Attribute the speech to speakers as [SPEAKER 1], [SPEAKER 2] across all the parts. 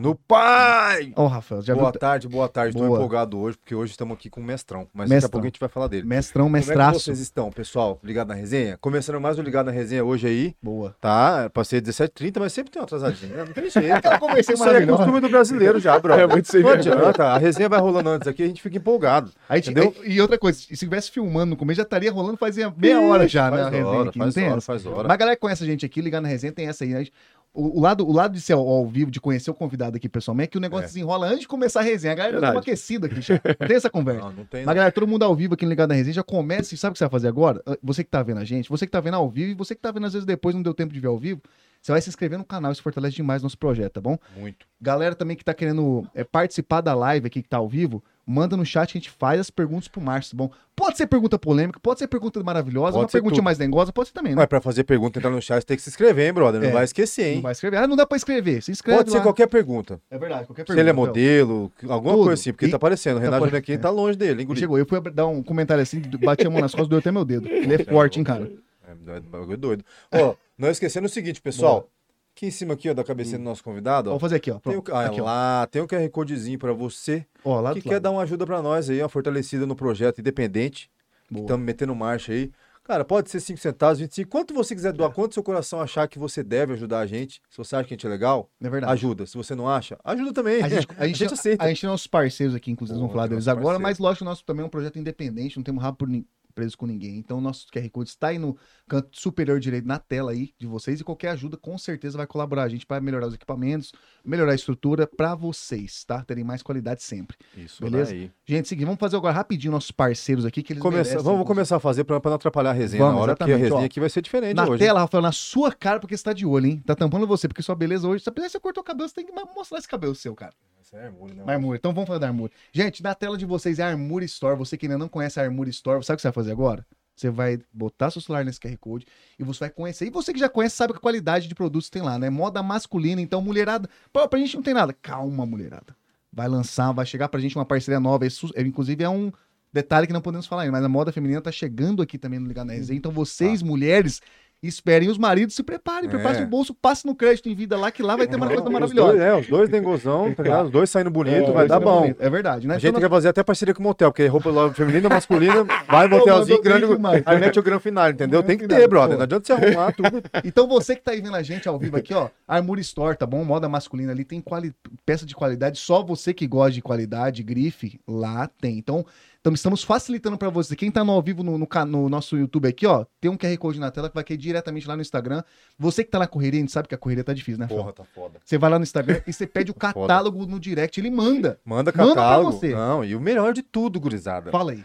[SPEAKER 1] No pai!
[SPEAKER 2] Ô, Rafael, já
[SPEAKER 1] boa
[SPEAKER 2] viu?
[SPEAKER 1] tarde, boa tarde. Estou
[SPEAKER 2] Boa.
[SPEAKER 1] empolgado hoje, porque hoje estamos aqui com o mestrão. Mas daqui a
[SPEAKER 2] Mestrão.
[SPEAKER 1] pouco a gente vai falar dele.
[SPEAKER 2] Mestrão,
[SPEAKER 1] Como é que
[SPEAKER 2] mestraço.
[SPEAKER 1] vocês estão, pessoal? Ligado na resenha? Começando mais um Ligado na Resenha hoje aí,
[SPEAKER 2] Boa.
[SPEAKER 1] tá? Passei 17h30, mas sempre tem uma atrasadinha. né? Não tem jeito.
[SPEAKER 2] Comecei
[SPEAKER 1] Isso aí é costume do brasileiro já, bro.
[SPEAKER 3] É muito sem
[SPEAKER 1] Não
[SPEAKER 3] vergonha.
[SPEAKER 1] adianta, Tá, a resenha vai rolando antes aqui, a gente fica empolgado.
[SPEAKER 2] Aí, ti-
[SPEAKER 1] Entendeu?
[SPEAKER 2] aí- e outra coisa, se estivesse filmando no começo, já estaria rolando fazia meia hora já, né? a
[SPEAKER 1] Faz
[SPEAKER 2] resenha
[SPEAKER 1] hora,
[SPEAKER 2] aqui,
[SPEAKER 1] faz
[SPEAKER 2] não tem
[SPEAKER 1] hora,
[SPEAKER 2] essa.
[SPEAKER 1] faz hora.
[SPEAKER 2] Mas a galera que conhece a gente aqui, ligar na resenha, tem essa aí. né? A gente- O, o lado, o lado de ser ao, ao vivo, de conhecer o convidado aqui pessoalmente, é que o negócio
[SPEAKER 1] É.
[SPEAKER 2] desenrola antes de começar a resenha. A galera já tá
[SPEAKER 3] Verdade.
[SPEAKER 2] aquecida aqui, já. Não tem essa conversa.
[SPEAKER 1] Não, não tem.
[SPEAKER 2] Mas, galera, todo mundo ao vivo aqui no Ligado na Resenha já começa. E sabe o que você vai fazer agora? Ah, Você que tá vendo a gente, você que tá vendo ao vivo e você que tá vendo às vezes depois, não deu tempo de ver ao vivo. Você vai se inscrever no canal, isso fortalece demais nosso projeto, tá bom?
[SPEAKER 1] Muito.
[SPEAKER 2] Galera também que tá querendo é, participar da live aqui que tá ao vivo, manda no chat, a gente faz as perguntas pro Márcio, tá bom? Pode ser pergunta polêmica, pode ser pergunta maravilhosa,
[SPEAKER 1] Pode
[SPEAKER 2] uma
[SPEAKER 1] ser
[SPEAKER 2] perguntinha
[SPEAKER 1] tudo.
[SPEAKER 2] mais dengosa, pode ser também, né?
[SPEAKER 1] Mas pra fazer pergunta, entrar no chat, tem que se inscrever, hein, brother? Não
[SPEAKER 2] É.
[SPEAKER 1] vai esquecer,
[SPEAKER 2] Não
[SPEAKER 1] hein?
[SPEAKER 2] vai escrever. Ah, não dá pra escrever. Se inscreve
[SPEAKER 1] Pode ser
[SPEAKER 2] lá.
[SPEAKER 1] qualquer pergunta.
[SPEAKER 2] É verdade, qualquer
[SPEAKER 1] Se
[SPEAKER 2] pergunta.
[SPEAKER 1] ele é
[SPEAKER 2] Rafael.
[SPEAKER 1] modelo, alguma
[SPEAKER 2] Tudo.
[SPEAKER 1] coisa assim, porque
[SPEAKER 2] E-
[SPEAKER 1] tá aparecendo. O
[SPEAKER 2] tá
[SPEAKER 1] Renato
[SPEAKER 2] apare-
[SPEAKER 1] aqui tá longe dele, hein,
[SPEAKER 2] Ele
[SPEAKER 1] guri?
[SPEAKER 2] Chegou, eu fui dar um comentário assim, bati a mão nas costas, doeu até meu dedo. Ele é forte, hein, cara?
[SPEAKER 1] É, é um bagulho doido. Ó, não esquecendo o seguinte, pessoal. Aqui em cima aqui, ó, da cabecinha do nosso convidado, ó.
[SPEAKER 2] Hum. Vamos fazer aqui, ó.
[SPEAKER 1] Tem
[SPEAKER 2] Pronto.
[SPEAKER 1] o, ah, é
[SPEAKER 2] aqui, ó.
[SPEAKER 1] lá, tem o QR Codezinho pra você
[SPEAKER 2] Ó, lá
[SPEAKER 1] que é
[SPEAKER 2] do
[SPEAKER 1] quer
[SPEAKER 2] lado.
[SPEAKER 1] dar uma ajuda pra nós aí, uma fortalecida no projeto independente. que
[SPEAKER 2] Boa.
[SPEAKER 1] Estamos metendo marcha aí. Cara, pode ser 5 centavos, 25. Quanto você quiser
[SPEAKER 2] É.
[SPEAKER 1] doar, quanto seu coração achar que você deve ajudar a gente. Se você acha que a gente é legal,
[SPEAKER 2] É verdade.
[SPEAKER 1] ajuda. Se você não acha, ajuda também.
[SPEAKER 2] A gente, a, gente,
[SPEAKER 1] gente aceita.
[SPEAKER 2] a gente tem nossos parceiros aqui, inclusive, vamos
[SPEAKER 1] Pô,
[SPEAKER 2] falar
[SPEAKER 1] tem
[SPEAKER 2] deles
[SPEAKER 1] nossos
[SPEAKER 2] agora,
[SPEAKER 1] parceiros.
[SPEAKER 2] mas lógico, o nosso também é um projeto independente, não temos rabo por nin- preso com ninguém. Então, o nosso QR Code está aí no canto superior direito, na tela aí de vocês, e qualquer ajuda com certeza vai colaborar a gente para melhorar os equipamentos, melhorar a estrutura para vocês, tá? Terem mais qualidade sempre.
[SPEAKER 1] Isso,
[SPEAKER 2] Beleza?
[SPEAKER 1] daí.
[SPEAKER 2] Gente, seguinte, vamos fazer agora rapidinho nossos parceiros aqui, que eles
[SPEAKER 1] Começa-
[SPEAKER 2] merecem, né?
[SPEAKER 1] vamos
[SPEAKER 2] inclusive.
[SPEAKER 1] começar a fazer pra, pra não atrapalhar a resenha
[SPEAKER 2] Vamos,
[SPEAKER 1] na hora, porque a
[SPEAKER 2] exatamente,
[SPEAKER 1] resenha
[SPEAKER 2] ó.
[SPEAKER 1] aqui vai ser diferente
[SPEAKER 2] Na
[SPEAKER 1] hoje.
[SPEAKER 2] tela, Rafael, na sua cara, porque você tá de olho, hein? Tá tampando você, porque sua beleza hoje. Se você cortou o cabelo, você tem que ma- mostrar esse cabelo seu, cara.
[SPEAKER 1] Isso é orgulho, né?
[SPEAKER 2] Uma Armura. Então vamos falar da Armura. Gente, na tela de vocês é a Armura Store. Você que ainda não conhece a Armura Store, sabe o que você vai fazer agora? Você vai botar seu celular nesse QR Code e você vai conhecer. E você que já conhece sabe que a qualidade de produtos tem lá, né? Moda masculina, então mulherada. Pô, pra gente não tem nada. Calma, mulherada. Vai lançar, vai chegar pra gente uma parceria nova. Isso, é, inclusive é um detalhe que não podemos falar ainda, mas a moda feminina tá chegando aqui também no Ligar na Resenha. Então vocês, mulheres, esperem os maridos, se preparem,
[SPEAKER 1] Tá. É.
[SPEAKER 2] preparem o bolso, passe no crédito em vida lá, que lá vai ter uma coisa
[SPEAKER 1] Os
[SPEAKER 2] maravilhosa.
[SPEAKER 1] dois, é, os dois negozão, tá ligado? Os dois saindo bonito,
[SPEAKER 3] É,
[SPEAKER 1] vai
[SPEAKER 3] os
[SPEAKER 1] dar bom.
[SPEAKER 3] dois
[SPEAKER 2] É verdade, né?
[SPEAKER 1] A
[SPEAKER 2] Então,
[SPEAKER 1] gente quer fazer até parceria com o motel, porque roupa lá feminina, masculina, vai no motelzinho,
[SPEAKER 2] mandou bem
[SPEAKER 1] grande,
[SPEAKER 2] demais.
[SPEAKER 1] aí mete o grão final, entendeu?
[SPEAKER 2] Grão
[SPEAKER 1] Tem que
[SPEAKER 2] final,
[SPEAKER 1] ter, brother.
[SPEAKER 2] pô.
[SPEAKER 1] Não adianta você arrumar tudo.
[SPEAKER 2] Então você que tá aí vendo a gente ao vivo aqui, ó, Armor Store, tá bom? Moda masculina ali, tem quali- peça de qualidade, só você que gosta de qualidade, grife, lá tem. Então, então estamos facilitando pra você. Quem tá no ao vivo no, no ca- no nosso YouTube aqui, ó, tem um QR Code na tela que vai cair diretamente lá no Instagram. Você que tá na correria, a gente sabe que a correria tá difícil, né, Fel?
[SPEAKER 1] tá foda.
[SPEAKER 2] Você vai lá no Instagram e você pede o catálogo no direct, ele manda.
[SPEAKER 1] Manda
[SPEAKER 2] Manda pra
[SPEAKER 1] catálogo.
[SPEAKER 2] você.
[SPEAKER 1] Não, e o melhor de tudo, gurizada.
[SPEAKER 2] Fala aí.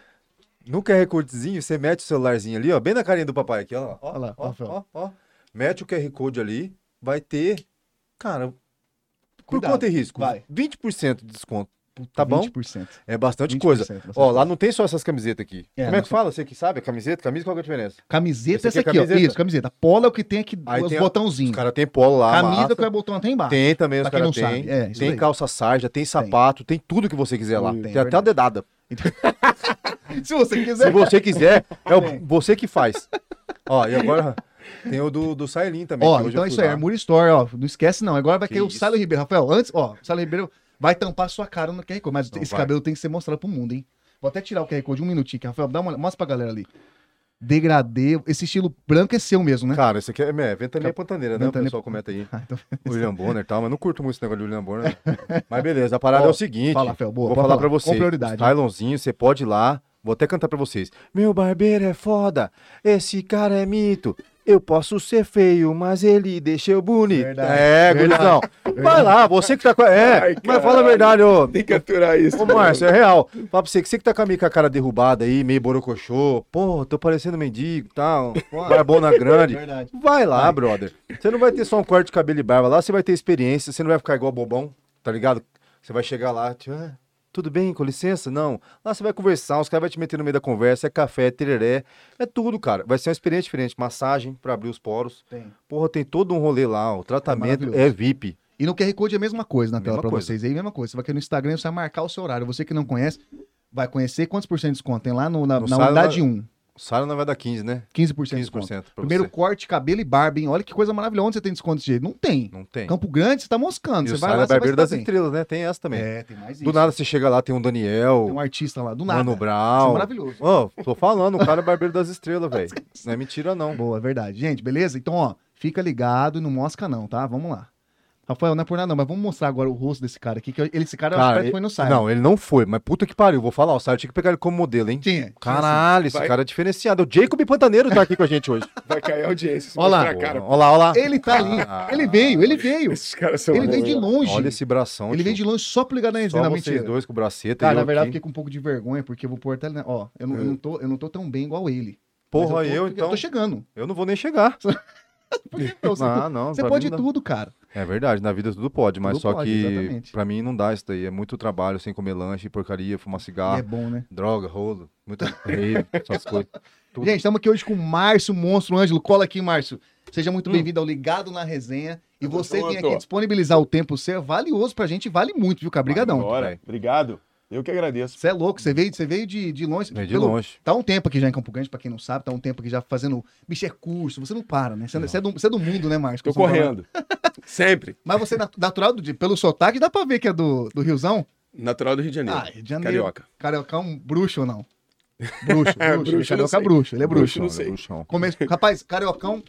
[SPEAKER 1] No QR Codezinho, você mete o celularzinho ali, ó, bem na carinha do papai aqui, ó. Ó,
[SPEAKER 2] Olha lá,
[SPEAKER 1] ó,
[SPEAKER 2] Rafael.
[SPEAKER 1] ó, ó. Mete o QR Code ali, vai ter, cara, por
[SPEAKER 2] Cuidado.
[SPEAKER 1] conta e risco,
[SPEAKER 2] Vai.
[SPEAKER 1] 20% de desconto. Tá bom?
[SPEAKER 2] 20%.
[SPEAKER 1] É bastante coisa.
[SPEAKER 2] 20%, bastante
[SPEAKER 1] Ó, lá não tem só essas camisetas aqui.
[SPEAKER 2] É,
[SPEAKER 1] Como é
[SPEAKER 2] não
[SPEAKER 1] que fala? Você que sabe? Camiseta? Camisa, qual que é a diferença? Esse
[SPEAKER 2] Camiseta
[SPEAKER 1] aqui
[SPEAKER 2] essa
[SPEAKER 1] é
[SPEAKER 2] aqui,
[SPEAKER 1] camiseta?
[SPEAKER 2] ó. Isso, camiseta. Polo é o que tem aqui,
[SPEAKER 1] Aí
[SPEAKER 2] os
[SPEAKER 1] tem a- Os
[SPEAKER 2] botãozinhos.
[SPEAKER 1] caras têm polo lá,
[SPEAKER 2] Camisa é
[SPEAKER 1] massa.
[SPEAKER 2] que vai botão até embaixo.
[SPEAKER 1] Tem também, os
[SPEAKER 2] Pra quem
[SPEAKER 1] caras
[SPEAKER 2] não
[SPEAKER 1] têm.
[SPEAKER 2] sabe. É, isso
[SPEAKER 1] tem
[SPEAKER 2] daí.
[SPEAKER 1] calça sarja, tem sapato, tem tudo que você quiser lá.
[SPEAKER 2] Tem, é
[SPEAKER 1] Tem, até
[SPEAKER 2] verdade.
[SPEAKER 1] a dedada.
[SPEAKER 2] Se você quiser.
[SPEAKER 1] Se você quiser, é
[SPEAKER 2] Tem.
[SPEAKER 1] o, você que faz. Ó, e agora tem o do, do Sailin também.
[SPEAKER 2] Ó,
[SPEAKER 1] que hoje
[SPEAKER 2] então
[SPEAKER 1] eu
[SPEAKER 2] é
[SPEAKER 1] fui
[SPEAKER 2] isso aí,
[SPEAKER 1] lá.
[SPEAKER 2] Armura Store, ó. Não esquece, não. Agora vai
[SPEAKER 1] Que
[SPEAKER 2] ter o
[SPEAKER 1] isso.
[SPEAKER 2] Salo Ribeiro. Rafael, antes, ó, o Salo Ribeiro vai tampar sua cara no QR Code. Mas
[SPEAKER 1] Não
[SPEAKER 2] esse
[SPEAKER 1] vai.
[SPEAKER 2] cabelo tem que ser mostrado pro mundo, hein? Vou até tirar o QR Code um minutinho aqui, Rafael. Dá uma olhada. Mostra pra galera ali. Degradê. Esse estilo branco é seu mesmo, né?
[SPEAKER 1] Cara, isso aqui é, é ventania pantaneira, né? O
[SPEAKER 2] Ventania-
[SPEAKER 1] pessoal comenta aí.
[SPEAKER 2] Ah, então,
[SPEAKER 1] O William Bonner e tal, mas não curto muito esse negócio de William Bonner. né? Mas beleza, a parada
[SPEAKER 2] Ó,
[SPEAKER 1] é o seguinte.
[SPEAKER 2] fala, Fel, boa,
[SPEAKER 1] vou
[SPEAKER 2] pode
[SPEAKER 1] falar
[SPEAKER 2] falar,
[SPEAKER 1] pra
[SPEAKER 2] com
[SPEAKER 1] vocês.
[SPEAKER 2] prioridade, né?
[SPEAKER 1] Os Tylonzinho, você pode ir lá. Vou até cantar pra vocês. Meu barbeiro é foda, esse cara é mito. Eu posso ser feio, mas ele deixa eu bonito.
[SPEAKER 2] Verdade,
[SPEAKER 1] É,
[SPEAKER 2] verdade,
[SPEAKER 1] gurizão. Vai lá, você que tá com. a- É,
[SPEAKER 3] Ai,
[SPEAKER 1] mas
[SPEAKER 3] caralho.
[SPEAKER 1] fala a verdade, ô.
[SPEAKER 3] Tem que aturar isso.
[SPEAKER 1] Ô, Márcio, é real. Fala pra você que você que tá com a minha- com a cara derrubada aí, meio borocochô. Pô, tô parecendo mendigo e tal. Barbona grande.
[SPEAKER 2] É Verdade.
[SPEAKER 1] Vai lá, brother. Você não vai ter só um corte de cabelo e barba lá, você vai ter experiência, você não vai ficar igual bobão, tá ligado? Você vai chegar lá, tipo, "Ah, tudo bem, com licença? Não. Lá você vai conversar, os caras vão te meter no meio da conversa, é café, é tereré, é tudo, cara. Vai ser uma experiência diferente. Massagem pra abrir os poros.
[SPEAKER 2] Tem.
[SPEAKER 1] Porra, tem todo um rolê lá, o tratamento
[SPEAKER 2] maravilhoso.
[SPEAKER 1] é, VIP.
[SPEAKER 2] E no QR Code é a mesma coisa na tela
[SPEAKER 1] Mesma
[SPEAKER 2] pra
[SPEAKER 1] coisa.
[SPEAKER 2] vocês aí, mesma coisa. Você vai aqui no Instagram, você vai marcar o seu horário. Você que não conhece, vai conhecer quantos por cento de desconto tem lá no- na,
[SPEAKER 1] No
[SPEAKER 2] na
[SPEAKER 1] Silo,
[SPEAKER 2] unidade 1.
[SPEAKER 1] Sara não vai dar 15, né?
[SPEAKER 2] 15%. 15%.
[SPEAKER 1] 15% pra
[SPEAKER 2] Primeiro
[SPEAKER 1] você.
[SPEAKER 2] corte, cabelo e barba, hein? Olha que coisa maravilhosa. Onde você tem desconto desse jeito? Não tem.
[SPEAKER 1] Não tem.
[SPEAKER 2] Campo Grande, você tá
[SPEAKER 1] E
[SPEAKER 2] moscando. Você
[SPEAKER 1] o
[SPEAKER 2] vai
[SPEAKER 1] Sara
[SPEAKER 2] lá,
[SPEAKER 1] é barbeiro
[SPEAKER 2] você vai
[SPEAKER 1] das
[SPEAKER 2] se dar bem.
[SPEAKER 1] estrelas, né? Tem essa também.
[SPEAKER 2] É, tem mais
[SPEAKER 1] Do nada você chega lá, tem um Daniel,
[SPEAKER 2] Tem um artista lá, do nada.
[SPEAKER 1] Mano
[SPEAKER 2] Isso é
[SPEAKER 1] Brown.
[SPEAKER 2] maravilhoso.
[SPEAKER 1] Ô, tô falando, o cara é barbeiro das estrelas, velho. Não é mentira, não.
[SPEAKER 2] Boa, é verdade. Gente, beleza? Então, ó, fica ligado e não mosca não, tá? Vamos lá. Rafael, não é por nada não, mas vamos mostrar agora o rosto desse cara aqui, que ele- esse cara, eu acho que
[SPEAKER 1] ele-
[SPEAKER 2] foi no site.
[SPEAKER 1] Não, ele não foi, mas puta que pariu. Vou falar, o Sara tinha que pegar ele como modelo, hein?
[SPEAKER 2] Tinha.
[SPEAKER 1] Caralho, esse
[SPEAKER 3] Vai.
[SPEAKER 1] cara é diferenciado. O Jacob Pantaneiro tá aqui com a gente hoje.
[SPEAKER 3] Vai cair a audiência. se
[SPEAKER 2] Olha lá.
[SPEAKER 3] mostrar a
[SPEAKER 1] Olha
[SPEAKER 3] cara.
[SPEAKER 1] lá, olha lá.
[SPEAKER 2] Ele tá ali.
[SPEAKER 1] Ah.
[SPEAKER 2] ele veio, ele veio.
[SPEAKER 3] Esses caras são
[SPEAKER 2] Ele tá veio de
[SPEAKER 3] bons.
[SPEAKER 2] longe.
[SPEAKER 1] é Olha esse bração.
[SPEAKER 2] é um ele veio de
[SPEAKER 1] tio.
[SPEAKER 2] longe só pra ligar na resenha.
[SPEAKER 1] Só
[SPEAKER 2] Não,
[SPEAKER 1] vocês
[SPEAKER 2] mentira.
[SPEAKER 1] dois com o braceta.
[SPEAKER 2] Cara,
[SPEAKER 1] e eu
[SPEAKER 2] na verdade, eu
[SPEAKER 1] aqui.
[SPEAKER 2] fiquei com um pouco de vergonha, porque eu vou pôr até... ele na- Ó, eu não, eu não tô, eu não tô tão bem igual
[SPEAKER 1] É.
[SPEAKER 2] ele. Mas
[SPEAKER 1] Porra,
[SPEAKER 2] tô-
[SPEAKER 1] eu,
[SPEAKER 2] Eu
[SPEAKER 1] então.
[SPEAKER 2] tô chegando.
[SPEAKER 1] Eu não vou nem chegar.
[SPEAKER 2] Por que não? Você,
[SPEAKER 1] Ah, não.
[SPEAKER 2] você
[SPEAKER 1] pra
[SPEAKER 2] pode
[SPEAKER 1] mim não dá.
[SPEAKER 2] tudo, cara.
[SPEAKER 1] É verdade, na vida tudo pode, mas
[SPEAKER 2] Tudo
[SPEAKER 1] só
[SPEAKER 2] pode,
[SPEAKER 1] que
[SPEAKER 2] exatamente.
[SPEAKER 1] pra mim não dá isso daí. É muito trabalho sem comer lanche, porcaria, fumar
[SPEAKER 2] E é
[SPEAKER 1] cigarro,
[SPEAKER 2] bom, né?
[SPEAKER 1] droga, rolo, muito rave, essas coisas. Tudo.
[SPEAKER 2] Gente, estamos aqui hoje com o Márcio Monstro Ângelo. Cola aqui, Márcio. Seja muito bem-vindo ao Ligado na Resenha. E
[SPEAKER 3] Tamo
[SPEAKER 2] você vir
[SPEAKER 3] junto.
[SPEAKER 2] aqui disponibilizar o tempo seu é valioso pra gente, vale muito, viu, cara? Obrigadão.
[SPEAKER 3] Bora.
[SPEAKER 1] velho.
[SPEAKER 3] Obrigado. Eu que agradeço.
[SPEAKER 2] Você é louco, você veio, você veio de, de longe.
[SPEAKER 1] Vem de
[SPEAKER 2] Pelo-
[SPEAKER 1] longe.
[SPEAKER 2] Tá um tempo aqui já em Campo Grande, pra quem não sabe, tá um tempo aqui já fazendo. Bicho, é curso, você não para, né? Você, é- você é, do, você é do mundo, né, Márcio?
[SPEAKER 3] Tô
[SPEAKER 2] Você não para.
[SPEAKER 3] correndo. Sempre.
[SPEAKER 2] Mas você é nat- natural do, de- pelo sotaque, dá pra ver que é do, do Riozão?
[SPEAKER 3] Natural do Rio de Janeiro.
[SPEAKER 2] Ah, Rio de Janeiro.
[SPEAKER 3] Carioca.
[SPEAKER 2] Carioca é um bruxo ou não? Bruxo, bruxo. ele é
[SPEAKER 3] Bruxo, eu não
[SPEAKER 2] carioca é
[SPEAKER 3] sei.
[SPEAKER 2] bruxo, ele é bruxo.
[SPEAKER 3] não
[SPEAKER 1] Bruxão,
[SPEAKER 3] sei.
[SPEAKER 1] é bruxão.
[SPEAKER 2] Come... Rapaz, Cariocão,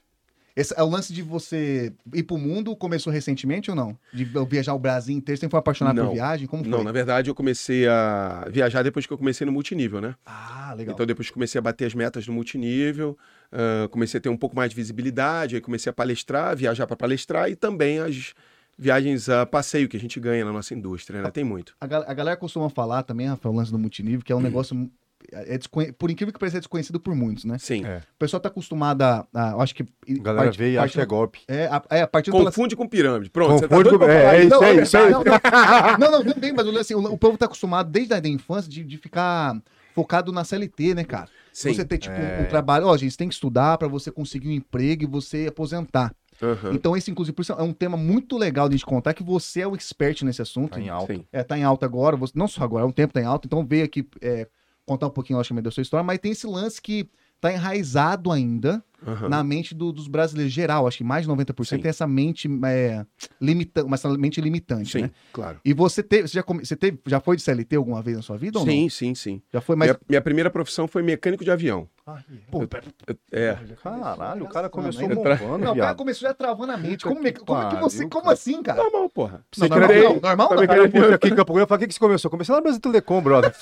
[SPEAKER 2] esse é o lance de você ir pro mundo, começou recentemente ou não? De eu viajar o Brasil inteiro, você sempre foi apaixonado por
[SPEAKER 3] Não.
[SPEAKER 2] viagem? Como foi?
[SPEAKER 3] Não,
[SPEAKER 1] né?
[SPEAKER 3] na verdade eu comecei a viajar depois que eu comecei no multinível, né?
[SPEAKER 2] Ah, legal.
[SPEAKER 3] Então depois que comecei a bater as metas no multinível, ah, comecei a ter um pouco mais de visibilidade, aí comecei a palestrar, viajar para palestrar e também as viagens a passeio que a gente ganha na nossa indústria, né? Tem muito.
[SPEAKER 2] A, gal- a galera costuma falar também, Rafael, o lance do multinível,
[SPEAKER 1] Hum.
[SPEAKER 2] que é um negócio... É desconhe- Por incrível que pareça, é desconhecido por muitos, né?
[SPEAKER 3] Sim.
[SPEAKER 1] É.
[SPEAKER 2] O pessoal tá acostumado a... a- eu acho que...
[SPEAKER 1] A galera veio e acha que é golpe.
[SPEAKER 2] É, a, é, a partir do...
[SPEAKER 3] Confunde com pirâmide. Pronto, você tá
[SPEAKER 1] Confunde
[SPEAKER 3] doido
[SPEAKER 1] com-
[SPEAKER 3] pra falar
[SPEAKER 1] é,
[SPEAKER 3] isso.
[SPEAKER 1] isso
[SPEAKER 2] não,
[SPEAKER 1] aí,
[SPEAKER 2] é
[SPEAKER 1] isso aí.
[SPEAKER 2] verdade, Não, não, não, não tem, mas o lance- o, o povo tá acostumado desde a da infância de- de ficar focado na CLT, né, cara?
[SPEAKER 3] Sim.
[SPEAKER 2] Você ter, tipo,
[SPEAKER 1] É.
[SPEAKER 2] um trabalho. Ó, gente, você tem que estudar pra você conseguir um emprego e você aposentar.
[SPEAKER 3] Aham.
[SPEAKER 2] Então, esse, inclusive, por isso é um tema muito legal de a gente contar, que você é o expert nesse assunto.
[SPEAKER 1] Tá em alta.
[SPEAKER 3] Sim.
[SPEAKER 2] É, tá em alta agora, você- não só agora, é um tempo tá em alta, então veio aqui é, contar um pouquinho, logicamente, da sua história, mas tem esse lance que tá enraizado ainda
[SPEAKER 3] Aham.
[SPEAKER 2] na mente do- dos brasileiros geral. Acho que mais de 90%
[SPEAKER 3] Tá. Sim.
[SPEAKER 2] tem essa mente é, limitante, essa mente limitante,
[SPEAKER 3] Sim,
[SPEAKER 2] né?
[SPEAKER 3] claro.
[SPEAKER 2] E você teve, você já, come- você teve, já foi de CLT alguma vez na sua vida ou não?
[SPEAKER 3] Sim, sim, sim.
[SPEAKER 2] Já foi, mas. Ah,
[SPEAKER 3] Minha, minha primeira profissão foi mecânico de avião.
[SPEAKER 2] Pô,
[SPEAKER 3] É.
[SPEAKER 1] Caralho, o cara começou
[SPEAKER 2] Não,
[SPEAKER 1] bombando,
[SPEAKER 2] é Não, o cara é
[SPEAKER 1] viado.
[SPEAKER 2] começou já travando a mente.
[SPEAKER 1] Puta
[SPEAKER 2] Como,
[SPEAKER 1] que
[SPEAKER 2] é que- como é que
[SPEAKER 1] pariu,
[SPEAKER 2] você. Como
[SPEAKER 1] cara.
[SPEAKER 2] assim, cara?
[SPEAKER 3] É Normal, porma.
[SPEAKER 1] Você
[SPEAKER 2] normal
[SPEAKER 1] crê-
[SPEAKER 2] não, normal não.
[SPEAKER 3] Também
[SPEAKER 1] Cara, eu
[SPEAKER 3] queria-
[SPEAKER 1] puxo aqui em Campo Grande, eu falo, o que que você começou? Comecei lá no Brasil Telecom, brother.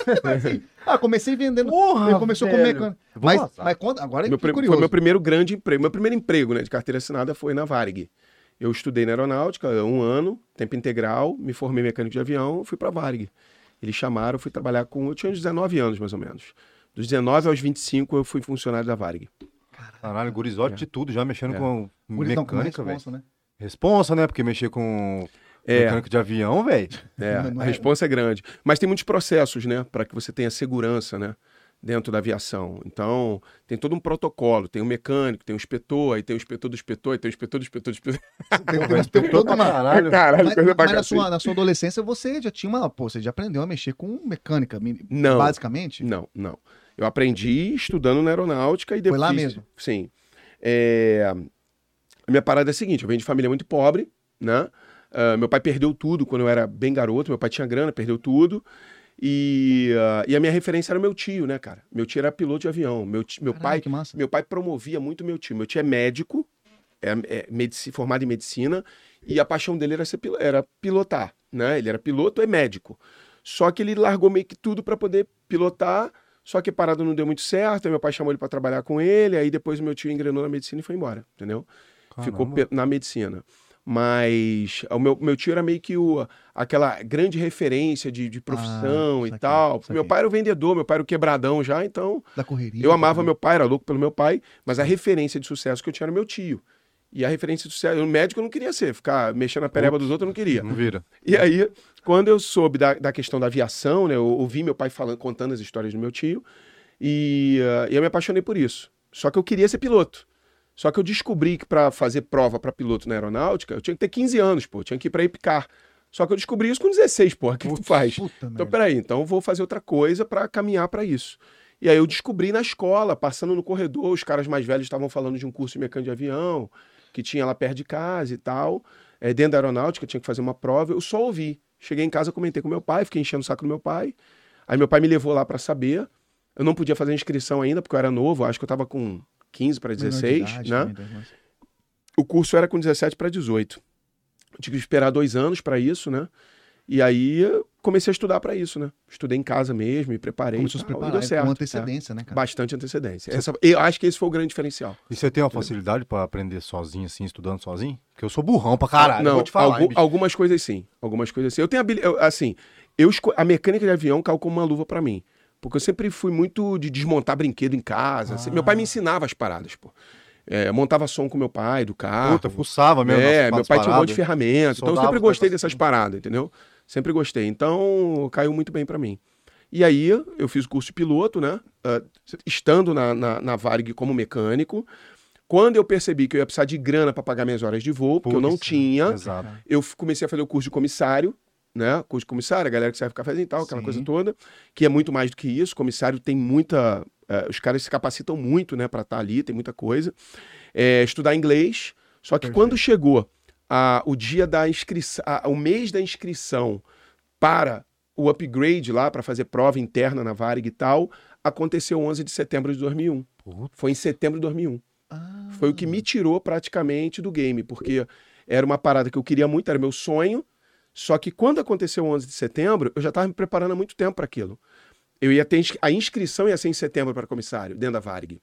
[SPEAKER 2] Ah, comecei vendendo.
[SPEAKER 1] Porra,
[SPEAKER 2] Ele começou
[SPEAKER 1] velho.
[SPEAKER 2] com mecânico.
[SPEAKER 1] Vou
[SPEAKER 2] Mas,
[SPEAKER 1] passar.
[SPEAKER 2] mas quando, agora eu fiquei
[SPEAKER 3] Meu prim-
[SPEAKER 2] é curioso.
[SPEAKER 3] foi meu primeiro grande emprego. Meu primeiro emprego né, de carteira assinada foi na Varig. Eu estudei na aeronáutica um ano, tempo integral, me formei mecânico de avião, fui para Varig. Eles chamaram, fui trabalhar com. Eu tinha uns 19 anos, mais ou menos. Dos 19 aos 25, eu fui funcionário da Varig.
[SPEAKER 1] Caralho, gurizote de tudo, já mexendo com
[SPEAKER 2] É. Gurizão, com
[SPEAKER 1] mecânica, velho.
[SPEAKER 2] responsa, né?
[SPEAKER 1] Responsa, né? Porque mexer com
[SPEAKER 3] É.
[SPEAKER 1] mecânico de avião, velho.
[SPEAKER 3] É,
[SPEAKER 2] Não, não
[SPEAKER 3] a
[SPEAKER 2] é-
[SPEAKER 3] resposta é grande. Mas tem muitos processos, né, para que você tenha segurança, né, dentro da aviação. Então, tem todo um protocolo. Tem o mecânico, tem o inspetor, aí tem o inspetor do inspetor, aí tem o inspetor do inspetor do inspetor.
[SPEAKER 2] Tem- tem- tem toda uma-
[SPEAKER 1] Caralho.
[SPEAKER 3] Caralho,
[SPEAKER 2] Mas,
[SPEAKER 3] coisa pra
[SPEAKER 2] mas na,
[SPEAKER 3] cacete.
[SPEAKER 2] sua, na sua adolescência você já tinha uma. Pô, você já aprendeu a mexer com mecânica, mi-
[SPEAKER 3] Não.
[SPEAKER 2] basicamente?
[SPEAKER 3] Não, não. Eu aprendi estudando na aeronáutica e
[SPEAKER 2] Foi
[SPEAKER 3] depois.
[SPEAKER 2] lá mesmo?
[SPEAKER 3] Sim. É, A minha parada é a seguinte: eu venho de família muito pobre, né? Ah, meu pai perdeu tudo quando eu era bem garoto. Meu pai tinha grana, perdeu tudo. E, ah, e a minha referência era o meu tio, né, cara? Meu tio era piloto de avião. Meu, ti- meu
[SPEAKER 2] Caralho,
[SPEAKER 3] pai
[SPEAKER 2] que massa.
[SPEAKER 3] meu pai promovia muito meu tio. Meu tio é médico, é, é medici- formado em medicina, e a paixão dele era, ser, pil- era pilotar, né? Ele era piloto e médico. Só que ele largou meio que tudo para poder pilotar, só que a parada não deu muito certo, aí meu pai chamou ele para trabalhar com ele, aí depois meu tio engrenou na medicina e foi embora, entendeu? Ficou
[SPEAKER 1] Caramba.
[SPEAKER 3] pe- na medicina. Mas o meu, meu tio era meio que o, aquela grande referência de, de profissão
[SPEAKER 2] Ah,
[SPEAKER 3] e
[SPEAKER 2] saquei,
[SPEAKER 3] tal.
[SPEAKER 2] saquei.
[SPEAKER 3] Meu pai era o vendedor, meu pai era o quebradão já, então
[SPEAKER 2] Da correria.
[SPEAKER 3] eu amava meu pai, era louco pelo meu pai, mas a referência de sucesso que eu tinha era meu tio. E a referência de sucesso, eu médico eu não queria ser, ficar mexendo na pereba dos outros eu não queria.
[SPEAKER 1] Não vira.
[SPEAKER 3] E aí, quando eu soube da, da questão da aviação, né, eu ouvi meu pai falando, contando as histórias do meu tio, e ah, eu me apaixonei por isso. Só que eu queria ser piloto. Só que eu descobri que para fazer prova para piloto na aeronáutica, eu tinha que ter 15 anos, pô, eu tinha que ir para IPCAR. Só que eu descobri isso com 16, pô, o que, que tu faz?
[SPEAKER 2] Puta
[SPEAKER 3] Então,
[SPEAKER 2] merda.
[SPEAKER 3] peraí, então eu vou fazer outra coisa para caminhar para isso. E aí eu descobri na escola, passando no corredor, os caras mais velhos estavam falando de um curso de mecânica de avião, que tinha lá perto de casa e tal. É, dentro da aeronáutica, tinha que fazer uma prova. Eu só ouvi. Cheguei em casa, comentei com meu pai, fiquei enchendo o saco do meu pai. Aí meu pai me levou lá para saber. Eu não podia fazer a inscrição ainda, porque eu era novo, acho que eu estava com 15 para
[SPEAKER 2] Menor de
[SPEAKER 3] 16,
[SPEAKER 2] idade
[SPEAKER 3] né?
[SPEAKER 2] também, tá, irmão?
[SPEAKER 3] o curso era com 17 para 18. Eu tive que esperar dois anos para isso, né? E aí eu comecei a estudar para isso, né? Estudei em casa mesmo, me preparei.
[SPEAKER 2] Começou a
[SPEAKER 3] e
[SPEAKER 2] se
[SPEAKER 3] tal, e
[SPEAKER 2] preparar
[SPEAKER 3] deu certo.
[SPEAKER 2] com antecedência, né,
[SPEAKER 3] É,
[SPEAKER 2] cara?
[SPEAKER 3] Bastante antecedência. Essa- eu acho que esse foi o grande diferencial.
[SPEAKER 1] E você tem uma facilidade pra aprender sozinho, assim, estudando sozinho? Porque eu sou burrão pra caralho,
[SPEAKER 3] Não,
[SPEAKER 1] vou te falar.
[SPEAKER 3] algu-
[SPEAKER 1] hein, bicho?
[SPEAKER 3] algumas coisas sim. Algumas coisas sim. Eu tenho habili- eu, assim, eu esco- a mecânica de avião caiu como uma luva para mim. Porque eu sempre fui muito de desmontar brinquedo em casa. assim. Meu pai
[SPEAKER 1] Ah.
[SPEAKER 3] me ensinava as paradas, pô. É, eu montava som com meu pai do carro.
[SPEAKER 1] Puta, fuçava mesmo.
[SPEAKER 3] É,
[SPEAKER 1] nas-
[SPEAKER 3] meu
[SPEAKER 1] nas
[SPEAKER 3] pai tinha um
[SPEAKER 1] paradas.
[SPEAKER 3] monte de ferramenta. Então eu
[SPEAKER 1] Soldava
[SPEAKER 3] sempre
[SPEAKER 1] os
[SPEAKER 3] gostei
[SPEAKER 1] negócios.
[SPEAKER 3] dessas paradas, entendeu? Sempre gostei. Então caiu muito bem pra mim. E aí eu fiz o curso de piloto, né? Ah, estando na, na, na Varig como mecânico. Quando eu percebi que eu ia precisar de grana pra pagar minhas horas de voo, porque eu não
[SPEAKER 1] Putz,
[SPEAKER 3] tinha,
[SPEAKER 1] Exato.
[SPEAKER 3] eu f- comecei a fazer o curso de comissário, né? Curso de comissário, a galera que serve cafezinho e tal, aquela
[SPEAKER 2] Sim.
[SPEAKER 3] coisa toda, que é muito mais do que isso. Comissário tem muita. eh, os caras se capacitam muito, né, para estar ali, tem muita coisa. Eh, estudar inglês. Só que quando chegou a- o dia da inscrição, o mês da inscrição para o upgrade lá, para fazer prova interna na Varig e tal, aconteceu 11 de setembro de 2001.
[SPEAKER 1] Puta.
[SPEAKER 3] Foi em setembro de 2001.
[SPEAKER 2] Ah,
[SPEAKER 3] Foi o que
[SPEAKER 1] Uhum.
[SPEAKER 3] me tirou praticamente do game, porque era uma parada que eu queria muito, era meu sonho. Só que quando aconteceu o 11 de setembro, eu já estava me preparando há muito tempo para aquilo. Eu ia ter ins- a inscrição ia ser em setembro para comissário, dentro da Varig.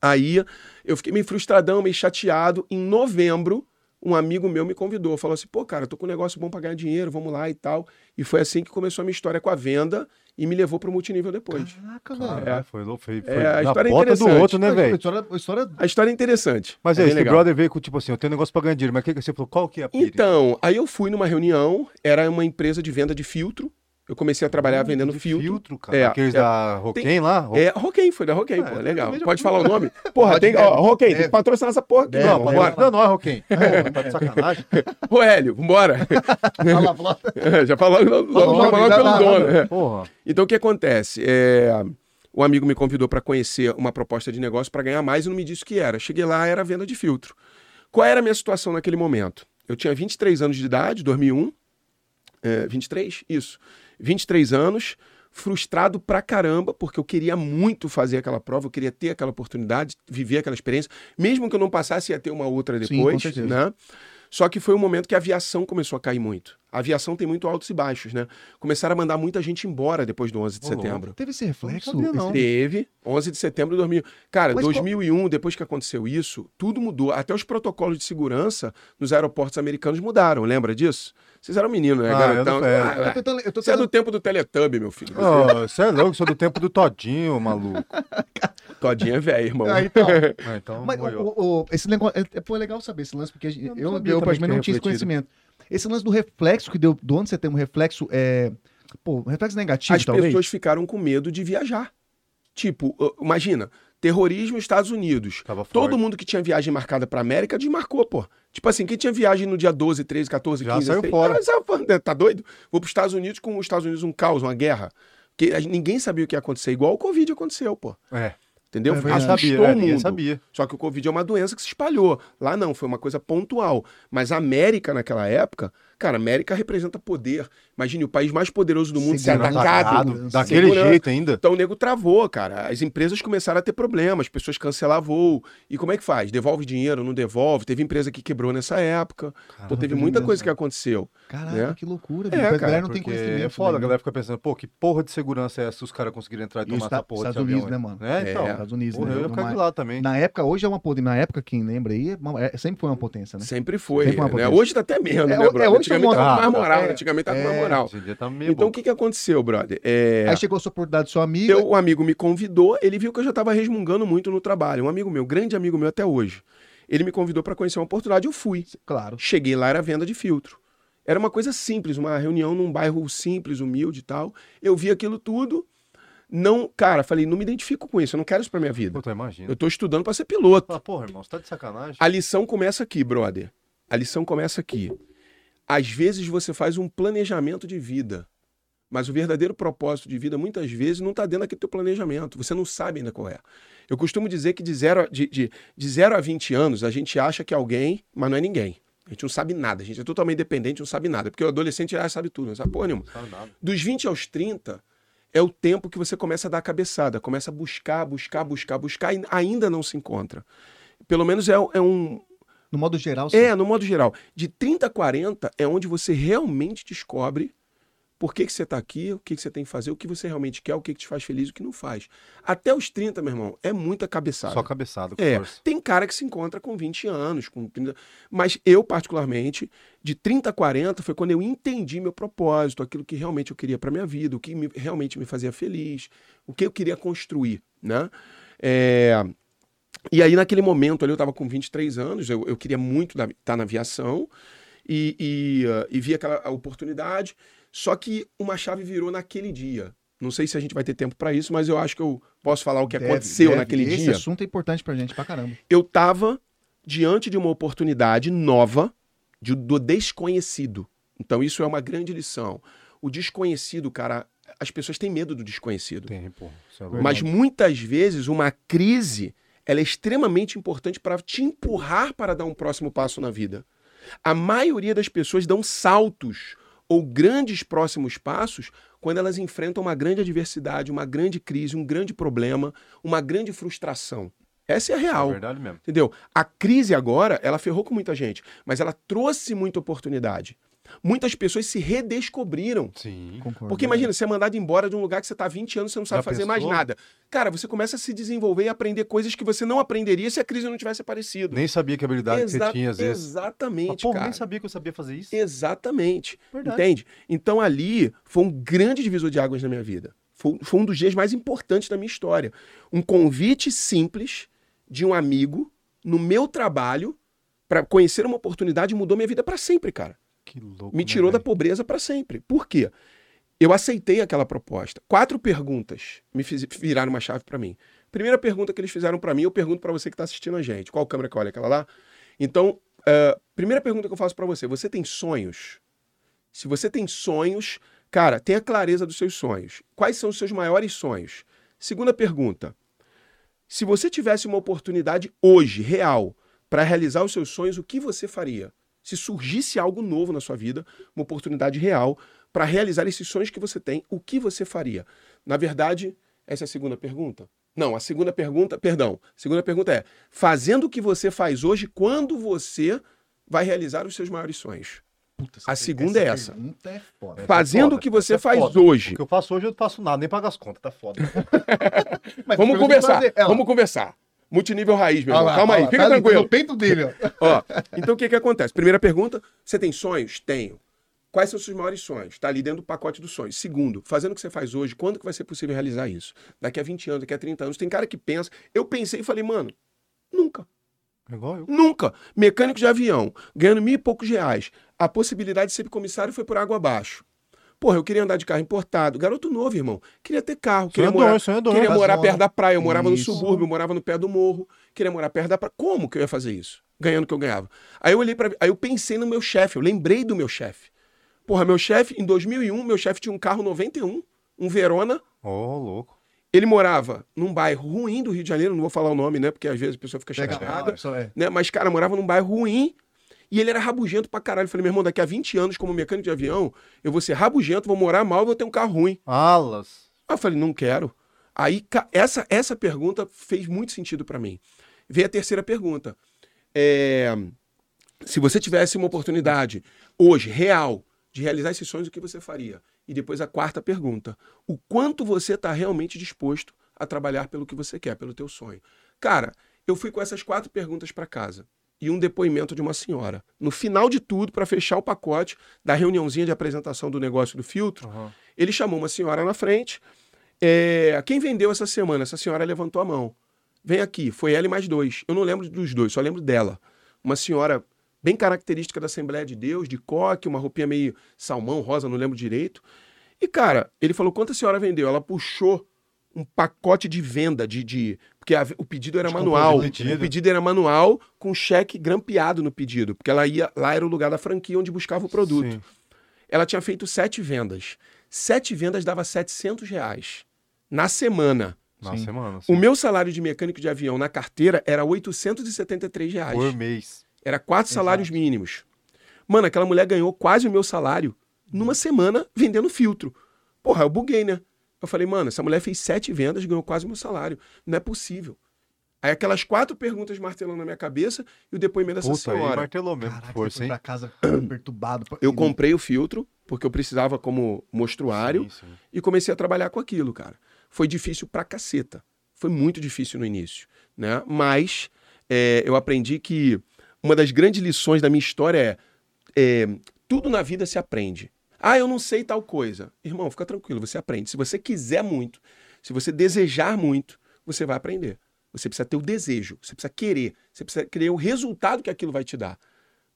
[SPEAKER 3] Aí eu fiquei meio frustradão, meio chateado. Em novembro, um amigo meu me convidou, falou assim: "Pô, cara, tô com um negócio bom para ganhar dinheiro, vamos lá e tal". E foi assim que começou a minha história com a venda e me levou para o multinível depois.
[SPEAKER 2] Caraca, velho.
[SPEAKER 1] Caralho, foi louco. Foi, foi
[SPEAKER 3] É, a
[SPEAKER 1] na
[SPEAKER 3] história é
[SPEAKER 1] bota do
[SPEAKER 3] interessante.
[SPEAKER 1] outro, né,
[SPEAKER 2] Mas A
[SPEAKER 1] velho?
[SPEAKER 2] história, a história
[SPEAKER 3] A história é interessante.
[SPEAKER 1] Mas é,
[SPEAKER 3] bem
[SPEAKER 1] esse
[SPEAKER 3] legal.
[SPEAKER 1] brother veio com, tipo assim, eu tenho um negócio pra ganhar dinheiro, mas o que, que você falou? Qual que é a pira?
[SPEAKER 3] Então, aí eu fui numa reunião, era uma empresa de venda de filtro. Eu comecei a trabalhar
[SPEAKER 1] Hum,
[SPEAKER 3] vendendo
[SPEAKER 1] de
[SPEAKER 3] filtro.
[SPEAKER 1] cara.
[SPEAKER 3] É,
[SPEAKER 1] Aqueles
[SPEAKER 3] é.
[SPEAKER 1] da Roquem lá? Ro-
[SPEAKER 3] É, Roquem, foi da Roquem,
[SPEAKER 1] Ah,
[SPEAKER 3] pô,
[SPEAKER 1] é,
[SPEAKER 3] legal.
[SPEAKER 1] também já
[SPEAKER 3] Pode
[SPEAKER 1] fui.
[SPEAKER 3] falar o nome? Porra,
[SPEAKER 2] Pode,
[SPEAKER 3] tem,
[SPEAKER 2] deve,
[SPEAKER 3] ó, Roquem, tem
[SPEAKER 2] deve.
[SPEAKER 3] que patrocinar essa porra aqui,
[SPEAKER 2] Deve,
[SPEAKER 3] não,
[SPEAKER 1] não,
[SPEAKER 2] deve.
[SPEAKER 3] vambora.
[SPEAKER 1] não, não é Roquem. Pô, tá de sacanagem.
[SPEAKER 3] Ô, Hélio, vambora.
[SPEAKER 2] fala, fala.
[SPEAKER 3] É, Já falaram logo,
[SPEAKER 2] Fala o
[SPEAKER 3] já
[SPEAKER 2] nome,
[SPEAKER 3] falaram
[SPEAKER 2] dá
[SPEAKER 3] pelo
[SPEAKER 2] lá,
[SPEAKER 3] dono.
[SPEAKER 2] lá.
[SPEAKER 3] é.
[SPEAKER 1] Porra.
[SPEAKER 3] Então, o que acontece? É, um amigo me convidou para conhecer uma proposta de negócio para ganhar mais e não me disse o que era. Cheguei lá, era venda de filtro. Qual era a minha situação naquele momento? Eu tinha 23 anos de idade, 2001. É, 23? Isso. 23 anos, frustrado pra caramba, porque eu queria muito fazer aquela prova, eu queria ter aquela oportunidade, viver aquela experiência. Mesmo que eu não passasse, ia ter uma outra
[SPEAKER 2] Sim,
[SPEAKER 3] depois,
[SPEAKER 2] com certeza.
[SPEAKER 3] né? Só que foi um momento que a aviação começou a cair muito. A aviação tem muito altos e baixos, né? Começaram a mandar muita gente embora depois do 11 de
[SPEAKER 1] Ô,
[SPEAKER 3] setembro.
[SPEAKER 2] Teve esse reflexo?
[SPEAKER 1] Não sabia, não.
[SPEAKER 2] Esse-
[SPEAKER 3] Teve, 11 de setembro de 2000. Cara,
[SPEAKER 2] Mas qual-
[SPEAKER 3] 2001, depois que aconteceu isso, tudo mudou. Até os protocolos de segurança nos aeroportos americanos mudaram, lembra disso? Vocês eram menino, né,
[SPEAKER 1] Ah,
[SPEAKER 3] garotão?
[SPEAKER 1] eu não era.
[SPEAKER 2] Eu tô tentando- eu tô
[SPEAKER 3] Você é do
[SPEAKER 2] tentando-
[SPEAKER 3] tempo do Teletubb, meu filho.
[SPEAKER 1] Ô, Você é louco, sou do tempo do Todinho, maluco.
[SPEAKER 3] Todinha é velho, irmão.
[SPEAKER 2] Ah, então.
[SPEAKER 3] É
[SPEAKER 1] Ah,
[SPEAKER 3] um
[SPEAKER 1] então,
[SPEAKER 2] Mas
[SPEAKER 1] morreu.
[SPEAKER 2] o- o- esse negócio. é- Foi legal saber esse lance, porque a gente-
[SPEAKER 1] Eu
[SPEAKER 2] eu,
[SPEAKER 1] não
[SPEAKER 2] eu,
[SPEAKER 1] sabia também
[SPEAKER 2] particularmente, não
[SPEAKER 1] que tinha
[SPEAKER 2] tinha esse conhecimento. Esse lance do reflexo que deu do ano você tem um reflexo. É, pô, reflexo negativo,
[SPEAKER 3] As
[SPEAKER 2] talvez.
[SPEAKER 3] pessoas ficaram com medo de viajar. Tipo, uh, imagina, terrorismo nos Estados Unidos.
[SPEAKER 1] Tava forte.
[SPEAKER 3] Todo mundo que tinha viagem marcada pra América desmarcou, pô. Tipo assim, quem tinha viagem no dia 12, 13, 14,
[SPEAKER 1] Já
[SPEAKER 3] 15,
[SPEAKER 1] saiu
[SPEAKER 3] 16,
[SPEAKER 1] fora.
[SPEAKER 3] ah, saiu fora, né? Tá doido? Vou pros Estados Unidos com os Estados Unidos um caos, uma guerra. Que a gente- ninguém sabia o que ia acontecer, igual o Covid aconteceu, pô.
[SPEAKER 1] É,
[SPEAKER 3] Entendeu?
[SPEAKER 2] É
[SPEAKER 1] eu
[SPEAKER 2] verdade.
[SPEAKER 3] Assustou
[SPEAKER 1] sabia, é,
[SPEAKER 3] o
[SPEAKER 1] ninguém
[SPEAKER 3] mundo.
[SPEAKER 1] sabia.
[SPEAKER 3] Só que o Covid é uma doença que se espalhou. Lá não, foi uma coisa pontual. Mas a América, naquela época, cara, a América representa poder. Imagine, o país mais poderoso do mundo ser
[SPEAKER 2] Segurança.
[SPEAKER 3] atacado.
[SPEAKER 2] Atacado.
[SPEAKER 1] Daquele
[SPEAKER 3] Segurança.
[SPEAKER 1] jeito ainda.
[SPEAKER 3] Então o nego travou, cara. As empresas começaram a ter problemas, as pessoas cancelavam voo. E como é que faz? Devolve dinheiro, não devolve? Teve empresa que quebrou nessa época. então teve muita
[SPEAKER 2] beleza.
[SPEAKER 3] coisa que aconteceu.
[SPEAKER 2] Caraca,
[SPEAKER 3] né?
[SPEAKER 2] que loucura,
[SPEAKER 3] É,
[SPEAKER 2] velho. a
[SPEAKER 3] cara,
[SPEAKER 2] galera não tem
[SPEAKER 1] Porque
[SPEAKER 2] conhecimento.
[SPEAKER 1] é foda, a
[SPEAKER 2] né?
[SPEAKER 1] galera fica pensando, pô, que porra de segurança é essa se os caras conseguirem entrar e
[SPEAKER 2] Isso
[SPEAKER 1] tomar
[SPEAKER 2] tá-
[SPEAKER 1] essa porra
[SPEAKER 2] Estados
[SPEAKER 1] desse avião
[SPEAKER 2] Unidos, né,
[SPEAKER 1] aí?
[SPEAKER 2] mano?
[SPEAKER 1] É, então.
[SPEAKER 3] É.
[SPEAKER 2] Estados Unidos,
[SPEAKER 1] Porra,
[SPEAKER 2] né?
[SPEAKER 1] eu ia
[SPEAKER 2] Numa-
[SPEAKER 1] ficar de lá também.
[SPEAKER 2] Na época, hoje é uma potência. Na época, quem lembra aí, é uma- é- sempre foi uma potência, né?
[SPEAKER 3] Sempre foi.
[SPEAKER 2] Sempre foi uma
[SPEAKER 3] né?
[SPEAKER 2] potência.
[SPEAKER 3] Hoje tá até menos,
[SPEAKER 2] É,
[SPEAKER 3] né,
[SPEAKER 2] é,
[SPEAKER 3] brother?
[SPEAKER 2] hoje
[SPEAKER 3] Antigamente
[SPEAKER 2] tá
[SPEAKER 3] tava
[SPEAKER 1] bom.
[SPEAKER 3] com mais moral.
[SPEAKER 2] É,
[SPEAKER 3] Antigamente tava com mais
[SPEAKER 2] é.
[SPEAKER 3] moral.
[SPEAKER 1] Esse dia tá meio
[SPEAKER 3] Então
[SPEAKER 1] bom.
[SPEAKER 3] o que, que aconteceu, brother? É...
[SPEAKER 2] Aí chegou a sua oportunidade do seu amigo.
[SPEAKER 3] Eu, um amigo me convidou, ele viu que eu já estava resmungando muito no trabalho. Um amigo meu, grande amigo meu até hoje. Ele me convidou para conhecer uma oportunidade, eu fui.
[SPEAKER 2] Claro.
[SPEAKER 3] Cheguei lá, era venda de filtro. Era uma coisa simples, uma reunião num bairro simples, humilde e tal. Eu vi aquilo tudo. Não, cara, falei, não me identifico com isso, eu não quero isso pra minha vida.
[SPEAKER 1] Puta, imagina.
[SPEAKER 3] Eu tô estudando para ser piloto.
[SPEAKER 1] Fala, porra, irmão, você tá de sacanagem?
[SPEAKER 3] A lição começa aqui, brother. A lição começa aqui. Às vezes você faz um planejamento de vida. Mas o verdadeiro propósito de vida, muitas vezes, não está dentro daquele teu planejamento. Você não sabe ainda qual é. Eu costumo dizer que de 0 de, de, de zero a 20 anos, a gente acha que é alguém, mas não é ninguém. A gente não sabe nada. A gente é totalmente dependente, não sabe nada. Porque o adolescente já sabe tudo, não sabe porra nenhuma. Dos 20 aos 30 é o tempo que você começa a dar a cabeçada, começa a buscar, buscar, buscar, buscar e ainda não se encontra. Pelo menos é, é um.
[SPEAKER 2] No modo geral, sim.
[SPEAKER 3] É, no modo geral. De 30 a 40 é onde você realmente descobre por que, que você está aqui, o que, que você tem que fazer, o que você realmente quer, o que, que te faz feliz, o que não faz. Até os 30, meu irmão, é muita
[SPEAKER 2] tá.
[SPEAKER 3] cabeçada.
[SPEAKER 1] Só cabeçada, com
[SPEAKER 3] É,
[SPEAKER 1] força.
[SPEAKER 3] tem cara que se encontra com 20 anos, com 30, mas eu particularmente, de 30 a 40 foi quando eu entendi meu propósito, aquilo que realmente eu queria para minha vida, o que me- realmente me fazia feliz, o que eu queria construir, né? É, E aí naquele momento ali eu estava com 23 anos, eu, eu queria muito estar na aviação e, e, ah, e vi aquela oportunidade, só que uma chave virou naquele dia. Não sei se a gente vai ter tempo para isso, mas eu acho que eu posso falar o que
[SPEAKER 2] Deve,
[SPEAKER 3] aconteceu
[SPEAKER 2] deve.
[SPEAKER 3] naquele
[SPEAKER 2] Esse
[SPEAKER 3] dia
[SPEAKER 2] Esse assunto é importante pra gente pra caramba.
[SPEAKER 3] eu estava diante de uma oportunidade nova de- do desconhecido. Então, isso é uma grande lição. O desconhecido, cara, as pessoas têm medo do desconhecido.
[SPEAKER 1] Tem, pô. Isso é
[SPEAKER 3] Mas
[SPEAKER 1] verdade.
[SPEAKER 3] muitas vezes uma crise ela é extremamente importante para te empurrar para dar um próximo passo na vida. A maioria das pessoas dão saltos ou grandes próximos passos quando elas enfrentam uma grande adversidade, uma grande crise, um grande problema, uma grande frustração. Essa é a
[SPEAKER 1] Isso
[SPEAKER 3] real.
[SPEAKER 1] é verdade mesmo.
[SPEAKER 3] Entendeu? A crise agora, ela ferrou com muita gente, mas ela trouxe muita oportunidade. Muitas pessoas se redescobriram.
[SPEAKER 1] Sim.
[SPEAKER 2] Concordo.
[SPEAKER 3] Porque imagina, você é mandado embora de um lugar que você está 20 anos, você não sabe
[SPEAKER 1] Já
[SPEAKER 3] fazer
[SPEAKER 1] pensou?
[SPEAKER 3] mais nada. Cara, você começa a se desenvolver e aprender coisas que você não aprenderia se a crise não tivesse aparecido.
[SPEAKER 1] Nem sabia que habilidade que
[SPEAKER 3] Exa-
[SPEAKER 1] você tinha, às vezes. Mas,
[SPEAKER 3] Exatamente,
[SPEAKER 1] pô,
[SPEAKER 3] cara.
[SPEAKER 1] nem sabia que eu sabia fazer isso.
[SPEAKER 3] Exatamente.
[SPEAKER 1] Verdade.
[SPEAKER 3] Entende? Então ali foi um grande divisor de águas na minha vida. Foi, foi um dos dias mais importantes da minha história. Um convite simples de um amigo no meu trabalho para conhecer uma oportunidade mudou minha vida para sempre, cara.
[SPEAKER 1] Que louco. né,
[SPEAKER 3] Me tirou da pobreza para sempre. Por quê? Eu aceitei aquela proposta. Quatro perguntas me fiz- viraram uma chave para mim. Primeira pergunta que eles fizeram para mim, eu pergunto para você que está assistindo a gente. Qual câmera que olha? Aquela lá? Então, ah, primeira pergunta que eu faço para você. Você tem sonhos? Se você tem sonhos, cara, tenha clareza dos seus sonhos. Quais são os seus maiores sonhos? Segunda pergunta. Se você tivesse uma oportunidade hoje, real, para realizar os seus sonhos, o que você faria? Se surgisse algo novo na sua vida, uma oportunidade real para realizar esses sonhos que você tem, o que você faria? Na verdade, essa é a segunda pergunta. Não, a segunda pergunta, perdão, a segunda pergunta é: fazendo o que você faz hoje, quando você vai realizar os seus maiores sonhos?
[SPEAKER 2] Puta,
[SPEAKER 3] a segunda é essa.
[SPEAKER 2] pergunta é foda.
[SPEAKER 3] Fazendo
[SPEAKER 1] foda,
[SPEAKER 3] o que você
[SPEAKER 1] essa é
[SPEAKER 3] faz
[SPEAKER 1] foda.
[SPEAKER 3] hoje.
[SPEAKER 1] O que eu faço hoje, eu não faço nada, nem pago as contas, tá foda.
[SPEAKER 2] Mas
[SPEAKER 3] Vamos
[SPEAKER 2] eu
[SPEAKER 3] conversar,
[SPEAKER 2] vou fazer. Olha lá,
[SPEAKER 3] vamos conversar. Multinível raiz, meu
[SPEAKER 2] olha
[SPEAKER 3] irmão.
[SPEAKER 2] lá,
[SPEAKER 3] Calma
[SPEAKER 2] olha
[SPEAKER 3] aí,
[SPEAKER 2] lá,
[SPEAKER 3] fica
[SPEAKER 2] tá ali,
[SPEAKER 3] tranquilo.
[SPEAKER 2] No peito dele, ó.
[SPEAKER 3] Ó, então o que que acontece? Primeira pergunta, você tem sonhos? Tenho. Quais são os seus maiores sonhos? Está ali dentro do pacote dos sonhos. Segundo, fazendo o que você faz hoje, quando que vai ser possível realizar isso? Daqui a 20 anos, daqui a 30 anos, tem cara que pensa. Eu pensei e falei, mano, nunca,
[SPEAKER 1] É igual eu.
[SPEAKER 3] nunca. Mecânico de avião, ganhando mil e poucos reais. A possibilidade de ser comissário foi por água abaixo. Porra, eu queria andar de carro importado. Garoto novo, irmão. Queria ter carro, queria
[SPEAKER 1] Sonhador,
[SPEAKER 3] morar,
[SPEAKER 1] sonhador.
[SPEAKER 3] queria
[SPEAKER 2] Faz
[SPEAKER 3] morar
[SPEAKER 2] uma-
[SPEAKER 3] perto da praia, eu morava
[SPEAKER 2] Isso.
[SPEAKER 3] no subúrbio, eu morava no pé do morro, queria morar perto da praia. Como que eu ia fazer isso? Ganhando o que eu ganhava. Aí eu olhei para, aí eu pensei no meu chefe, eu lembrei do meu chefe. Porra, meu chefe em 2001, meu chefe tinha um carro 91, um Verona.
[SPEAKER 1] Ô, louco.
[SPEAKER 3] Ele morava num bairro ruim do Rio de Janeiro, não vou falar o nome, né, porque às vezes a pessoa fica
[SPEAKER 2] Pega
[SPEAKER 3] chateada
[SPEAKER 2] a pessoa, é.
[SPEAKER 3] né? Mas, cara, morava num bairro ruim e ele era rabugento pra caralho. Eu falei, meu irmão, daqui a 20 anos, como mecânico de avião, eu vou ser rabugento, vou morar mal, vou ter um carro ruim.
[SPEAKER 1] Alas.
[SPEAKER 3] Aí eu falei, não quero. Aí ca- essa, essa pergunta fez muito sentido pra mim. Veio a terceira pergunta. É, se você tivesse uma oportunidade hoje, real, de realizar esses sonhos, o que você faria? E depois a quarta pergunta. O quanto você está realmente disposto a trabalhar pelo que você quer, pelo teu sonho? Cara, eu fui com essas quatro perguntas para casa e um depoimento de uma senhora. No final de tudo, para fechar o pacote da reuniãozinha de apresentação do negócio do filtro,
[SPEAKER 1] Aham.
[SPEAKER 3] ele chamou uma senhora na frente. É, quem vendeu essa semana? Essa senhora levantou a mão. Vem aqui, foi ela e mais dois. Eu não lembro dos dois, só lembro dela. Uma senhora bem característica da Assembleia de Deus, de coque, uma roupinha meio salmão, rosa, não lembro direito. E, cara, ele falou: quanto a senhora vendeu? Ela puxou um pacote de venda, de. de- porque a- o pedido era
[SPEAKER 1] De
[SPEAKER 3] manual.
[SPEAKER 1] comprometimento.
[SPEAKER 3] O pedido era manual com cheque grampeado no pedido. Porque ela ia, lá era o lugar da franquia onde buscava o produto.
[SPEAKER 1] Sim.
[SPEAKER 3] Ela tinha feito sete vendas. Sete vendas dava 700 reais na semana.
[SPEAKER 1] Nossa,
[SPEAKER 2] Sim.
[SPEAKER 1] semana.
[SPEAKER 3] O meu salário de mecânico de avião na carteira era 873 reais.
[SPEAKER 1] Por mês.
[SPEAKER 3] Era quatro salários mínimos. Mano, aquela mulher ganhou quase o meu salário numa semana vendendo filtro. Porra, eu buguei, né? Eu falei, mano, essa mulher fez sete vendas, ganhou quase o meu salário. Não é possível. Aí aquelas quatro perguntas martelando na minha cabeça e o depoimento dessa
[SPEAKER 1] Puta, aí
[SPEAKER 3] senhora.
[SPEAKER 1] martelou mesmo.
[SPEAKER 2] Caraca, você
[SPEAKER 1] força,
[SPEAKER 2] foi
[SPEAKER 1] hein?
[SPEAKER 2] pra casa perturbado.
[SPEAKER 3] assim. Eu comprei o filtro, porque eu precisava como mostruário,
[SPEAKER 1] Sim, sim.
[SPEAKER 3] e comecei a trabalhar com aquilo, cara. Foi difícil pra caceta. Foi muito difícil no início, né? Mas é, eu aprendi que uma das grandes lições da minha história é, é, tudo na vida se aprende. Ah, eu não sei tal coisa. Irmão, fica tranquilo, você aprende. Se você quiser muito, se você desejar muito, você vai aprender. Você precisa ter o desejo, você precisa querer, você precisa querer o resultado que aquilo vai te dar.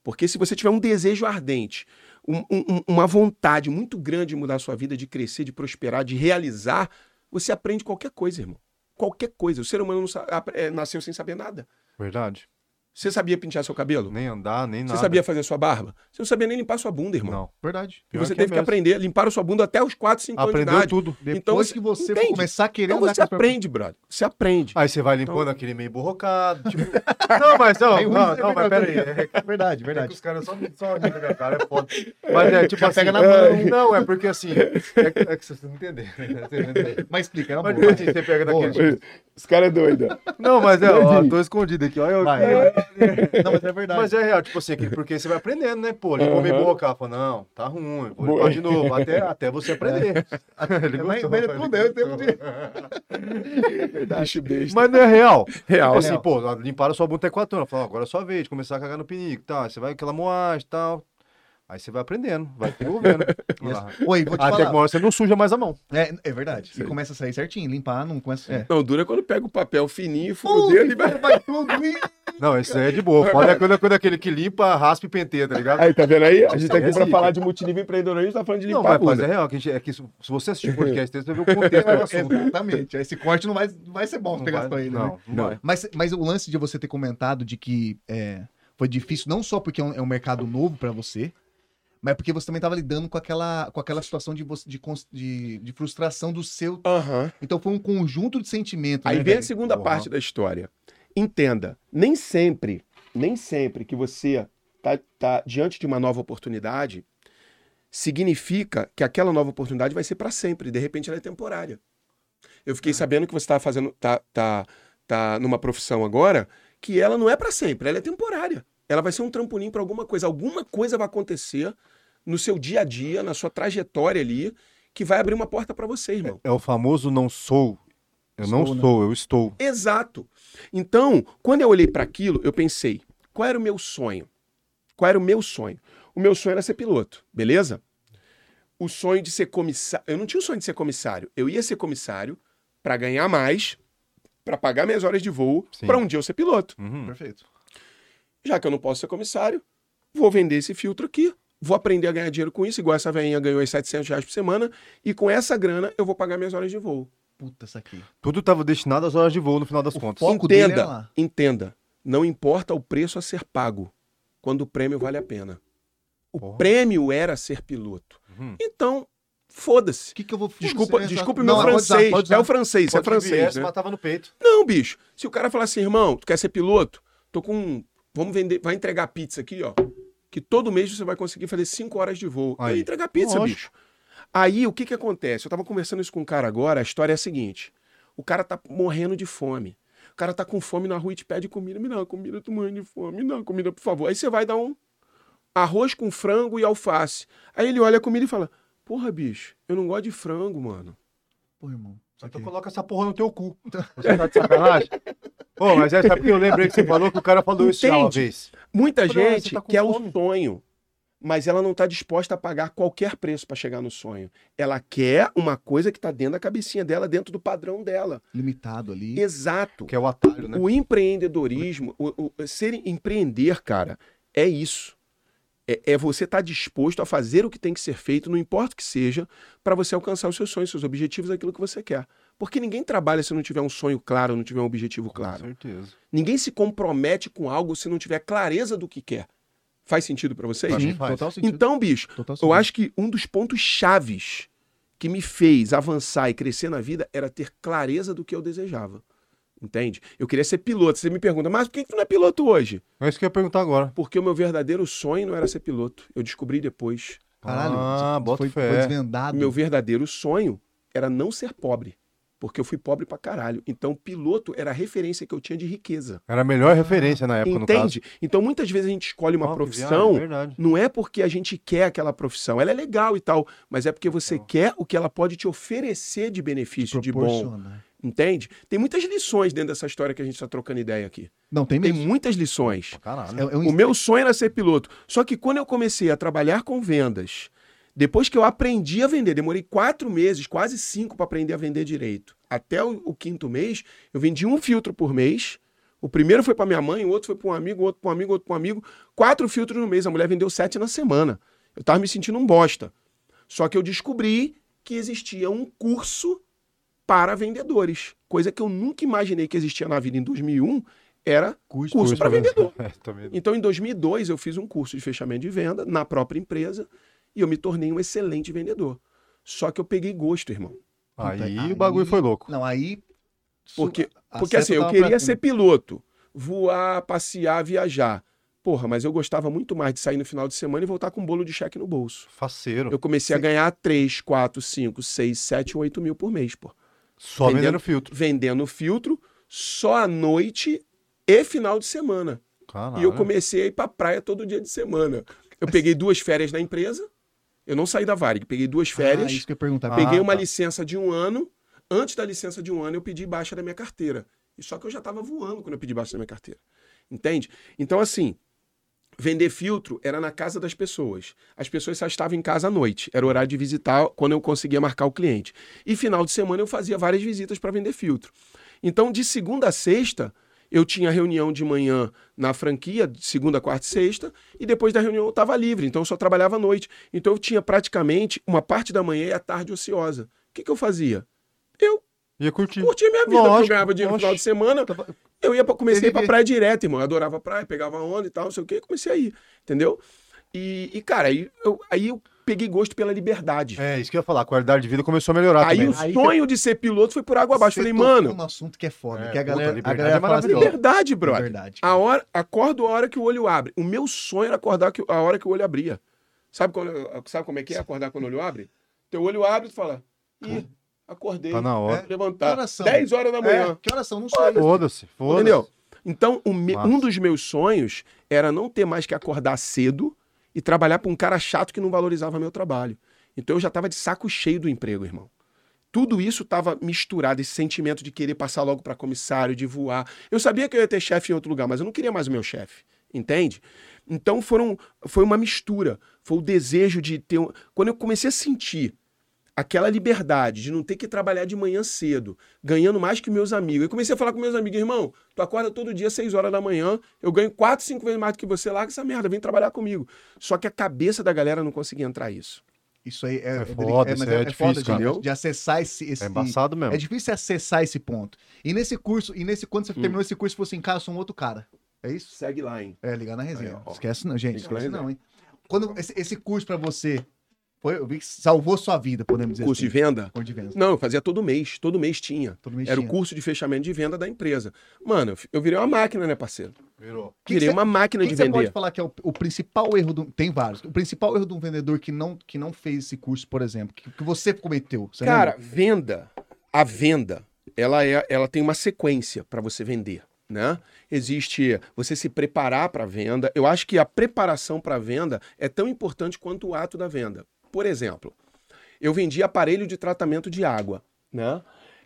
[SPEAKER 3] Porque se você tiver um desejo ardente, um- um- um- uma vontade muito grande de mudar a sua vida, de crescer, de prosperar, de realizar, você aprende qualquer coisa, irmão. Qualquer coisa. O ser humano não sa- ap- é, nasceu sem saber nada.
[SPEAKER 1] Verdade.
[SPEAKER 3] Você sabia pentear seu cabelo?
[SPEAKER 1] Nem andar, nem nada.
[SPEAKER 3] Você sabia fazer sua barba? Você não sabia nem limpar sua bunda, irmão.
[SPEAKER 1] Não.
[SPEAKER 2] Verdade.
[SPEAKER 3] E
[SPEAKER 1] Pior
[SPEAKER 3] você
[SPEAKER 1] é
[SPEAKER 3] teve que
[SPEAKER 1] mesmo.
[SPEAKER 3] aprender. Limparam sua bunda até os 4, 5 anos de
[SPEAKER 1] Aprendeu
[SPEAKER 3] idade.
[SPEAKER 1] tudo.
[SPEAKER 2] Depois
[SPEAKER 3] Então você-
[SPEAKER 2] que você for
[SPEAKER 3] entende?
[SPEAKER 2] começar a querer
[SPEAKER 3] Então
[SPEAKER 2] andar
[SPEAKER 3] você
[SPEAKER 2] com as
[SPEAKER 3] aprende, brother. Você aprende.
[SPEAKER 1] Aí você vai limpando aquele meio borrocado. Tipo... não, mas não,
[SPEAKER 2] então Aí o
[SPEAKER 1] não,
[SPEAKER 2] Luiz é
[SPEAKER 1] não, mas
[SPEAKER 2] melhor
[SPEAKER 1] peraí.
[SPEAKER 2] do
[SPEAKER 1] É,
[SPEAKER 2] que- Verdade,
[SPEAKER 1] é que
[SPEAKER 2] verdade.
[SPEAKER 1] os caras só, só olham na minha cara, é foda. Mas é, tipo
[SPEAKER 2] Já
[SPEAKER 1] assim,
[SPEAKER 2] pega na
[SPEAKER 1] é,
[SPEAKER 2] mão.
[SPEAKER 1] não, é porque assim, é, que- é que vocês não entenderam. né? Vocês não entenderam.
[SPEAKER 2] Mas explica, é uma
[SPEAKER 1] Mas
[SPEAKER 2] boa.
[SPEAKER 1] tipo assim, você pega
[SPEAKER 2] Boa.
[SPEAKER 1] daquele tipo,
[SPEAKER 3] Esse cara é doido.
[SPEAKER 1] Não, mas é, ó, tô escondido aqui, olha eu.
[SPEAKER 2] Vai,
[SPEAKER 1] eu-
[SPEAKER 2] Não, mas é verdade.
[SPEAKER 1] Mas é real, tipo assim, que- porque você vai aprendendo, né? Pô, limpou meio
[SPEAKER 3] Aham.
[SPEAKER 1] boca, fala, não, tá ruim, vou
[SPEAKER 3] Boa.
[SPEAKER 1] limpar de novo, até, até você aprender. Ele
[SPEAKER 2] É,
[SPEAKER 1] gostou, rapaz,
[SPEAKER 2] mas- mas ele
[SPEAKER 1] ele
[SPEAKER 2] não deu tempo
[SPEAKER 1] gostou.
[SPEAKER 3] Bicho besta.
[SPEAKER 1] um Mas não é real.
[SPEAKER 3] Real.
[SPEAKER 1] Tipo assim, pô, limparam sua bunda até 4 anos. Falaram, agora é sua vez de começar a cagar no pinico, tá? Você vai aquela moagem e tal. Aí você vai aprendendo, vai desenvolvendo. Vai lá.
[SPEAKER 2] Oi, vou te
[SPEAKER 3] Ah,
[SPEAKER 1] Até que
[SPEAKER 2] falar.
[SPEAKER 1] uma hora você não suja mais a mão.
[SPEAKER 2] É, é verdade. E começa a sair certinho, limpar, não começa. É.
[SPEAKER 3] Não, dura quando pega o papel fininho, fura o dedo e vai.
[SPEAKER 2] vai tudo. ih.
[SPEAKER 1] Não, isso aí é de boa. Foda é quando, quando é aquele que limpa, raspa e penteia, tá ligado?
[SPEAKER 3] Aí, tá vendo aí? A gente tá
[SPEAKER 1] É
[SPEAKER 3] aqui pra
[SPEAKER 1] zica.
[SPEAKER 3] falar de multinível empreendedorismo, tá falando de
[SPEAKER 1] Não,
[SPEAKER 3] limpar a
[SPEAKER 1] mas, mas
[SPEAKER 3] bunda.
[SPEAKER 1] é real. Que a gente- é que se se você assistir o podcast, você vai ver o contexto
[SPEAKER 3] um
[SPEAKER 1] do assunto.
[SPEAKER 2] Exatamente. Esse corte não vai, vai ser bom
[SPEAKER 1] Não
[SPEAKER 2] se pegar
[SPEAKER 1] vai-
[SPEAKER 2] só ele. né?
[SPEAKER 1] Não, não.
[SPEAKER 3] Não.
[SPEAKER 1] vai.
[SPEAKER 2] Mas, mas o lance de você ter comentado de que é, foi difícil, não só porque é um, é um mercado novo pra você, mas porque você também tava lidando com aquela, com aquela situação de, você- de, cons- de, de frustração do seu.
[SPEAKER 3] Aham.
[SPEAKER 2] Então foi um conjunto de sentimentos.
[SPEAKER 3] Aí
[SPEAKER 2] né,
[SPEAKER 3] vem a
[SPEAKER 2] velho?
[SPEAKER 3] segunda
[SPEAKER 1] Porra.
[SPEAKER 3] parte da história. Entenda, nem sempre, nem sempre que você tá, tá diante de uma nova oportunidade, significa que aquela nova oportunidade vai ser para sempre. De repente ela é temporária. Eu fiquei sabendo que você tá fazendo, tá, tá, tá numa profissão agora que ela não é para sempre, ela é temporária. Ela vai ser um trampolim para alguma coisa. Alguma coisa vai acontecer no seu dia a dia, na sua trajetória ali, que vai abrir uma porta para você, irmão.
[SPEAKER 1] É o famoso não sou. Eu não
[SPEAKER 2] Estou, né?
[SPEAKER 1] sou, eu estou.
[SPEAKER 3] Exato. Então, quando eu olhei para aquilo, eu pensei: qual era o meu sonho? Qual era o meu sonho? O meu sonho era ser piloto, beleza? O sonho de ser comissário. Eu não tinha o sonho de ser comissário. Eu ia ser comissário para ganhar mais, para pagar minhas horas de voo,
[SPEAKER 1] Sim.
[SPEAKER 3] para um dia eu ser piloto.
[SPEAKER 1] Uhum.
[SPEAKER 2] Perfeito.
[SPEAKER 3] Já que eu não posso ser comissário, vou vender esse filtro aqui, vou aprender a ganhar dinheiro com isso, igual essa veinha ganhou aí 700 reais por semana, e com essa grana eu vou pagar minhas horas de voo.
[SPEAKER 2] Puta, isso aqui.
[SPEAKER 1] Tudo estava destinado às horas de voo, no final das contas.
[SPEAKER 2] foco- dele
[SPEAKER 3] entenda,
[SPEAKER 2] era lá.
[SPEAKER 3] entenda. Não importa o preço a ser pago, quando o prêmio vale a pena. O
[SPEAKER 1] Porra.
[SPEAKER 3] prêmio era ser piloto.
[SPEAKER 1] Uhum.
[SPEAKER 3] Então, foda-se.
[SPEAKER 2] O que, que eu vou
[SPEAKER 3] Desculpa,
[SPEAKER 2] Você-
[SPEAKER 3] desculpa o
[SPEAKER 2] Não,
[SPEAKER 3] meu
[SPEAKER 2] pode usar,
[SPEAKER 3] francês.
[SPEAKER 2] pode usar.
[SPEAKER 3] É o francês, é
[SPEAKER 1] Pode
[SPEAKER 3] francês.
[SPEAKER 1] viés,
[SPEAKER 3] Né?
[SPEAKER 1] matava no peito.
[SPEAKER 3] Não, bicho. Se o cara falar assim, irmão, tu quer ser piloto? Tô com. um, Vamos vender, vai entregar pizza aqui, ó. Que todo mês você vai conseguir fazer cinco horas de voo.
[SPEAKER 1] Aí.
[SPEAKER 3] Aí, entregar pizza,
[SPEAKER 1] Lógico.
[SPEAKER 3] bicho. Aí o que que acontece? Eu tava conversando isso com um cara agora, a história é a seguinte: o cara tá morrendo de fome. O cara tá com fome na rua e te pede comida. Me dá uma comida, eu tô morrendo de fome. Me dá uma comida, por favor. Aí você vai dar um arroz com frango e alface. Aí ele olha a comida e fala: Porra, bicho, eu não gosto de frango, mano.
[SPEAKER 2] Pô, irmão. isso
[SPEAKER 1] Então
[SPEAKER 2] aqui. é
[SPEAKER 1] coloca essa porra no teu cu. Você tá de sacanagem? Pô, mas é, sabe que eu lembrei que você falou que o cara falou isso já uma
[SPEAKER 3] Entende?
[SPEAKER 1] vez.
[SPEAKER 3] Muita
[SPEAKER 1] Eu falei, "Ah, você
[SPEAKER 3] gente
[SPEAKER 1] tá com
[SPEAKER 3] quer
[SPEAKER 1] fome?"
[SPEAKER 3] o sonho, mas ela não está disposta a pagar qualquer preço para chegar no sonho. Ela quer uma coisa que está dentro da cabecinha dela, dentro do padrão dela.
[SPEAKER 2] Limitado ali.
[SPEAKER 3] Exato.
[SPEAKER 1] Que é o atalho, né?
[SPEAKER 3] O empreendedorismo, o, o- ser empreender, cara, é isso. É, é você estar disposto a fazer o que tem que ser feito, não importa o que seja, para você alcançar os seus sonhos, seus objetivos, aquilo que você quer. Porque ninguém trabalha se não tiver um sonho claro, não tiver um objetivo
[SPEAKER 1] Com
[SPEAKER 3] claro.
[SPEAKER 1] certeza.
[SPEAKER 3] Ninguém se compromete com algo se não tiver clareza do que quer. Faz sentido pra vocês?
[SPEAKER 1] Pra mim
[SPEAKER 2] Sim,
[SPEAKER 1] faz.
[SPEAKER 2] total sentido.
[SPEAKER 3] Então, bicho,
[SPEAKER 2] total sentido.
[SPEAKER 3] eu acho que um dos pontos chaves que me fez avançar e crescer na vida era ter clareza do que eu desejava. Entende? Eu queria ser piloto. Você me pergunta, mas por que que tu não é piloto hoje?
[SPEAKER 1] É isso que eu ia perguntar agora.
[SPEAKER 3] Porque o meu verdadeiro sonho não era ser piloto. Eu descobri depois.
[SPEAKER 2] Caralho,
[SPEAKER 1] Ah,
[SPEAKER 2] você
[SPEAKER 1] bota
[SPEAKER 2] foi,
[SPEAKER 1] fé.
[SPEAKER 2] foi desvendado.
[SPEAKER 3] Meu verdadeiro sonho era não ser pobre. Porque eu fui pobre pra caralho. Então, piloto era a referência que eu tinha de riqueza.
[SPEAKER 1] Era a melhor referência na época, no caso.
[SPEAKER 3] Entende? Então, muitas vezes a gente escolhe uma
[SPEAKER 1] Ó, que
[SPEAKER 3] profissão.
[SPEAKER 1] viagem, verdade.
[SPEAKER 3] Não é porque a gente quer aquela profissão. Ela é legal e tal, mas é porque você quer o que ela pode te oferecer de benefício, de bom.
[SPEAKER 2] Proporciona.
[SPEAKER 3] Entende? Tem muitas lições dentro dessa história que a gente está trocando ideia aqui.
[SPEAKER 2] Não, tem
[SPEAKER 3] Tem
[SPEAKER 2] mesmo.
[SPEAKER 3] muitas lições.
[SPEAKER 1] Caralho.
[SPEAKER 2] É, é um
[SPEAKER 3] O meu sonho era ser piloto. Só que quando eu comecei a trabalhar com vendas, depois que eu aprendi a vender, demorei quatro meses, quase cinco, para aprender a vender direito. Até o, o quinto mês, eu vendi um filtro por mês. O primeiro foi para minha mãe, o outro foi para um amigo, outro para um amigo, outro para um amigo. Quatro filtros no mês. A mulher vendeu sete na semana. Eu tava me sentindo um bosta. Só que eu descobri que existia um curso para vendedores. Coisa que eu nunca imaginei que existia na vida em 2001 era
[SPEAKER 2] curso.
[SPEAKER 3] curso para vendedor.
[SPEAKER 1] É, também.
[SPEAKER 3] Então, em 2002, eu fiz um curso de fechamento de venda na própria empresa e eu me tornei um excelente vendedor. Só que eu peguei gosto, irmão.
[SPEAKER 1] Aí,
[SPEAKER 2] Aí-
[SPEAKER 1] o bagulho foi louco.
[SPEAKER 2] Não, aí.
[SPEAKER 3] Porque,
[SPEAKER 2] a
[SPEAKER 3] porque
[SPEAKER 2] seta
[SPEAKER 3] assim, eu
[SPEAKER 2] Ah, tava
[SPEAKER 3] queria
[SPEAKER 2] pra
[SPEAKER 3] ser
[SPEAKER 2] cima.
[SPEAKER 3] piloto, voar, passear, viajar. Porra, mas eu gostava muito mais de sair no final de semana e voltar com um bolo de cheque no bolso.
[SPEAKER 1] Faceiro.
[SPEAKER 3] Eu comecei a ganhar 3, 4, 5, 6, 7, 8 mil por mês, pô.
[SPEAKER 1] Só
[SPEAKER 3] Entendeu?
[SPEAKER 1] vendendo filtro.
[SPEAKER 3] Vendendo filtro só à noite e final de semana.
[SPEAKER 1] Caralho.
[SPEAKER 2] Ah,
[SPEAKER 3] E
[SPEAKER 2] né?
[SPEAKER 3] eu comecei a ir pra praia todo dia de semana. Eu peguei duas férias na empresa. Eu não saí da Varig, peguei duas
[SPEAKER 2] Ah,
[SPEAKER 3] férias.
[SPEAKER 2] isso que eu ia perguntar.
[SPEAKER 1] Ah,
[SPEAKER 3] peguei uma
[SPEAKER 1] tá.
[SPEAKER 3] licença de um ano. Antes da licença de um ano, eu pedi baixa da minha carteira. E só que eu já estava voando quando eu pedi baixa da minha carteira. Entende? Então, assim, vender filtro era na casa das pessoas. As pessoas só estavam em casa à noite. Era o horário de visitar quando eu conseguia marcar o cliente. E final de semana eu fazia várias visitas para vender filtro. Então, de segunda a sexta, eu tinha reunião de manhã na franquia, de segunda, quarta e sexta, e depois da reunião eu estava livre, então eu só trabalhava à noite. Então eu tinha praticamente uma parte da manhã e a tarde ociosa. O que, que eu fazia? Eu
[SPEAKER 1] Ia curtir.
[SPEAKER 3] curtia minha vida, porque
[SPEAKER 1] Lógico,
[SPEAKER 3] eu ganhava dinheiro no final
[SPEAKER 1] oxe.
[SPEAKER 3] de semana,
[SPEAKER 2] Tava-
[SPEAKER 3] eu ia pra, comecei a ir pra
[SPEAKER 2] Ele-
[SPEAKER 3] praia direto, irmão. Eu adorava praia, pegava onda e tal, não sei o quê, comecei a ir, entendeu? E, e, cara, aí eu, aí eu peguei gosto pela liberdade.
[SPEAKER 1] É, isso que eu ia falar. A qualidade de vida começou a melhorar
[SPEAKER 3] aí
[SPEAKER 1] também. né?
[SPEAKER 3] o
[SPEAKER 2] Aí-
[SPEAKER 3] sonho de ser piloto foi por água abaixo.
[SPEAKER 2] Você
[SPEAKER 3] Eu Falei,
[SPEAKER 2] tocou
[SPEAKER 3] mano,
[SPEAKER 2] num assunto que é foda.
[SPEAKER 1] É,
[SPEAKER 2] que a
[SPEAKER 1] puta,
[SPEAKER 2] galera, a
[SPEAKER 1] liberdade
[SPEAKER 2] galera
[SPEAKER 1] é
[SPEAKER 2] fala assim, ó,
[SPEAKER 1] maravilhosa.
[SPEAKER 3] liberdade, brother.
[SPEAKER 2] liberdade.
[SPEAKER 3] A hora, acordo a hora que o olho abre. O meu sonho era acordar que- a hora que o olho abria. Sabe, quando, sabe como é que é acordar quando o olho abre? Teu olho abre e tu fala, ih, acordei.
[SPEAKER 1] Tá na hora.
[SPEAKER 3] vou levantar.
[SPEAKER 2] Que horas são?
[SPEAKER 3] 10 horas da
[SPEAKER 2] É,
[SPEAKER 3] manhã.
[SPEAKER 2] que horas são? Não sei.
[SPEAKER 1] Foda-se, foda-se.
[SPEAKER 3] Entendeu? Então, o me-
[SPEAKER 1] Massa.
[SPEAKER 3] um dos meus sonhos era não ter mais que acordar cedo e trabalhar pra um cara chato que não valorizava meu trabalho. Então eu já tava de saco cheio do emprego, irmão. Tudo isso tava misturado, esse sentimento de querer passar logo pra comissário, de voar. Eu sabia que eu ia ter chefe em outro lugar, mas eu não queria mais o meu chefe, entende? Então foram, foi uma mistura, foi o desejo de ter. um- Quando eu comecei a sentir aquela liberdade de não ter que trabalhar de manhã cedo, ganhando mais que meus amigos. Eu comecei a falar com meus amigos, irmão, tu acorda todo dia às 6 horas da manhã, eu ganho 4, 5 vezes mais do que você, larga essa merda, vem trabalhar comigo. Só que a cabeça da galera não conseguia entrar isso.
[SPEAKER 2] Isso aí é,
[SPEAKER 1] É
[SPEAKER 2] é
[SPEAKER 1] foda,
[SPEAKER 2] delic-
[SPEAKER 1] isso
[SPEAKER 2] mas
[SPEAKER 1] aí é difícil,
[SPEAKER 2] de-
[SPEAKER 1] cara.
[SPEAKER 2] de, acessar esse, esse-
[SPEAKER 1] É embaçado mesmo.
[SPEAKER 2] É difícil acessar esse ponto. E nesse curso, e nesse quando você
[SPEAKER 3] Hum.
[SPEAKER 2] terminou esse curso, você falou assim, cara, eu sou um outro cara. É isso?
[SPEAKER 3] Segue lá, hein?
[SPEAKER 2] É, ligar na resenha.
[SPEAKER 3] Aí, ó.
[SPEAKER 2] Esquece não, gente.
[SPEAKER 3] Ligar na
[SPEAKER 2] Esquece não, hein? Quando esse, esse curso pra você, foi, eu vi que salvou sua vida, podemos dizer
[SPEAKER 3] Curso de
[SPEAKER 2] assim.
[SPEAKER 3] venda?
[SPEAKER 2] Curso de venda.
[SPEAKER 3] Não, eu fazia todo mês, todo mês tinha.
[SPEAKER 2] Todo mês
[SPEAKER 3] Era o
[SPEAKER 2] tinha.
[SPEAKER 3] curso de fechamento de venda da empresa. Mano, eu fi- eu virei uma máquina, né, parceiro?
[SPEAKER 1] Virou.
[SPEAKER 2] Que que
[SPEAKER 3] virei
[SPEAKER 2] cê-
[SPEAKER 3] uma
[SPEAKER 2] O
[SPEAKER 3] máquina
[SPEAKER 2] que que
[SPEAKER 3] de
[SPEAKER 2] você pode
[SPEAKER 3] vender.
[SPEAKER 2] falar que é o, o principal erro do... Tem vários. O principal erro de um vendedor que não, que não fez esse curso, por exemplo, que, que você cometeu.
[SPEAKER 1] Tá
[SPEAKER 2] Você
[SPEAKER 3] Cara, um
[SPEAKER 2] lembra?
[SPEAKER 3] venda, a venda, ela, é, ela tem uma sequência para você vender, né? Existe você se preparar para a venda. Eu acho que a preparação para a venda é tão importante quanto o ato da venda. Por exemplo, eu vendia aparelho de tratamento de água, né?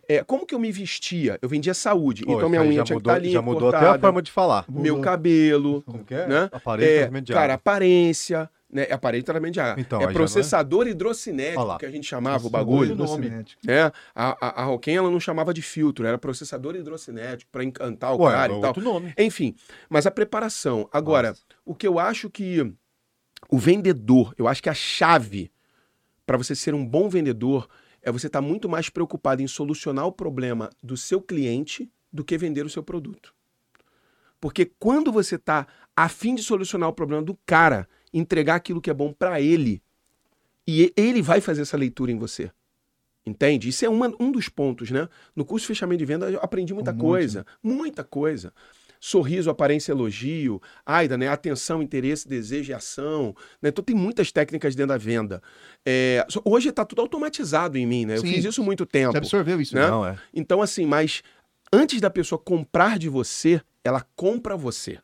[SPEAKER 3] É, como que eu me vestia? Eu vendia saúde.
[SPEAKER 1] Pô,
[SPEAKER 3] então minha
[SPEAKER 1] isso aí
[SPEAKER 3] unha
[SPEAKER 1] já
[SPEAKER 3] tinha
[SPEAKER 1] mudou,
[SPEAKER 3] que estar limpa,
[SPEAKER 1] já mudou até a
[SPEAKER 3] cortada,
[SPEAKER 1] forma de falar.
[SPEAKER 3] meu cabelo,
[SPEAKER 1] Como que é?
[SPEAKER 3] né?
[SPEAKER 1] Aparelho
[SPEAKER 3] É,
[SPEAKER 1] de tratamento de
[SPEAKER 3] Cara,
[SPEAKER 1] água.
[SPEAKER 3] aparência, né? Aparelho de tratamento de água.
[SPEAKER 1] Então, aí já não
[SPEAKER 3] é
[SPEAKER 1] é?
[SPEAKER 3] processador
[SPEAKER 1] Olha lá.
[SPEAKER 3] hidrocinético, que a gente chamava o
[SPEAKER 2] Nossa,
[SPEAKER 3] bagulho.
[SPEAKER 2] doido,
[SPEAKER 1] nome.
[SPEAKER 2] né?
[SPEAKER 3] É, a, a, a Roquem ela não chamava de filtro, era processador hidrocinético para encantar o
[SPEAKER 1] Ué,
[SPEAKER 3] cara
[SPEAKER 1] é
[SPEAKER 3] e tal.
[SPEAKER 1] outro nome.
[SPEAKER 3] Enfim, mas a preparação. Agora,
[SPEAKER 1] Nossa.
[SPEAKER 3] o que eu acho que o vendedor, eu acho que a chave para você ser um bom vendedor é você estar muito mais preocupado em solucionar o problema do seu cliente do que vender o seu produto. Porque quando você está a fim de solucionar o problema do cara, entregar aquilo que é bom para ele, e e- ele vai fazer essa leitura em você. Entende? Isso é uma- um dos pontos, né? No curso de fechamento de venda eu aprendi muita
[SPEAKER 2] Um monte,
[SPEAKER 3] coisa, muita coisa. Sorriso, aparência, elogio, AIDA, né? Atenção, interesse, desejo e ação. né? Então tem muitas técnicas dentro da venda. É, so- hoje está tudo automatizado em mim, né? Eu
[SPEAKER 2] Sim.
[SPEAKER 3] fiz isso há muito tempo.
[SPEAKER 2] Você absorveu isso,
[SPEAKER 3] Né?
[SPEAKER 1] Não, é.
[SPEAKER 3] Então, assim, mas antes da pessoa comprar de você, ela compra você.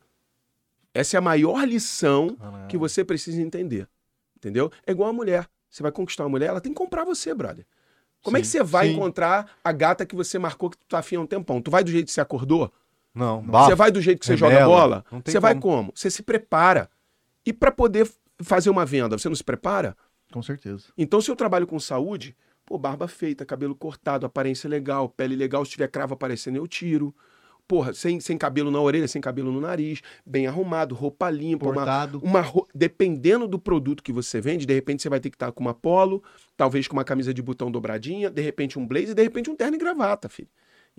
[SPEAKER 3] Essa é a maior lição
[SPEAKER 1] é. Ah.
[SPEAKER 3] que você precisa entender. Entendeu? É igual a mulher. Você vai conquistar uma mulher, ela tem que comprar você, brother. Como é que
[SPEAKER 1] Sim,
[SPEAKER 3] você vai
[SPEAKER 1] sim.
[SPEAKER 3] encontrar a gata que você marcou que tu tá afim há um tempão? Tu vai do jeito que você acordou?
[SPEAKER 1] Não,
[SPEAKER 3] você
[SPEAKER 1] bafo.
[SPEAKER 3] vai do jeito que você
[SPEAKER 1] rebela,
[SPEAKER 3] joga bola?
[SPEAKER 1] não tem
[SPEAKER 3] Você vai
[SPEAKER 1] como.
[SPEAKER 3] como? Você se prepara. E para poder f- fazer uma venda, você não se prepara?
[SPEAKER 2] Com certeza.
[SPEAKER 3] Então, se eu trabalho com saúde, pô, barba feita, cabelo cortado, aparência legal, pele legal, se tiver cravo aparecendo, eu tiro. Porra, sem, sem cabelo na orelha, sem cabelo no nariz, bem arrumado, roupa limpa, uma,
[SPEAKER 2] Portado.
[SPEAKER 3] uma ro- dependendo do produto que você vende, de repente você vai ter que estar com uma polo, talvez com uma camisa de botão dobradinha, de repente um blazer, de repente um terno e gravata, filho.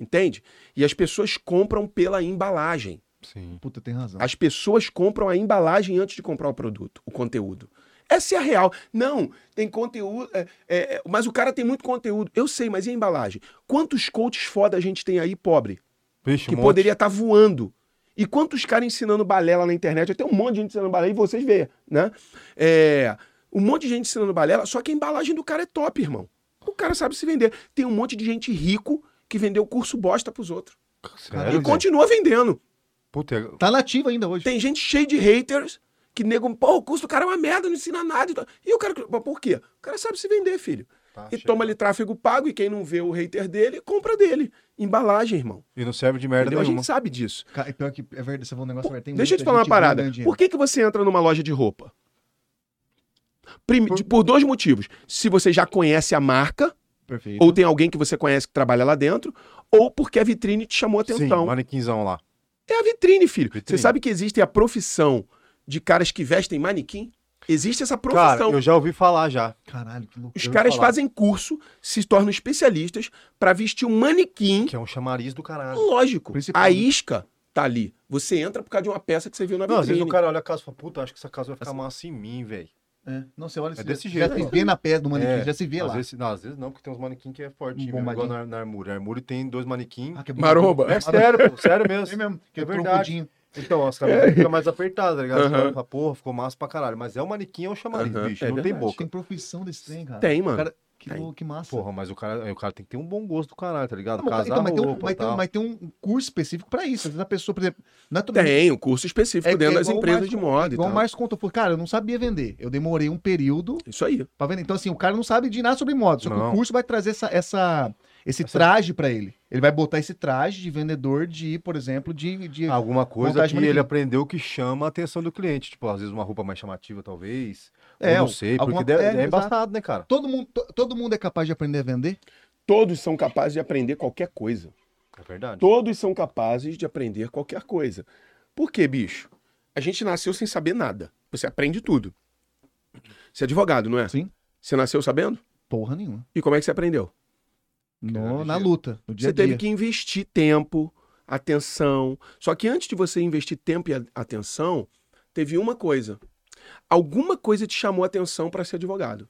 [SPEAKER 3] Entende? E as pessoas compram pela embalagem.
[SPEAKER 1] Sim.
[SPEAKER 2] Puta, tem razão.
[SPEAKER 3] As pessoas compram a embalagem antes de comprar o produto, o conteúdo. Essa é a real. Não, tem conteúdo. é, é, é, mas o cara tem muito conteúdo. Eu sei, mas e a embalagem? Quantos coaches foda a gente tem aí, pobre?
[SPEAKER 1] Vixe, um
[SPEAKER 3] que
[SPEAKER 1] monte.
[SPEAKER 3] poderia estar voando. E quantos caras ensinando balela na internet? Tem um monte de gente ensinando balela e vocês vê, né? É, um monte de gente ensinando balela, só que a embalagem do cara é top, irmão. O cara sabe se vender. Tem um monte de gente rico que vendeu curso bosta pros outros.
[SPEAKER 1] Sério,
[SPEAKER 2] É,
[SPEAKER 3] e
[SPEAKER 1] velho?
[SPEAKER 2] velho. conte-
[SPEAKER 3] continua vendendo.
[SPEAKER 1] Puta, é-
[SPEAKER 2] Tá nativo ainda hoje.
[SPEAKER 3] Tem gente cheia de haters que negam, pô, o curso do cara é uma merda, não ensina nada. e tal. E o cara, mas por quê? O cara sabe se vender, filho.
[SPEAKER 1] Tá,
[SPEAKER 3] e
[SPEAKER 1] chega.
[SPEAKER 3] toma ali tráfego pago e quem não vê o hater dele, compra dele. Embalagem, irmão.
[SPEAKER 1] e não serve de merda
[SPEAKER 3] Entendeu? A
[SPEAKER 1] nenhuma.
[SPEAKER 3] gente sabe disso.
[SPEAKER 2] Ca- Pior que é verdade, você falou um negócio verdade. Tem
[SPEAKER 3] Deixa eu
[SPEAKER 2] muita
[SPEAKER 3] te falar uma
[SPEAKER 2] gente boa
[SPEAKER 3] parada.
[SPEAKER 2] ganhando dinheiro.
[SPEAKER 3] Por que, que você entra numa loja de roupa? Prime- de- Por... dois motivos. Se você já conhece a marca,
[SPEAKER 2] Perfeito.
[SPEAKER 3] ou tem alguém que você conhece que trabalha lá dentro, ou porque a vitrine te chamou a é atenção.
[SPEAKER 1] Sim, manequinzão lá.
[SPEAKER 3] É a vitrine, filho.
[SPEAKER 1] Vitrine.
[SPEAKER 3] Você sabe que existe a profissão de caras que vestem manequim? Existe essa
[SPEAKER 1] Cara,
[SPEAKER 3] profissão.
[SPEAKER 1] eu já ouvi falar já.
[SPEAKER 2] Caralho, que louco.
[SPEAKER 3] Os
[SPEAKER 1] eu ia
[SPEAKER 3] caras
[SPEAKER 1] falar.
[SPEAKER 3] fazem curso, se tornam especialistas pra vestir um manequim.
[SPEAKER 1] Que é um chamariz do caralho.
[SPEAKER 3] Lógico.
[SPEAKER 2] Principal,
[SPEAKER 3] A
[SPEAKER 2] né?
[SPEAKER 3] isca tá ali. Você entra por causa de uma peça que você viu na
[SPEAKER 1] Não, às vezes
[SPEAKER 3] vitrine.
[SPEAKER 1] o cara olha a casa e fala, puta, acho que essa casa vai ficar massa em mim, velho.
[SPEAKER 2] É. Não, você olha
[SPEAKER 1] É desse
[SPEAKER 2] já,
[SPEAKER 1] jeito,
[SPEAKER 2] Já se
[SPEAKER 1] ó.
[SPEAKER 2] vê na peça do manequim,
[SPEAKER 1] É,
[SPEAKER 2] já se vê
[SPEAKER 1] Às
[SPEAKER 2] lá.
[SPEAKER 1] vezes, não, às vezes não, porque tem uns manequim que é fortinho,
[SPEAKER 2] Um
[SPEAKER 1] mesmo, igual
[SPEAKER 2] bombadinho.
[SPEAKER 1] na, na armúria. A armúria tem dois manequim.
[SPEAKER 2] Ah, que
[SPEAKER 3] Maromba.
[SPEAKER 1] É sério, pô, sério
[SPEAKER 2] É
[SPEAKER 1] mesmo.
[SPEAKER 2] mesmo, que é,
[SPEAKER 1] É verdade.
[SPEAKER 2] troncudinho.
[SPEAKER 1] Então, as camisas ficam mais apertadas, tá ligado? Os
[SPEAKER 3] Aham.
[SPEAKER 1] caras falam, porra, ficou massa pra caralho. Mas é o manequim, é o chamariz,
[SPEAKER 3] Aham,
[SPEAKER 1] bicho.
[SPEAKER 3] é
[SPEAKER 1] não tem
[SPEAKER 3] verdade.
[SPEAKER 1] boca.
[SPEAKER 2] Tem profissão desse trem, cara.
[SPEAKER 3] Tem, mano.
[SPEAKER 2] Cara, que,
[SPEAKER 3] Tem.
[SPEAKER 2] louco, que massa.
[SPEAKER 1] Porra, mas o cara, aí o cara tem que ter um bom gosto do caralho, tá ligado?
[SPEAKER 2] Não,
[SPEAKER 1] Casar
[SPEAKER 2] mas- então, mas, tem um,
[SPEAKER 1] roupa
[SPEAKER 2] mas,
[SPEAKER 1] e
[SPEAKER 2] tem,
[SPEAKER 1] tal.
[SPEAKER 2] mas tem um curso específico pra isso. Às vezes a pessoa, por exemplo, não é todo mundo-
[SPEAKER 3] Tem um curso específico
[SPEAKER 2] É-
[SPEAKER 3] dentro
[SPEAKER 2] é
[SPEAKER 3] das
[SPEAKER 2] igual o
[SPEAKER 3] empresas
[SPEAKER 2] Marcos-
[SPEAKER 3] de moda e
[SPEAKER 2] Igual o
[SPEAKER 3] tal.
[SPEAKER 2] Márcio contou, falou, cara, eu não sabia vender. Eu demorei um período
[SPEAKER 3] Isso aí.
[SPEAKER 2] pra vender. Então, assim, o cara não sabe de nada sobre moda. Só que
[SPEAKER 1] Não.
[SPEAKER 2] o curso vai trazer essa, essa- esse traje pra ele. Ele vai botar esse traje de vendedor de, por exemplo, de. de-
[SPEAKER 3] Ah.
[SPEAKER 1] Alguma coisa
[SPEAKER 2] Montagem
[SPEAKER 1] que ele
[SPEAKER 2] manequim.
[SPEAKER 1] aprendeu que chama a atenção do cliente. Tipo, às vezes uma roupa mais chamativa, talvez.
[SPEAKER 2] É,
[SPEAKER 1] eu não sei,
[SPEAKER 2] alguma-
[SPEAKER 1] porque é,
[SPEAKER 2] é,
[SPEAKER 1] é embaçado, né, cara?
[SPEAKER 2] Todo, mundo, to- todo mundo é capaz de aprender a vender?
[SPEAKER 3] Todos são capazes de aprender qualquer coisa.
[SPEAKER 1] É verdade.
[SPEAKER 3] Todos são capazes de aprender qualquer coisa. Por quê, bicho? A gente nasceu sem saber nada. Você aprende tudo. Você é advogado, não é?
[SPEAKER 2] Sim.
[SPEAKER 3] Você nasceu sabendo?
[SPEAKER 2] Porra nenhuma.
[SPEAKER 3] E como é que você aprendeu?
[SPEAKER 2] No,
[SPEAKER 1] Cara,
[SPEAKER 2] na
[SPEAKER 1] dia-
[SPEAKER 2] luta, no dia
[SPEAKER 3] você
[SPEAKER 2] a dia.
[SPEAKER 3] teve que investir tempo, atenção. Só que antes de você investir tempo e a- atenção, teve uma coisa. Alguma coisa te chamou a atenção para ser advogado.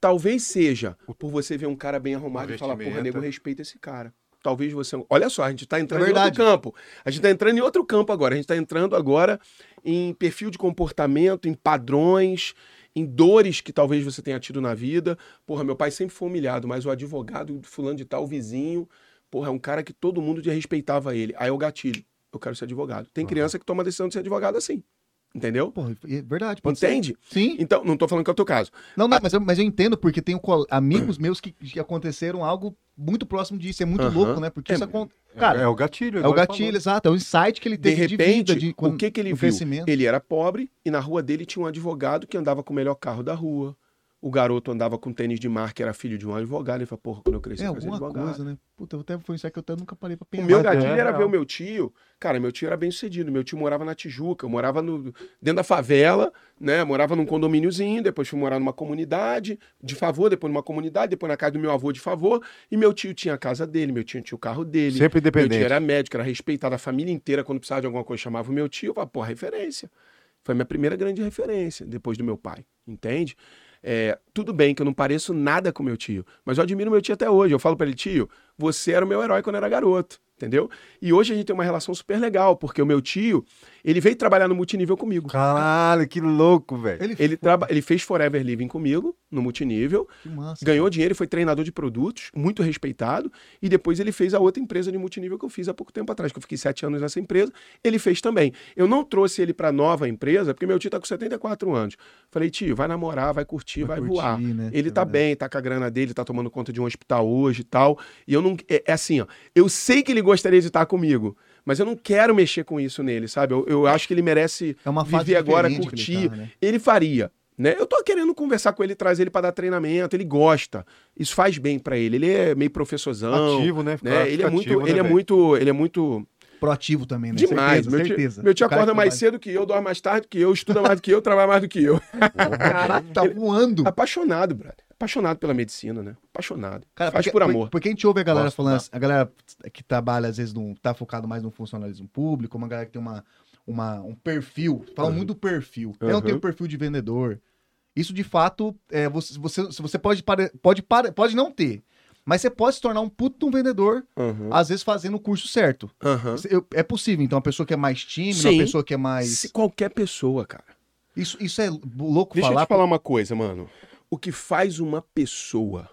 [SPEAKER 3] Talvez seja por você ver um cara bem arrumado e falar, porra,
[SPEAKER 1] Investimento.
[SPEAKER 3] nego, respeita esse cara. Talvez você. Olha só, a gente tá entrando
[SPEAKER 2] É
[SPEAKER 3] em
[SPEAKER 2] verdade.
[SPEAKER 3] outro campo. A gente tá entrando em outro campo agora. A gente tá entrando agora em perfil de comportamento, em padrões, em dores que talvez você tenha tido na vida. Porra, meu pai sempre foi humilhado, mas o advogado fulano de tal, o vizinho, porra, é um cara que todo mundo já respeitava ele. Aí é o gatilho. Eu quero ser advogado. Tem
[SPEAKER 1] Aham.
[SPEAKER 3] criança que toma a decisão de ser advogado assim. Entendeu?
[SPEAKER 2] Porra, é verdade. pode ser.
[SPEAKER 3] Entende?
[SPEAKER 2] Sim.
[SPEAKER 3] Então, não tô falando que é o teu caso.
[SPEAKER 2] Não, não, mas eu, mas eu entendo, porque tenho col- amigos meus que, que aconteceram algo muito próximo disso. É muito
[SPEAKER 3] Aham.
[SPEAKER 2] louco, né? Porque
[SPEAKER 3] É,
[SPEAKER 2] isso acontece.
[SPEAKER 1] É-
[SPEAKER 2] Cara,
[SPEAKER 1] é, o gatilho.
[SPEAKER 2] É
[SPEAKER 1] igual ele
[SPEAKER 2] o
[SPEAKER 1] falou.
[SPEAKER 2] gatilho, exato. É o insight que ele
[SPEAKER 3] De
[SPEAKER 2] teve
[SPEAKER 3] repente,
[SPEAKER 2] vida, de,
[SPEAKER 3] o que é que ele
[SPEAKER 2] do
[SPEAKER 3] viu?
[SPEAKER 2] crescimento.
[SPEAKER 3] Ele era pobre e na rua dele tinha um advogado que andava com o melhor carro da rua. O garoto andava com tênis de marca, era filho de um advogado. Ele falou, porra, quando eu cresci,
[SPEAKER 2] É
[SPEAKER 3] eu quero ser
[SPEAKER 2] alguma
[SPEAKER 3] advogado.
[SPEAKER 2] coisa, né? Puta, eu até foi um insight que eu até nunca parei pra
[SPEAKER 3] O
[SPEAKER 2] pensar.
[SPEAKER 3] meu
[SPEAKER 1] Mas é
[SPEAKER 3] gatilho era
[SPEAKER 1] real.
[SPEAKER 3] ver o meu tio. Cara, meu tio era bem sucedido. Meu tio morava na Tijuca, eu morava no, dentro da favela, né? Morava num condomíniozinho, depois fui morar numa comunidade, de favor, depois numa comunidade, depois na casa do meu avô de favor. E meu tio tinha a casa dele, meu tio tinha o carro dele.
[SPEAKER 1] Sempre
[SPEAKER 3] Meu tio
[SPEAKER 1] independente.
[SPEAKER 3] era médico, era respeitado a família inteira. Quando precisava de alguma coisa, chamava o meu tio. Eu falava, pô, referência. Foi a minha primeira grande referência, depois do meu pai, entende? É, tudo bem que eu não pareço nada com meu tio, mas eu admiro meu tio até hoje. Eu falo pra ele, tio, você era o meu herói quando eu era garoto, entendeu? E hoje a gente tem uma relação super legal, porque o meu tio, ele veio trabalhar no multinível comigo.
[SPEAKER 1] Caralho, que louco, velho.
[SPEAKER 2] Ele,
[SPEAKER 3] Ele, traba- ele fez Forever Living comigo, no multinível,
[SPEAKER 2] Que massa.
[SPEAKER 3] ganhou dinheiro, foi treinador de produtos, muito respeitado, e depois ele fez a outra empresa de multinível que eu fiz há pouco tempo atrás, que eu fiquei sete anos nessa empresa, ele fez também. Eu não trouxe ele para nova empresa, porque meu tio tá com 74 anos. Falei, tio, vai namorar, vai curtir, vai,
[SPEAKER 2] curtir,
[SPEAKER 3] voar.
[SPEAKER 2] né?
[SPEAKER 3] Ele
[SPEAKER 2] É
[SPEAKER 3] tá
[SPEAKER 2] verdade.
[SPEAKER 3] bem, tá com a grana dele, tá tomando conta de um hospital hoje e tal. E eu não. É, é assim, ó. Eu sei que ele gostaria de estar comigo, mas eu não quero mexer com isso nele, sabe? Eu, eu acho que ele merece
[SPEAKER 2] É uma fase
[SPEAKER 3] viver agora,
[SPEAKER 2] diferente que
[SPEAKER 3] curtir.
[SPEAKER 2] ele
[SPEAKER 3] Ele,
[SPEAKER 2] tá, né?
[SPEAKER 3] faria. Né? Eu tô querendo conversar com ele, trazer ele para dar treinamento, ele gosta. Isso faz bem para ele. Ele é meio professorzão.
[SPEAKER 1] Ativo, né?
[SPEAKER 3] né?
[SPEAKER 1] Cara,
[SPEAKER 3] Ele
[SPEAKER 1] fica
[SPEAKER 3] é muito,
[SPEAKER 1] ativo, né,
[SPEAKER 3] ele é
[SPEAKER 1] velho?
[SPEAKER 3] muito, ele é muito
[SPEAKER 2] Proativo também, né?
[SPEAKER 3] demais.
[SPEAKER 2] Certeza,
[SPEAKER 3] meu,
[SPEAKER 2] certeza.
[SPEAKER 3] Tio, meu tio
[SPEAKER 2] O cara
[SPEAKER 3] acorda
[SPEAKER 2] que
[SPEAKER 3] mais
[SPEAKER 2] trabalha-
[SPEAKER 3] cedo que eu, dorme mais tarde que eu, estuda mais do que eu, trabalha mais do que eu.
[SPEAKER 2] Caraca, tá voando.
[SPEAKER 3] Apaixonado, brother. Apaixonado pela medicina, né? Apaixonado.
[SPEAKER 2] Cara,
[SPEAKER 3] Faz
[SPEAKER 2] porque-
[SPEAKER 3] por amor.
[SPEAKER 2] Porque a gente ouve a galera
[SPEAKER 3] Gosto,
[SPEAKER 2] falando,
[SPEAKER 3] tá.
[SPEAKER 2] assim, a galera que trabalha, às vezes, num, tá focado mais no funcionalismo público, uma galera que tem uma, uma, um perfil, falam
[SPEAKER 3] Uhum.
[SPEAKER 2] muito do perfil.
[SPEAKER 3] Uhum.
[SPEAKER 2] Eu não tenho perfil de vendedor. Isso, de fato, é, você, você, se você pode, pare- pode, pare- pode não ter, mas você pode se tornar um puto de um vendedor,
[SPEAKER 3] Aham.
[SPEAKER 2] às vezes fazendo o curso certo.
[SPEAKER 3] Aham.
[SPEAKER 2] Eu- é possível, então, uma pessoa que é mais tímida,
[SPEAKER 3] Sim.
[SPEAKER 2] uma pessoa que é mais...
[SPEAKER 3] Se qualquer pessoa, cara.
[SPEAKER 2] Isso, isso é louco
[SPEAKER 3] Deixa
[SPEAKER 2] falar.
[SPEAKER 3] eu te falar uma coisa, mano. O que faz uma pessoa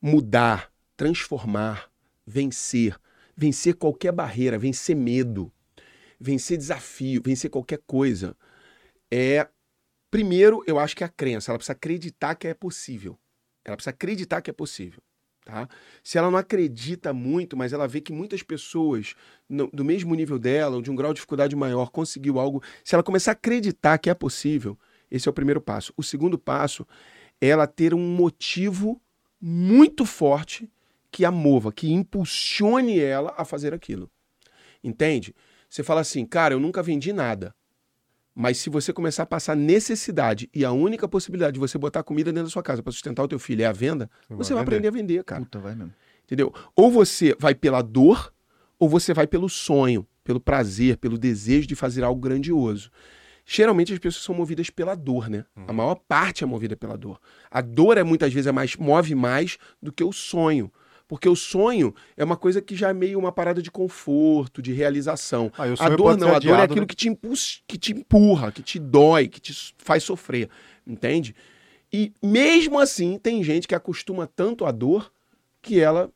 [SPEAKER 3] mudar, transformar, vencer, vencer qualquer barreira, vencer medo, vencer desafio, vencer qualquer coisa, é. Primeiro, eu acho que é a crença. Ela precisa acreditar que é possível. Ela precisa acreditar que é possível. Tá? Se ela não acredita muito, mas ela vê que muitas pessoas no- do mesmo nível dela, ou de um grau de dificuldade maior, conseguiu algo. Se ela começar a acreditar que é possível, esse é o primeiro passo. O segundo passo é ela ter um motivo muito forte que a mova, que impulsione ela a fazer aquilo. Entende? Você fala assim, cara, eu nunca vendi nada. Mas se você começar a passar necessidade e a única possibilidade de você botar comida dentro da sua casa para sustentar o teu filho é a venda, você vai aprender a vender, cara.
[SPEAKER 2] Puta, vai mesmo.
[SPEAKER 3] Entendeu? Ou você vai pela dor, ou você vai pelo sonho, pelo prazer, pelo desejo de fazer algo grandioso. Geralmente as pessoas são movidas pela dor, né? A maior parte é movida pela dor. A dor é muitas vezes é mais move mais do que o sonho, porque o sonho é uma coisa que já é meio uma parada de conforto, de realização.
[SPEAKER 1] Ah, e o
[SPEAKER 3] A
[SPEAKER 1] sonho
[SPEAKER 3] dor
[SPEAKER 1] pode ser
[SPEAKER 3] não, a dor é
[SPEAKER 1] adiado,
[SPEAKER 3] aquilo
[SPEAKER 1] né?
[SPEAKER 3] que te, impuls- que te empurra, que te dói, que te s- faz sofrer, entende? E mesmo assim, tem gente que acostuma tanto à dor que ela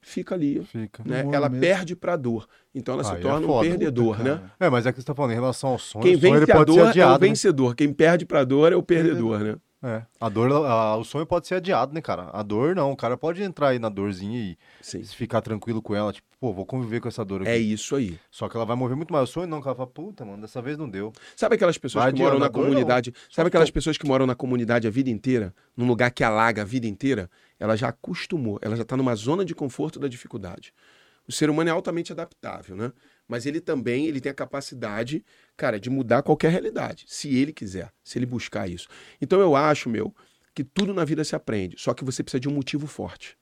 [SPEAKER 3] fica ali,
[SPEAKER 1] Fica. é.
[SPEAKER 3] né?
[SPEAKER 2] humor
[SPEAKER 3] Ela
[SPEAKER 2] mesmo.
[SPEAKER 3] perde pra dor. Então ela
[SPEAKER 1] Aí
[SPEAKER 3] se
[SPEAKER 1] é
[SPEAKER 3] torna um
[SPEAKER 1] foda.
[SPEAKER 3] perdedor,
[SPEAKER 2] Puta,
[SPEAKER 3] né?
[SPEAKER 2] cara.
[SPEAKER 1] É, mas é que você tá falando em relação ao sonho.
[SPEAKER 3] Quem
[SPEAKER 1] o sonho
[SPEAKER 3] vence
[SPEAKER 1] ele
[SPEAKER 3] a
[SPEAKER 1] pode ser
[SPEAKER 3] dor é o
[SPEAKER 1] adiado. né?
[SPEAKER 3] vencedor. Quem perde pra dor é o perdedor, né?
[SPEAKER 1] É. A dor, a- o sonho pode ser adiado, né, cara? A dor não. O cara pode entrar aí na dorzinha e
[SPEAKER 3] Sim.
[SPEAKER 1] se ficar tranquilo com ela, tipo, pô, vou conviver com essa dor aqui.
[SPEAKER 3] É isso aí.
[SPEAKER 1] Só que ela vai mover muito mais o sonho, não. Que ela fala, puta, mano, dessa vez não deu.
[SPEAKER 3] Sabe aquelas pessoas
[SPEAKER 1] Vai
[SPEAKER 3] que moram na
[SPEAKER 1] adiando a dor,
[SPEAKER 3] comunidade? Sabe aquelas
[SPEAKER 1] tô-
[SPEAKER 3] pessoas que moram na comunidade a vida inteira, num lugar que alaga a vida inteira? Ela já acostumou, ela já está numa zona de conforto da dificuldade. O ser humano é altamente adaptável, né? Mas ele também ele tem a capacidade, cara, de mudar qualquer realidade, se ele quiser, se ele buscar isso. Então eu acho, meu, que tudo na vida se aprende, só que você precisa de um motivo forte.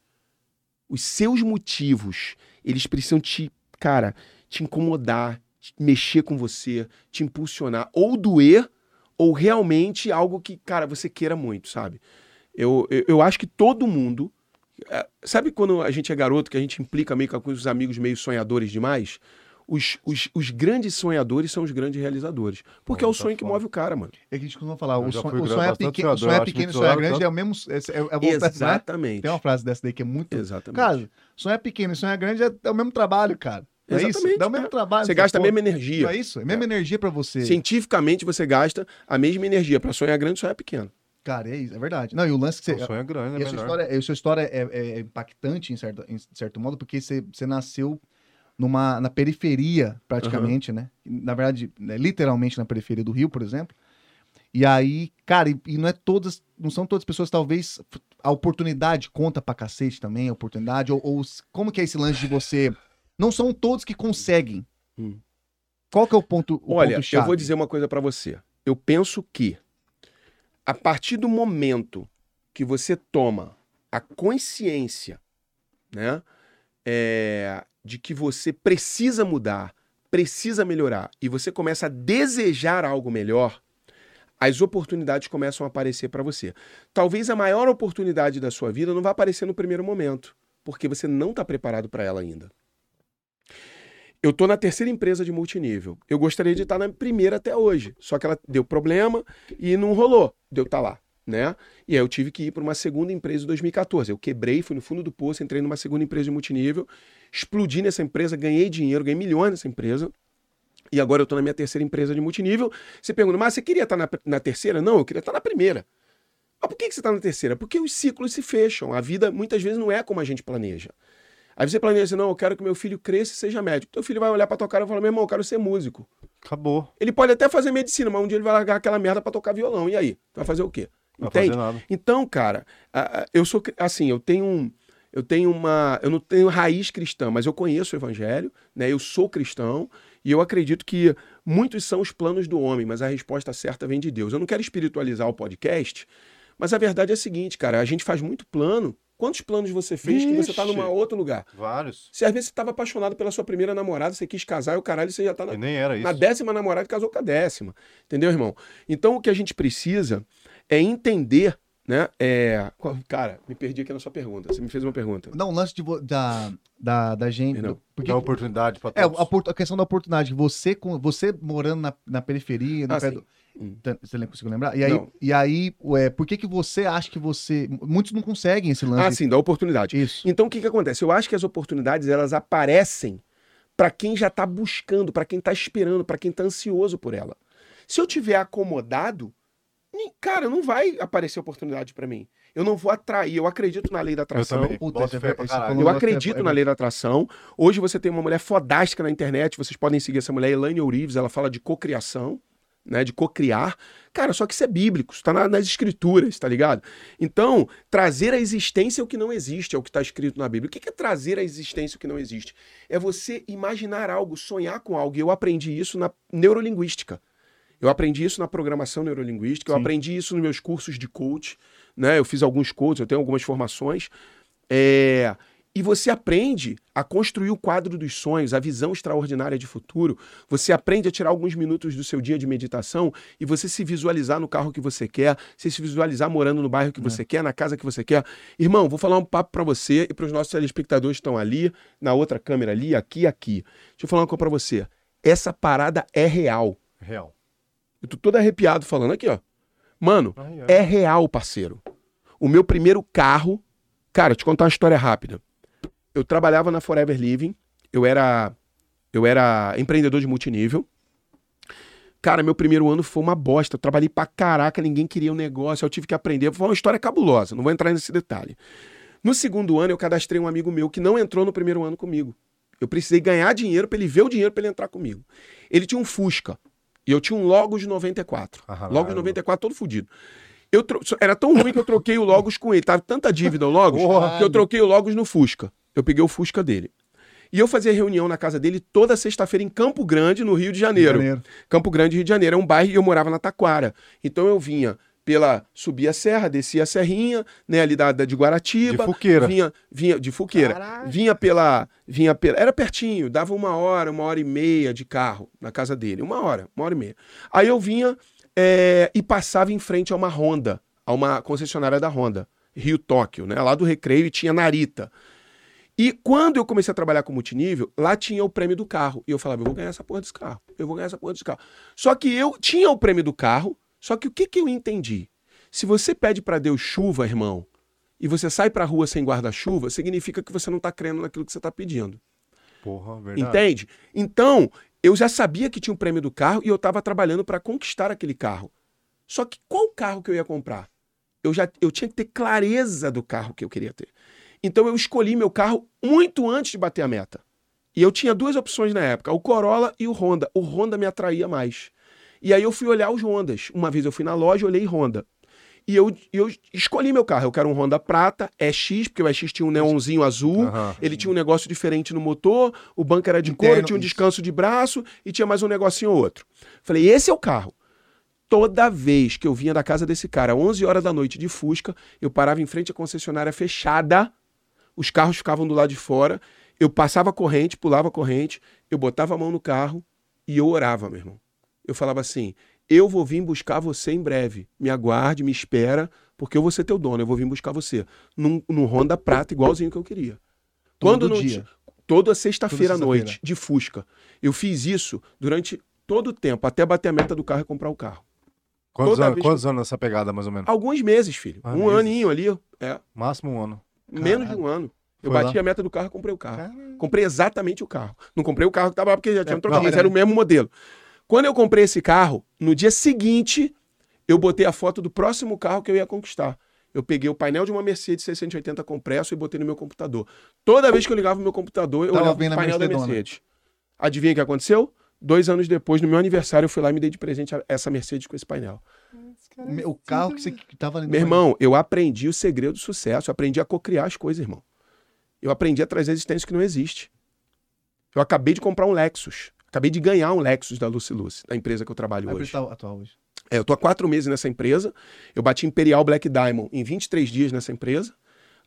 [SPEAKER 3] Os seus motivos, eles precisam te, cara, te incomodar, te mexer com você, te impulsionar, ou doer, ou realmente algo que, cara, você queira muito, sabe? Eu, eu, eu acho que todo mundo. é, Sabe quando a gente é garoto, que a gente implica meio com os amigos meio sonhadores demais? Os, os, os grandes sonhadores são os grandes realizadores. Porque
[SPEAKER 1] Pô,
[SPEAKER 3] é o
[SPEAKER 1] tá
[SPEAKER 3] sonho que
[SPEAKER 1] foda.
[SPEAKER 3] move o cara, mano.
[SPEAKER 2] É que a gente costuma falar,
[SPEAKER 1] Eu
[SPEAKER 2] o
[SPEAKER 1] já
[SPEAKER 2] sonho,
[SPEAKER 1] fui
[SPEAKER 2] o
[SPEAKER 1] gra-
[SPEAKER 2] sonho é
[SPEAKER 1] bastante
[SPEAKER 2] pequeno, o sonho é
[SPEAKER 1] sonhador,
[SPEAKER 2] pequeno, o
[SPEAKER 1] acho
[SPEAKER 2] sonho é
[SPEAKER 1] muito
[SPEAKER 2] grande, é o mesmo... É, é, é, voltar- né?
[SPEAKER 3] Exatamente.
[SPEAKER 2] Tem uma frase dessa daí que é muito...
[SPEAKER 3] Exatamente.
[SPEAKER 2] Cara, sonho é pequeno, sonho é grande, é, é o mesmo trabalho, cara. Não é isso?
[SPEAKER 3] Exatamente,
[SPEAKER 2] Dá o mesmo
[SPEAKER 3] cara.
[SPEAKER 2] trabalho.
[SPEAKER 3] você
[SPEAKER 2] essa
[SPEAKER 3] gasta a
[SPEAKER 2] porra.
[SPEAKER 3] mesma energia.
[SPEAKER 2] Não é isso? É a mesma energia pra você.
[SPEAKER 3] Cientificamente, você gasta a mesma energia. Para sonhar grande, sonhar pequeno.
[SPEAKER 2] Cara, é isso, é verdade. Não, e o lance que você...
[SPEAKER 1] o sonho é grande, é
[SPEAKER 2] E a sua
[SPEAKER 1] melhor.
[SPEAKER 2] história, a sua história é, é impactante, em certo, em certo modo, porque você, você nasceu numa, na periferia, praticamente, né? Na verdade, né, literalmente na periferia do Rio, por exemplo. E aí, cara, e, e não é todas, não são todas as pessoas, talvez a oportunidade conta pra cacete também, a oportunidade, ou, ou s- como que é esse lance de você. Não são todos que conseguem.
[SPEAKER 3] Hum.
[SPEAKER 2] Qual que é o ponto o
[SPEAKER 3] Olha,
[SPEAKER 2] ponto
[SPEAKER 3] eu vou dizer uma coisa pra você. Eu penso que a partir do momento que você toma a consciência, né, é, de que você precisa mudar, precisa melhorar e você começa a desejar algo melhor, as oportunidades começam a aparecer para você. Talvez a maior oportunidade da sua vida não vá aparecer no primeiro momento, porque você não está preparado para ela ainda. Eu estou na terceira empresa de multinível. Eu gostaria de estar na primeira até hoje, só que ela deu problema e não rolou. Deu estar lá, né? E aí eu tive que ir para uma segunda empresa em 2014. Eu quebrei, fui no fundo do poço, entrei numa segunda empresa de multinível, explodi nessa empresa, ganhei dinheiro, ganhei milhões nessa empresa. E agora eu estou na minha terceira empresa de multinível. Você pergunta, mas você queria estar na, na terceira? Não, eu queria estar na primeira. Mas por que, que você está na terceira? Porque os ciclos se fecham. A vida muitas vezes não é como a gente planeja. Aí você planeja assim, não, eu quero que meu filho cresça e seja médico. Teu filho vai olhar pra tua cara e falar, meu irmão, eu quero ser músico.
[SPEAKER 1] Acabou.
[SPEAKER 3] Ele pode até fazer medicina, mas um dia ele vai largar aquela merda pra tocar violão. E aí? Vai fazer o quê?
[SPEAKER 1] Não vai
[SPEAKER 3] Entende?
[SPEAKER 1] fazer nada.
[SPEAKER 3] Então, cara, a- a- eu sou cri- assim, eu tenho um, eu tenho uma, eu não tenho raiz cristã, mas eu conheço o evangelho, né? Eu sou cristão e eu acredito que muitos são os planos do homem, mas a resposta certa vem de Deus. Eu não quero espiritualizar o podcast, mas a verdade é a seguinte, cara, a gente faz muito plano. Quantos planos você fez que você tá
[SPEAKER 1] Vixe.
[SPEAKER 3] num outro lugar?
[SPEAKER 1] Vários.
[SPEAKER 3] Se às vezes você estava apaixonado pela sua primeira namorada, você quis casar e o caralho você já tá na,
[SPEAKER 1] E nem era É isso.
[SPEAKER 3] na décima namorada e casou com a décima. Entendeu, irmão? Então o que a gente precisa é entender, né? É... qual- Cara, me perdi aqui na sua pergunta. Você me fez uma pergunta.
[SPEAKER 2] Não, o lance de vo- da, da, da gente.
[SPEAKER 3] Perdão.
[SPEAKER 2] do- porque,
[SPEAKER 1] Dá oportunidade pra
[SPEAKER 2] é, a,
[SPEAKER 1] todos.
[SPEAKER 2] opor- a questão da oportunidade. Você, com, você morando na, na periferia, no
[SPEAKER 3] Ah,
[SPEAKER 2] pé
[SPEAKER 3] sim.
[SPEAKER 2] do-
[SPEAKER 3] Hum.
[SPEAKER 2] Tá, Você não conseguiu lembrar? E aí,
[SPEAKER 3] Não.
[SPEAKER 2] e aí ué, por que, que você acha que você. Muitos não conseguem esse lance.
[SPEAKER 3] Ah, sim, da oportunidade.
[SPEAKER 2] Isso.
[SPEAKER 3] Então o que, que acontece? Eu acho que as oportunidades elas aparecem para quem já está buscando, para quem está esperando, para quem está ansioso por ela. Se eu tiver acomodado, nem- cara, não vai aparecer oportunidade para mim. Eu não vou atrair. Eu acredito na lei da atração.
[SPEAKER 1] também. Bota
[SPEAKER 2] esse é
[SPEAKER 1] fé
[SPEAKER 2] ver-
[SPEAKER 1] pra
[SPEAKER 2] esse
[SPEAKER 1] caralho.
[SPEAKER 2] falou um
[SPEAKER 3] Eu
[SPEAKER 2] negócio
[SPEAKER 3] acredito
[SPEAKER 2] que é-
[SPEAKER 3] na lei da atração. Hoje você tem uma mulher fodástica na internet, vocês podem seguir essa mulher, Elaine Ourives, ela fala de cocriação, né, de cocriar. Cara, só que isso é bíblico, isso tá na- nas escrituras, tá ligado? Então, trazer à existência o que não existe, é o que tá escrito na Bíblia. O que que é trazer à existência o que não existe? É você imaginar algo, sonhar com algo. E eu aprendi isso na neurolinguística. Eu aprendi isso na programação neurolinguística, eu
[SPEAKER 1] Sim.
[SPEAKER 3] aprendi isso nos meus cursos de coach, né? Eu fiz alguns coaches, eu tenho algumas formações. É, E você aprende a construir o quadro dos sonhos, a visão extraordinária de futuro. Você aprende a tirar alguns minutos do seu dia de meditação e você se visualizar no carro que você quer, você se visualizar morando no bairro que você quer, na casa que você quer. Irmão, vou falar um papo para você e para os nossos telespectadores que estão ali, na outra câmera ali, aqui, aqui. Deixa eu falar uma coisa para você. Essa parada é real.
[SPEAKER 1] Real.
[SPEAKER 3] Eu tô todo arrepiado falando aqui, ó. Mano,
[SPEAKER 1] Ah, real.
[SPEAKER 3] é real, parceiro. O meu primeiro carro. Cara, te contar uma história rápida. Eu trabalhava na Forever Living. Eu era. Eu era empreendedor de multinível. Cara, meu primeiro ano foi uma bosta. Eu trabalhei pra caraca, ninguém queria o negócio. Eu tive que aprender. Foi uma história cabulosa, não vou entrar nesse detalhe. No segundo ano, eu cadastrei um amigo meu que não entrou no primeiro ano comigo. Eu precisei ganhar dinheiro pra ele ver o dinheiro pra ele entrar comigo. Ele tinha um Fusca. E eu tinha um Logos 94.
[SPEAKER 1] Ah,
[SPEAKER 3] Logos
[SPEAKER 1] lá,
[SPEAKER 3] 94, todo fudido. Eu tro- Era tão ruim que eu troquei o Logos com ele. Tava tanta dívida o Logos
[SPEAKER 1] Porra.
[SPEAKER 3] que eu troquei o Logos no Fusca. Eu peguei o Fusca dele. E eu fazia reunião na casa dele toda sexta-feira em Campo Grande, no Rio de Janeiro.
[SPEAKER 2] Janeiro.
[SPEAKER 3] Campo Grande, Rio de Janeiro, é um bairro e eu morava na Taquara. Então eu vinha pela. subia a serra, descia a serrinha, né, ali da, da- de Guaratiba.
[SPEAKER 1] De Fuqueira.
[SPEAKER 3] Vinha, vinha de Fuqueira. Vinha pela. Vinha pela. Era pertinho, dava uma hora, uma hora e meia de carro na casa dele. Uma hora, uma hora e meia. Aí eu vinha é, e passava em frente a uma Honda, a uma concessionária da Honda, Rio Tóquio, né? Lá do Recreio e tinha Narita. E quando eu comecei a trabalhar com multinível, lá tinha o prêmio do carro. E eu falava, eu vou ganhar essa porra desse carro. Eu vou ganhar essa porra desse carro. Só que eu tinha o prêmio do carro, só que o que, que eu entendi? Se você pede pra Deus chuva, irmão, e você sai pra rua sem guarda-chuva, significa que você não tá crendo naquilo que você tá pedindo.
[SPEAKER 1] Porra, verdade.
[SPEAKER 3] Entende? Então, eu já sabia que tinha um prêmio do carro e eu estava trabalhando para conquistar aquele carro. Só que qual carro que eu ia comprar? Eu já eu tinha que ter clareza do carro que eu queria ter. Então eu escolhi meu carro muito antes de bater a meta. E eu tinha duas opções na época, o Corolla e o Honda. O Honda me atraía mais. E aí eu fui olhar os Hondas. Uma vez eu fui na loja, olhei Honda. E eu, eu escolhi meu carro. Eu quero um Honda Prata, EX, porque o EX tinha um neonzinho azul.
[SPEAKER 1] Aham.
[SPEAKER 3] Ele tinha um negócio diferente no motor, o banco era de
[SPEAKER 2] Interno,
[SPEAKER 3] couro, tinha um
[SPEAKER 2] isso.
[SPEAKER 3] descanso de braço e tinha mais um negocinho ou outro. Falei, esse é o carro. Toda vez que eu vinha da casa desse cara, 11 horas da noite de Fusca, eu parava em frente à concessionária fechada, os carros ficavam do lado de fora, eu passava a corrente, pulava a corrente, eu botava a mão no carro e eu orava, meu irmão. Eu falava assim, Eu vou vir buscar você em breve. Me aguarde, me espera, porque eu vou ser teu dono, eu vou vir buscar você. Num, num Honda Prata, igualzinho que eu queria.
[SPEAKER 2] Todo
[SPEAKER 3] não
[SPEAKER 2] dia.
[SPEAKER 3] ti- Toda sexta-feira à
[SPEAKER 2] Toda
[SPEAKER 3] noite,
[SPEAKER 2] sexta-feira.
[SPEAKER 3] de Fusca. Eu fiz isso durante todo o tempo, até bater a meta do carro e comprar o carro.
[SPEAKER 1] Quantos,
[SPEAKER 3] Toda
[SPEAKER 1] anos,
[SPEAKER 3] vez
[SPEAKER 1] quantos anos nessa pegada, mais ou menos?
[SPEAKER 3] Alguns meses, filho.
[SPEAKER 1] Ah,
[SPEAKER 3] um
[SPEAKER 1] Hum. meses.
[SPEAKER 3] aninho ali, é.
[SPEAKER 1] Máximo um ano.
[SPEAKER 3] Menos de um ano. Eu
[SPEAKER 1] Foi
[SPEAKER 3] bati
[SPEAKER 1] lá.
[SPEAKER 3] a meta do carro e comprei o carro.
[SPEAKER 2] Caralho.
[SPEAKER 3] Comprei exatamente o carro. Não comprei o carro que tava lá porque já tinha
[SPEAKER 2] É,
[SPEAKER 3] trocado,
[SPEAKER 2] não,
[SPEAKER 3] mas
[SPEAKER 2] era-
[SPEAKER 3] era o mesmo modelo. Quando eu comprei esse carro, no dia seguinte, eu botei a foto do próximo carro que eu ia conquistar. Eu peguei o painel de uma Mercedes 680 compresso e botei no meu computador. Toda vez que eu ligava o meu computador, eu
[SPEAKER 2] Tava
[SPEAKER 3] olhava o
[SPEAKER 2] vendo a
[SPEAKER 3] painel da
[SPEAKER 2] Mercedona.
[SPEAKER 3] Mercedes. Adivinha o que aconteceu? Dois anos depois, no meu aniversário, eu fui lá e me dei de presente a- essa Mercedes com esse painel.
[SPEAKER 2] Me- O carro que você que tava É
[SPEAKER 3] Meu irmão, eu aprendi o segredo do sucesso, eu aprendi a cocriar as coisas, irmão. Eu aprendi a trazer existência que não existe. Eu acabei de comprar um Lexus. Acabei de ganhar um Lexus da Lucy Lucy, da empresa que eu trabalho
[SPEAKER 2] Vai
[SPEAKER 3] hoje.
[SPEAKER 2] apertar o atual hoje.
[SPEAKER 3] É, eu tô há quatro meses nessa empresa. Eu bati Imperial Black Diamond em 23 dias nessa empresa.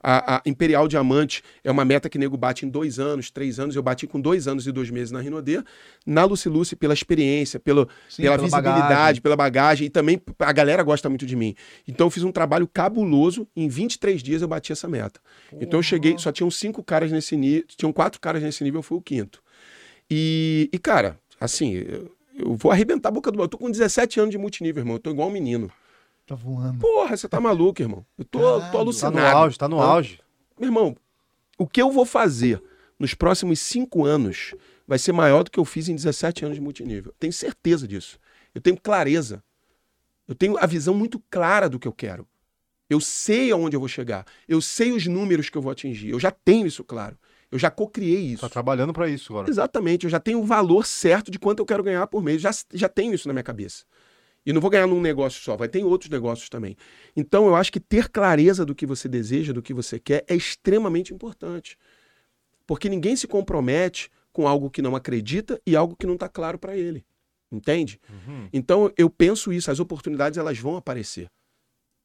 [SPEAKER 3] A, a Imperial Diamante é uma meta que nego bate em dois anos, três anos. Eu bati com dois anos e dois meses na Rinodê. Na Lucy Lucy, pela experiência, pelo,
[SPEAKER 2] Sim,
[SPEAKER 3] pela,
[SPEAKER 2] pela
[SPEAKER 3] visibilidade,
[SPEAKER 2] bagagem.
[SPEAKER 3] pela bagagem. E também p- a galera gosta muito de mim. Então eu fiz um trabalho cabuloso. Em 23 dias eu bati essa meta. Então eu cheguei, só tinham cinco caras nesse nível, tinham quatro caras nesse nível, eu fui o quinto. E, e, cara, assim, eu, eu vou arrebentar a boca do. Eu tô com 17 anos de multinível, irmão. Eu tô igual um menino.
[SPEAKER 2] Tá voando.
[SPEAKER 3] Porra, você tá maluco, irmão. Eu tô,
[SPEAKER 2] Caralho,
[SPEAKER 3] tô
[SPEAKER 2] tá
[SPEAKER 1] Tá
[SPEAKER 3] alucinado.
[SPEAKER 1] no auge, tá no
[SPEAKER 3] Então,
[SPEAKER 1] auge.
[SPEAKER 3] Meu irmão, o que eu vou fazer nos próximos cinco anos vai ser maior do que eu fiz em 17 anos de multinível. Eu tenho certeza disso. Eu tenho clareza. Eu tenho a visão muito clara do que eu quero. Eu sei aonde eu vou chegar. Eu sei os números que eu vou atingir. Eu já tenho isso claro. Eu já cocriei isso.
[SPEAKER 1] Tá trabalhando pra isso agora.
[SPEAKER 3] Exatamente, eu já tenho o valor certo de quanto eu quero ganhar por mês, já, já tenho isso na minha cabeça. E não vou ganhar num negócio só, vai ter em outros negócios também. Então eu acho que ter clareza do que você deseja, do que você quer, é extremamente importante. Porque ninguém se compromete com algo que não acredita e algo que não está claro para ele. Entende?
[SPEAKER 1] Uhum.
[SPEAKER 3] Então eu penso isso, as oportunidades elas vão aparecer.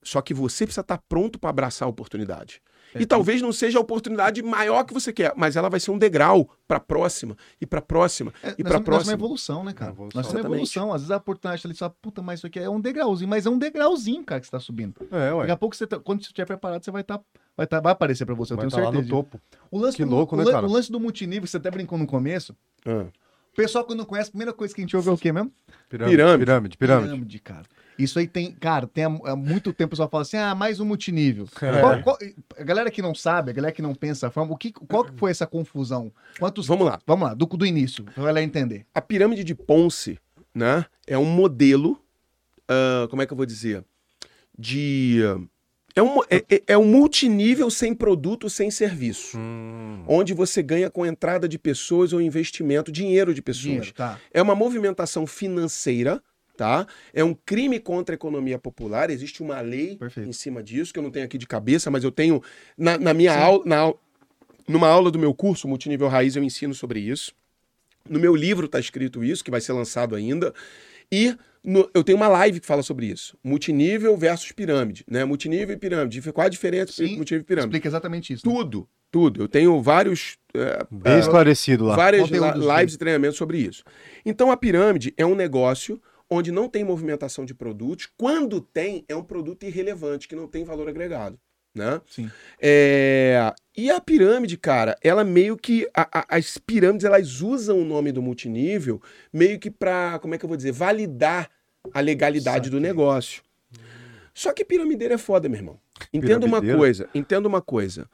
[SPEAKER 3] Só que você precisa estar pronto para abraçar a oportunidade.
[SPEAKER 2] É,
[SPEAKER 3] e talvez não seja a oportunidade maior que você quer, mas ela vai ser um degrau para próxima e para próxima
[SPEAKER 2] É, nós
[SPEAKER 3] e para
[SPEAKER 2] somos- nós somos uma
[SPEAKER 3] próxima.
[SPEAKER 2] evolução, né,
[SPEAKER 1] É
[SPEAKER 2] cara?
[SPEAKER 1] uma evolução.
[SPEAKER 2] Nós somos uma
[SPEAKER 3] Exatamente.
[SPEAKER 2] evolução. Às vezes a oportunidade ali só, puta, mas isso aqui é um degrauzinho, mas é um degrauzinho, cara, que você tá subindo.
[SPEAKER 1] É, ué.
[SPEAKER 2] Daqui a pouco, você tá- quando você estiver preparado, você vai estar. vai, tá, vai aparecer pra você, eu
[SPEAKER 1] Vai
[SPEAKER 2] tenho
[SPEAKER 1] tá lá
[SPEAKER 2] certeza.
[SPEAKER 1] no topo.
[SPEAKER 2] O lance
[SPEAKER 1] Que
[SPEAKER 2] do,
[SPEAKER 1] louco,
[SPEAKER 2] o
[SPEAKER 1] né,
[SPEAKER 2] lan-
[SPEAKER 1] cara?
[SPEAKER 2] O lance do multinível, que você até brincou no começo.
[SPEAKER 3] Ah.
[SPEAKER 2] O pessoal que não conhece, a primeira coisa que a gente ouve é o quê mesmo?
[SPEAKER 1] Pirâmide,
[SPEAKER 3] Pirâmide.
[SPEAKER 1] pirâmide, pirâmide.
[SPEAKER 2] cara. Isso aí tem, cara, tem há há muito tempo o pessoal fala assim, ah, mais um multinível.
[SPEAKER 1] É.
[SPEAKER 2] Qual- qual- a galera que não sabe, a galera que não pensa a forma, o que, qual que foi essa confusão? Quantos...
[SPEAKER 3] Vamos lá.
[SPEAKER 2] Vamos lá, do, do início, pra galera entender.
[SPEAKER 3] A pirâmide de Ponce, né, é um modelo, ah, como é que eu vou dizer, de é um é- é- é um multinível sem produto, sem serviço.
[SPEAKER 1] Hum.
[SPEAKER 3] onde você ganha com entrada de pessoas ou investimento, dinheiro de pessoas.
[SPEAKER 2] Dinheiro, tá.
[SPEAKER 3] É uma movimentação financeira, tá? É um crime contra a economia popular, existe uma lei
[SPEAKER 2] Perfeito.
[SPEAKER 3] em cima disso, que eu não tenho aqui de cabeça, mas eu tenho na, na minha aula, na au- numa aula do meu curso Multinível Raiz, eu ensino sobre isso. No meu livro está escrito isso, que vai ser lançado ainda. E no- eu tenho uma live que fala sobre isso. Multinível versus pirâmide, né? Multinível e pirâmide. Qual a diferença entre
[SPEAKER 2] Sim,
[SPEAKER 3] multinível e pirâmide?
[SPEAKER 2] Explica exatamente isso. né?
[SPEAKER 3] Tudo, tudo. Eu tenho vários. eh,
[SPEAKER 1] Bem
[SPEAKER 3] eh,
[SPEAKER 1] esclarecido lá.
[SPEAKER 3] várias
[SPEAKER 2] Conteúdos,
[SPEAKER 3] li- lives e treinamentos sobre isso. Então a pirâmide é um negócio onde não tem movimentação de produtos. Quando tem, é um produto irrelevante, que não tem valor agregado. Né?
[SPEAKER 2] Sim.
[SPEAKER 3] É, E a pirâmide, cara, ela meio que. a- a- as pirâmides elas usam o nome do multinível meio que pra, como é que eu vou dizer, validar a legalidade do
[SPEAKER 2] Saquei.
[SPEAKER 3] negócio. Só que piramideiro é foda, meu irmão. Entenda uma
[SPEAKER 1] Piramideiro?
[SPEAKER 3] coisa, entenda uma coisa.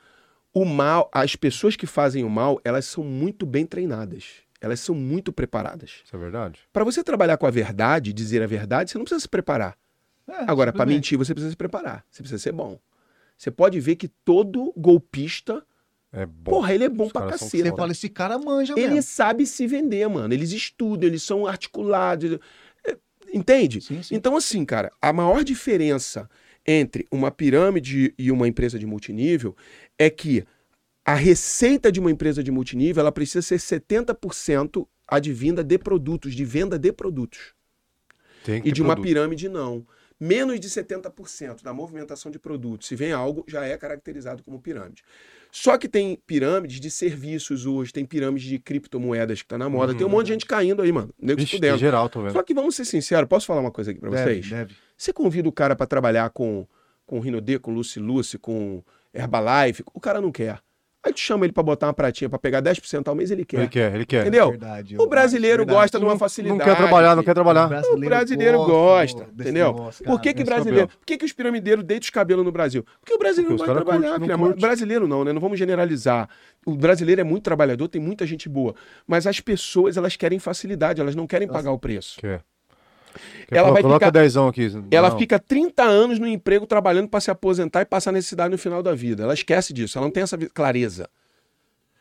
[SPEAKER 3] O mal, as pessoas que fazem o mal, elas são muito bem treinadas. Elas são muito preparadas.
[SPEAKER 1] Isso é verdade?
[SPEAKER 3] Para você trabalhar com a verdade, dizer a verdade, você não precisa se preparar.
[SPEAKER 2] É,
[SPEAKER 3] Agora, para
[SPEAKER 2] simplesmente.
[SPEAKER 3] mentir, você precisa se preparar. Você precisa ser bom. Você pode ver que todo golpista,
[SPEAKER 1] É bom.
[SPEAKER 3] porra, ele é bom
[SPEAKER 1] os
[SPEAKER 3] pra
[SPEAKER 1] caras são
[SPEAKER 3] caceta.
[SPEAKER 2] Você fala, esse cara manja
[SPEAKER 3] Ele é
[SPEAKER 2] mesmo.
[SPEAKER 3] sabe se vender, mano. Eles estudam, eles são articulados. ele- é, Entende?
[SPEAKER 2] Sim, sim.
[SPEAKER 3] Então, assim, cara, a maior diferença entre uma pirâmide e uma empresa de multinível é que a receita de uma empresa de multinível ela precisa ser 70% advinda de produtos, de venda de produtos.
[SPEAKER 1] Tem que
[SPEAKER 3] E
[SPEAKER 1] ter
[SPEAKER 3] de uma
[SPEAKER 1] produto.
[SPEAKER 3] pirâmide, não. Menos de 70% da movimentação de produtos, se vem algo, já é caracterizado como pirâmide. Só que tem pirâmides de serviços hoje, tem pirâmides de criptomoedas que tá na moda.
[SPEAKER 1] Uhum,
[SPEAKER 3] tem um monte de gente caindo aí, mano. Nego
[SPEAKER 1] Vixe,
[SPEAKER 3] estudando.
[SPEAKER 1] tem geral, tô vendo.
[SPEAKER 3] Só que vamos ser sinceros, posso falar uma coisa aqui pra
[SPEAKER 2] Deve,
[SPEAKER 3] vocês?
[SPEAKER 2] deve.
[SPEAKER 3] Você convida o cara pra trabalhar com com Rinodê, com Lucy Lucy, com Herbalife, o cara não quer. Aí tu chama ele pra botar uma pratinha pra pegar 10% ao mês, ele quer.
[SPEAKER 1] Ele quer, ele quer.
[SPEAKER 3] Entendeu?
[SPEAKER 2] Verdade,
[SPEAKER 3] O
[SPEAKER 2] eu-
[SPEAKER 3] brasileiro
[SPEAKER 2] verdade.
[SPEAKER 3] gosta de uma
[SPEAKER 1] Não-
[SPEAKER 3] facilidade.
[SPEAKER 1] Não quer trabalhar, não quer trabalhar.
[SPEAKER 3] O brasileiro gosta,
[SPEAKER 2] desse
[SPEAKER 3] entendeu?
[SPEAKER 2] negócio,
[SPEAKER 3] Por que,
[SPEAKER 2] cara.
[SPEAKER 3] que
[SPEAKER 2] Esse
[SPEAKER 3] brasileiro?
[SPEAKER 1] é o
[SPEAKER 3] Por que, que os piramideiros deitam os cabelos no Brasil? Porque o brasileiro
[SPEAKER 1] Porque
[SPEAKER 3] não
[SPEAKER 1] os cara
[SPEAKER 3] vai trabalhar,
[SPEAKER 1] curte, não
[SPEAKER 3] filha. Mas
[SPEAKER 1] curte.
[SPEAKER 3] Brasileiro não, né? Não vamos generalizar. O brasileiro é muito trabalhador, tem muita gente boa. Mas as pessoas, elas querem facilidade, elas não querem pagar o preço.
[SPEAKER 1] Quer.
[SPEAKER 3] Ela
[SPEAKER 1] Ela
[SPEAKER 3] vai
[SPEAKER 1] coloca
[SPEAKER 3] ficar-
[SPEAKER 1] dezão aqui.
[SPEAKER 3] Ela
[SPEAKER 1] Não.
[SPEAKER 3] fica 30 anos no emprego trabalhando para se aposentar e passar necessidade no final da vida. Ela esquece disso, ela não tem essa vi- clareza.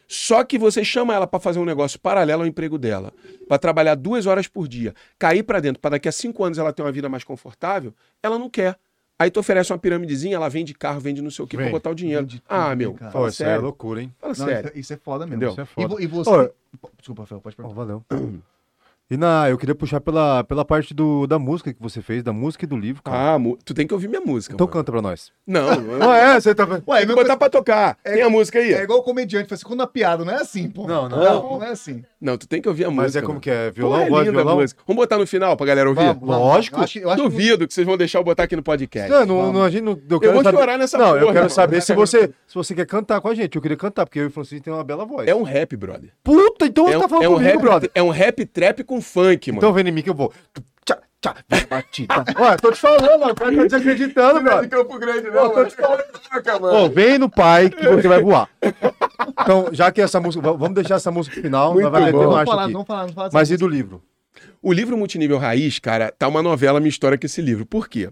[SPEAKER 3] Só que você chama ela para fazer um negócio paralelo ao emprego dela, para trabalhar duas horas por dia, cair para dentro, para daqui a cinco anos ela ter uma vida mais confortável, ela não quer. Aí tu oferece uma piramidezinha, ela vende carro, vende não sei o que para
[SPEAKER 1] Vende.
[SPEAKER 3] botar o dinheiro.
[SPEAKER 2] Vende tudo,
[SPEAKER 3] Ah, meu,
[SPEAKER 2] cara.
[SPEAKER 1] Pô,
[SPEAKER 3] fala
[SPEAKER 1] isso aí é
[SPEAKER 3] sério.
[SPEAKER 1] loucura, hein?
[SPEAKER 3] Fala
[SPEAKER 2] Não,
[SPEAKER 3] sério.
[SPEAKER 2] isso, isso é foda mesmo.
[SPEAKER 3] Entendeu?
[SPEAKER 1] Isso é
[SPEAKER 2] E,
[SPEAKER 1] foda.
[SPEAKER 2] vo- e você.
[SPEAKER 1] Ô.
[SPEAKER 2] Desculpa, Fel, pode
[SPEAKER 1] Ó,
[SPEAKER 2] perguntar.
[SPEAKER 1] valeu. E na, eu queria puxar pela, pela parte do, da música que você fez, da música e do livro, cara.
[SPEAKER 3] Ah, mu- tu tem que ouvir minha música.
[SPEAKER 1] então
[SPEAKER 3] mano.
[SPEAKER 1] canta pra nós.
[SPEAKER 3] Não, não.
[SPEAKER 1] Ah, é? Você tá...
[SPEAKER 2] Ué,
[SPEAKER 3] tem que botar pra tocar.
[SPEAKER 2] É-
[SPEAKER 3] Tem a música aí?
[SPEAKER 2] é igual o comediante, faz segunda piada, não é assim, pô.
[SPEAKER 1] Não, não.
[SPEAKER 2] Não, não é assim.
[SPEAKER 3] Não, tu tem que ouvir a música.
[SPEAKER 1] Mas é como
[SPEAKER 3] mano.
[SPEAKER 1] que é? Violão?
[SPEAKER 3] Pô, é
[SPEAKER 1] Gosta de
[SPEAKER 3] linda a
[SPEAKER 1] violão?
[SPEAKER 3] música. Vamos botar no final pra galera ouvir?
[SPEAKER 2] Vamos, vamos.
[SPEAKER 1] Lógico.
[SPEAKER 2] Eu acho, eu acho que-
[SPEAKER 3] Duvido que vocês vão deixar eu botar aqui no podcast.
[SPEAKER 1] Não, não, não, a gente não, eu, quero
[SPEAKER 3] vou
[SPEAKER 1] saber-
[SPEAKER 3] chorar nessa
[SPEAKER 1] Não, eu
[SPEAKER 3] porra,
[SPEAKER 1] quero
[SPEAKER 3] mano.
[SPEAKER 1] saber se você, se você quer cantar com a gente. Eu queria cantar, porque eu e o Francisco tem uma bela voz.
[SPEAKER 3] É um rap, brother.
[SPEAKER 1] Puta, então
[SPEAKER 3] É
[SPEAKER 1] você
[SPEAKER 3] um,
[SPEAKER 1] tá falando
[SPEAKER 3] é um
[SPEAKER 1] comigo,
[SPEAKER 3] rap,
[SPEAKER 1] brother.
[SPEAKER 3] É um rap trap com funk, mano.
[SPEAKER 1] Então vem em mim que eu vou. Tu- Tchá, tchá, vem batida. Olha, tô te falando, ó, o cara tá desacreditando, brother.
[SPEAKER 3] Campo Grande, né,
[SPEAKER 1] não,
[SPEAKER 3] Tô te falando, cara, mano.
[SPEAKER 1] Ô, vem no pai que você vai voar. Então, já que essa música. va- Vamos deixar essa música pro final,
[SPEAKER 3] Muito
[SPEAKER 1] nós vai meter
[SPEAKER 3] bom.
[SPEAKER 2] Vamos
[SPEAKER 1] marcha
[SPEAKER 2] falar,
[SPEAKER 1] aqui.
[SPEAKER 2] vamos falar, vamos falar.
[SPEAKER 1] Mas e do livro?
[SPEAKER 3] O livro Multinível Raiz, cara, tá uma novela minha história com esse livro. Por quê?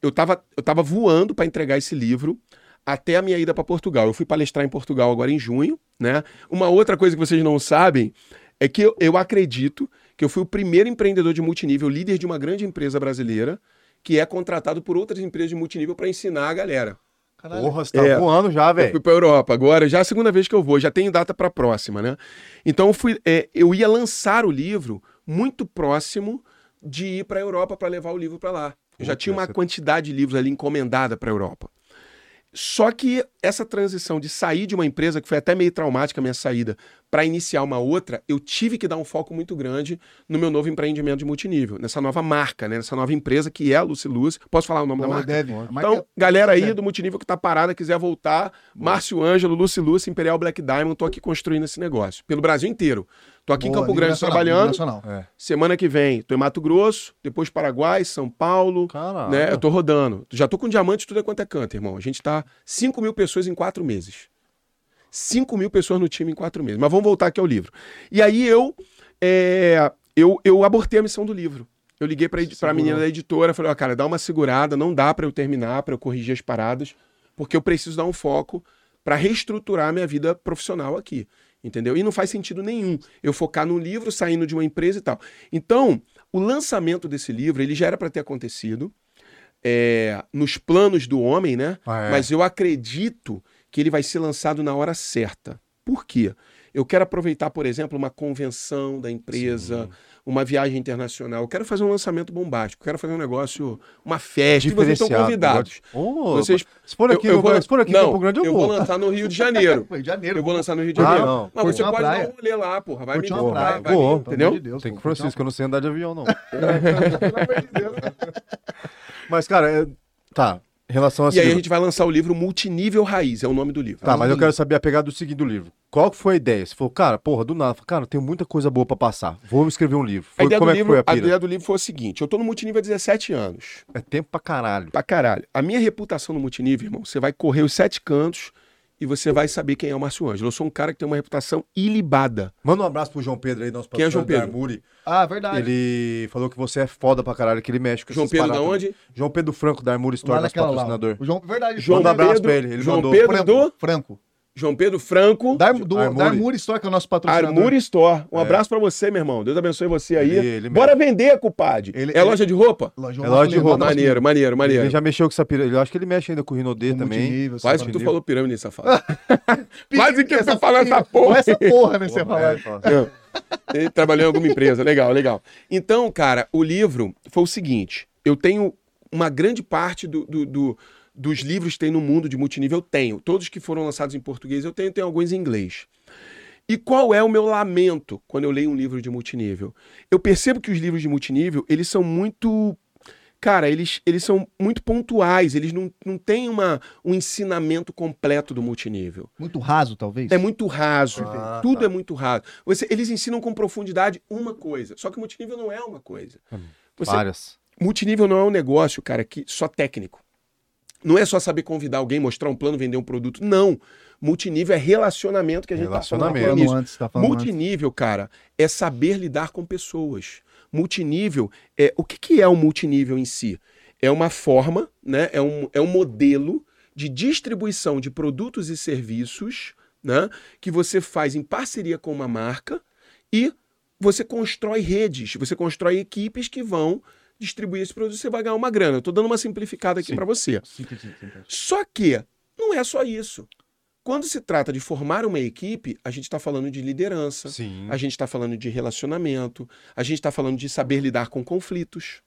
[SPEAKER 3] Eu tava, eu tava voando pra entregar esse livro até a minha ida pra Portugal. Eu fui palestrar em Portugal agora em junho, né? Uma outra coisa que vocês não sabem é que eu, eu acredito que eu fui o primeiro empreendedor de multinível, líder de uma grande empresa brasileira, que é contratado por outras empresas de multinível pra ensinar a galera.
[SPEAKER 2] Caralho.
[SPEAKER 1] Porra, você tá
[SPEAKER 3] É.
[SPEAKER 1] voando já,
[SPEAKER 3] Eu fui
[SPEAKER 1] velho.
[SPEAKER 3] para Europa agora, já é a segunda vez que eu vou, já tenho data para a próxima, né? Então eu fui, é, eu ia lançar o livro muito próximo de ir para a Europa para levar o livro para lá. Eu já
[SPEAKER 1] Puta,
[SPEAKER 3] tinha uma
[SPEAKER 1] essa-
[SPEAKER 3] quantidade de livros ali encomendada para a Europa. Só que essa transição de sair de uma empresa, que foi até meio traumática a minha saída, para iniciar uma outra, eu tive que dar um foco muito grande no meu novo empreendimento de multinível, nessa nova marca, né? nessa nova empresa que é a Lucy Lucy. Posso falar o nome da
[SPEAKER 2] Não,
[SPEAKER 3] marca?
[SPEAKER 2] deve.
[SPEAKER 3] Então, galera aí do multinível que tá parada, quiser voltar, Márcio Ângelo, Lucy Lucy, Imperial Black Diamond, tô aqui construindo esse negócio. Pelo Brasil inteiro. Tô aqui em Campo Grande trabalhando.
[SPEAKER 1] É.
[SPEAKER 3] Semana que vem, tô em Mato Grosso, depois Paraguai, São Paulo.
[SPEAKER 1] Caralho.
[SPEAKER 3] Né? Eu tô rodando. Já tô com diamante tudo é quanto é canto, irmão. A gente tá 5 mil pessoas em quatro meses. 5 mil pessoas no time em quatro meses. Mas vamos voltar aqui ao livro. E aí eu, é, eu, eu abortei a missão do livro. Eu liguei pra, edi- pra menina da editora, falei, ó, cara, dá uma segurada, não dá pra eu terminar, pra eu corrigir as paradas, porque eu preciso dar um foco pra reestruturar a minha vida profissional aqui. Entendeu? E não faz sentido nenhum eu focar num livro, saindo de uma empresa e tal. Então, o lançamento desse livro, ele já era pra ter acontecido é, nos planos do homem, né?
[SPEAKER 1] Ah, é.
[SPEAKER 3] Mas eu acredito que ele vai ser lançado na hora certa. Por quê? Eu quero aproveitar, por exemplo, uma convenção da empresa, uma viagem internacional. Eu quero fazer um lançamento bombástico, eu quero fazer um negócio, uma festa, e É vocês estão
[SPEAKER 1] Diferenciado,
[SPEAKER 3] convidados.
[SPEAKER 1] eu gosto. Ô,
[SPEAKER 3] Vocês-
[SPEAKER 1] Se for aqui,
[SPEAKER 3] Eu- eu
[SPEAKER 1] no-
[SPEAKER 3] vou-
[SPEAKER 1] se for aqui em
[SPEAKER 3] Não,
[SPEAKER 1] Campo Grande, eu vou.
[SPEAKER 3] lançar no Rio de Janeiro.
[SPEAKER 2] Foi em janeiro.
[SPEAKER 3] Eu vou lançar no Rio de
[SPEAKER 1] Ah,
[SPEAKER 3] Janeiro.
[SPEAKER 1] não.
[SPEAKER 3] Mas você
[SPEAKER 2] Curtir uma
[SPEAKER 3] pode
[SPEAKER 2] praia.
[SPEAKER 3] dar um rolê lá, porra. Vai me
[SPEAKER 2] Curtir uma
[SPEAKER 1] Pô,
[SPEAKER 2] praia.
[SPEAKER 3] encontrar, vai
[SPEAKER 1] Pô,
[SPEAKER 3] me-
[SPEAKER 2] Pelo
[SPEAKER 3] entendeu?
[SPEAKER 2] amor de Deus,
[SPEAKER 1] Tem
[SPEAKER 2] pô,
[SPEAKER 1] que
[SPEAKER 3] então.
[SPEAKER 1] Francisco, eu não sei andar de avião, não. Mas, cara, é- tá. Em relação a esse
[SPEAKER 3] E aí a
[SPEAKER 1] livro-
[SPEAKER 3] gente vai lançar o livro Multinível Raiz, é o nome do livro.
[SPEAKER 1] Tá, mas eu quero saber a pegada do seguinte do livro. Qual que foi a ideia? Você falou, cara, porra, do nada. Eu falei, Cara, tem muita coisa boa pra passar. Vou escrever um livro.
[SPEAKER 3] A
[SPEAKER 1] Foi,
[SPEAKER 3] ideia,
[SPEAKER 1] como é
[SPEAKER 3] do
[SPEAKER 1] que
[SPEAKER 3] livro,
[SPEAKER 1] foi a
[SPEAKER 3] a
[SPEAKER 1] pira?
[SPEAKER 3] ideia do livro foi o seguinte: eu tô no multinível há 17 anos.
[SPEAKER 1] É tempo pra caralho.
[SPEAKER 3] Pra caralho. A minha reputação no multinível, irmão, você vai correr os sete cantos e você vai saber quem é o Márcio Ângelo. Eu sou um cara que tem uma reputação ilibada.
[SPEAKER 1] Manda um abraço pro João Pedro aí, nosso
[SPEAKER 3] Quem é
[SPEAKER 1] patrocinador
[SPEAKER 3] João Pedro?
[SPEAKER 1] da Armuri.
[SPEAKER 2] Ah, verdade.
[SPEAKER 1] Ele falou que você é foda pra caralho, que ele mexe com
[SPEAKER 3] João
[SPEAKER 1] esses
[SPEAKER 3] Pedro da
[SPEAKER 1] paradas.
[SPEAKER 3] onde?
[SPEAKER 1] João Pedro Franco, da Armuri Store,
[SPEAKER 2] Lá
[SPEAKER 1] nosso
[SPEAKER 2] naquela lá.
[SPEAKER 1] patrocinador.
[SPEAKER 2] O João, verdade.
[SPEAKER 3] João
[SPEAKER 1] Manda um abraço
[SPEAKER 3] Pedro-
[SPEAKER 1] pra ele. Ele
[SPEAKER 3] João
[SPEAKER 1] mandou.
[SPEAKER 3] Pedro do
[SPEAKER 2] Franco.
[SPEAKER 3] João Pedro Franco,
[SPEAKER 2] Da, do,
[SPEAKER 1] Armuri.
[SPEAKER 2] da Armuri Store, que é o nosso patrocinador.
[SPEAKER 3] Armure Store. Um
[SPEAKER 1] É.
[SPEAKER 3] abraço pra você, meu irmão. Deus abençoe você aí.
[SPEAKER 1] Ele- ele
[SPEAKER 3] Bora vender, compadre.
[SPEAKER 2] Ele-
[SPEAKER 3] é
[SPEAKER 2] ele-
[SPEAKER 3] loja de roupa?
[SPEAKER 2] Loja,
[SPEAKER 1] É loja de roupa.
[SPEAKER 3] Maneiro, maneiro,
[SPEAKER 1] Ele
[SPEAKER 3] maneiro.
[SPEAKER 1] já mexeu com essa pira. Ele acho que ele mexe ainda com o Rinodê também.
[SPEAKER 3] Quase que tu falou pirâmide, safado. Quase que
[SPEAKER 2] você
[SPEAKER 3] tu falou essa
[SPEAKER 2] Com
[SPEAKER 3] porra.
[SPEAKER 2] essa porra, né? Você
[SPEAKER 1] Pô,
[SPEAKER 2] falar.
[SPEAKER 1] é, fala.
[SPEAKER 3] Ele trabalhou em alguma empresa. Legal, legal. Então, cara, o livro foi o seguinte: eu tenho uma grande parte do, do, do- dos livros que tem no mundo de multinível, eu tenho. Todos que foram lançados em português eu tenho, tenho alguns em inglês. E qual é o meu lamento quando eu leio um livro de multinível? Eu percebo que os livros de multinível, eles são muito. Cara, eles, eles são muito pontuais, eles não, não têm uma, um ensinamento completo do multinível.
[SPEAKER 2] Muito raso, talvez.
[SPEAKER 3] É muito raso.
[SPEAKER 1] Ah,
[SPEAKER 3] Tudo
[SPEAKER 1] tá.
[SPEAKER 3] é muito raso. Você- eles ensinam com profundidade uma coisa. Só que multinível não é uma coisa. Você-
[SPEAKER 1] Várias.
[SPEAKER 3] multinível não é um negócio, cara, que só técnico. Não é só saber convidar alguém, mostrar um plano, vender um produto. Não. Multinível é relacionamento que a gente está
[SPEAKER 1] Relacionamento.
[SPEAKER 3] falando. aqui no
[SPEAKER 2] falando
[SPEAKER 3] início.
[SPEAKER 2] antes, tá falando antes.
[SPEAKER 3] Multinível, cara, é saber lidar com pessoas. Multinível é o que, que é o multinível em si? É uma forma, né? É um, é um modelo de distribuição de produtos e serviços, né? Que você faz em parceria com uma marca e você constrói redes, você constrói equipes que vão distribuir esse produto e você vai ganhar uma grana. Eu tô dando uma simplificada aqui
[SPEAKER 1] Sim.
[SPEAKER 3] para você.
[SPEAKER 2] Sim, sim, sim, sim.
[SPEAKER 3] Só que não é só isso. Quando se trata de formar uma equipe, a gente está falando de liderança,
[SPEAKER 1] Sim.
[SPEAKER 3] a gente está falando de relacionamento, a gente está falando de saber lidar com conflitos.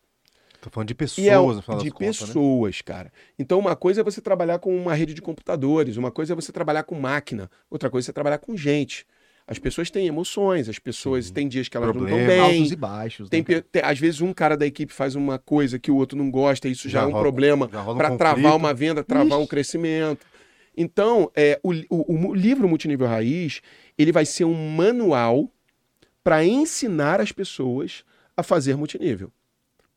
[SPEAKER 1] Tô falando de pessoas,
[SPEAKER 3] E é
[SPEAKER 1] no final
[SPEAKER 3] de
[SPEAKER 1] das contas, né?
[SPEAKER 3] pessoas, cara. Então, uma coisa é você trabalhar com uma rede de computadores, uma coisa é você trabalhar com máquina, outra coisa é você trabalhar com gente. As pessoas têm emoções, as pessoas
[SPEAKER 1] Sim.
[SPEAKER 3] têm dias que elas não
[SPEAKER 1] Problemas.
[SPEAKER 3] estão bem.
[SPEAKER 2] Altos e baixos.
[SPEAKER 3] Tem
[SPEAKER 2] né, cara?
[SPEAKER 3] pe- tem- às vezes um cara da equipe faz uma coisa que o outro não gosta, e isso já,
[SPEAKER 1] Já
[SPEAKER 3] é um
[SPEAKER 1] rola-
[SPEAKER 3] problema
[SPEAKER 1] já rola um
[SPEAKER 3] para travar
[SPEAKER 1] conflito.
[SPEAKER 3] uma venda, travar um
[SPEAKER 2] Ixi.
[SPEAKER 3] crescimento. Então, é, o, li- o- o mu- livro Multinível Raiz, ele vai ser um manual para ensinar as pessoas a fazer multinível.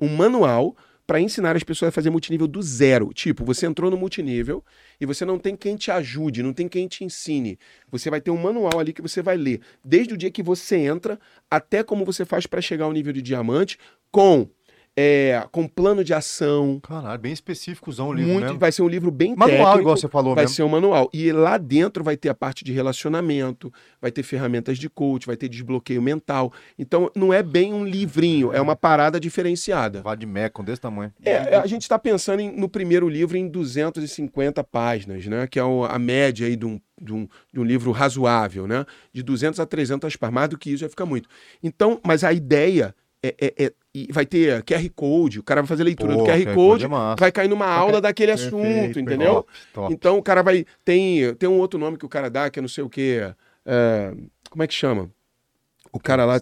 [SPEAKER 3] Um manual para ensinar as pessoas a fazer multinível do zero. Tipo, você entrou no multinível e você não tem quem te ajude, não tem quem te ensine. Você vai ter um manual ali que você vai ler, desde o dia que você entra até como você faz para chegar ao nível de diamante, com é, com plano de ação.
[SPEAKER 1] Caralho, bem específicozão o livro né?
[SPEAKER 3] muito,
[SPEAKER 1] mesmo.
[SPEAKER 3] vai ser um livro bem
[SPEAKER 1] Manual,
[SPEAKER 3] técnico
[SPEAKER 1] igual você falou
[SPEAKER 3] vai
[SPEAKER 1] mesmo.
[SPEAKER 3] ser um manual. E lá dentro vai ter a parte de relacionamento, vai ter ferramentas de coach, vai ter desbloqueio mental. Então, não é bem um livrinho, é uma parada diferenciada.
[SPEAKER 1] Vá de Mecon desse tamanho.
[SPEAKER 3] É, a gente está pensando em- no primeiro livro em 250 páginas, né? Que é o- a média aí de um, de, um, de um livro razoável, né? De 200 a 300 páginas, mais do que isso já fica muito. Então, mas a ideia é... é- é- e vai ter QR Code, o cara vai fazer a leitura do
[SPEAKER 1] Pô,
[SPEAKER 3] QR,
[SPEAKER 1] QR Code
[SPEAKER 3] Code,
[SPEAKER 1] é massa.
[SPEAKER 3] vai cair numa aula daquele
[SPEAKER 2] Perfeito,
[SPEAKER 3] assunto,
[SPEAKER 2] perfeito.
[SPEAKER 3] entendeu?
[SPEAKER 1] Top, top.
[SPEAKER 3] Então o cara vai. Tem, tem um outro nome que o cara dá, que é não sei o quê. é, como é que chama? O cara lá.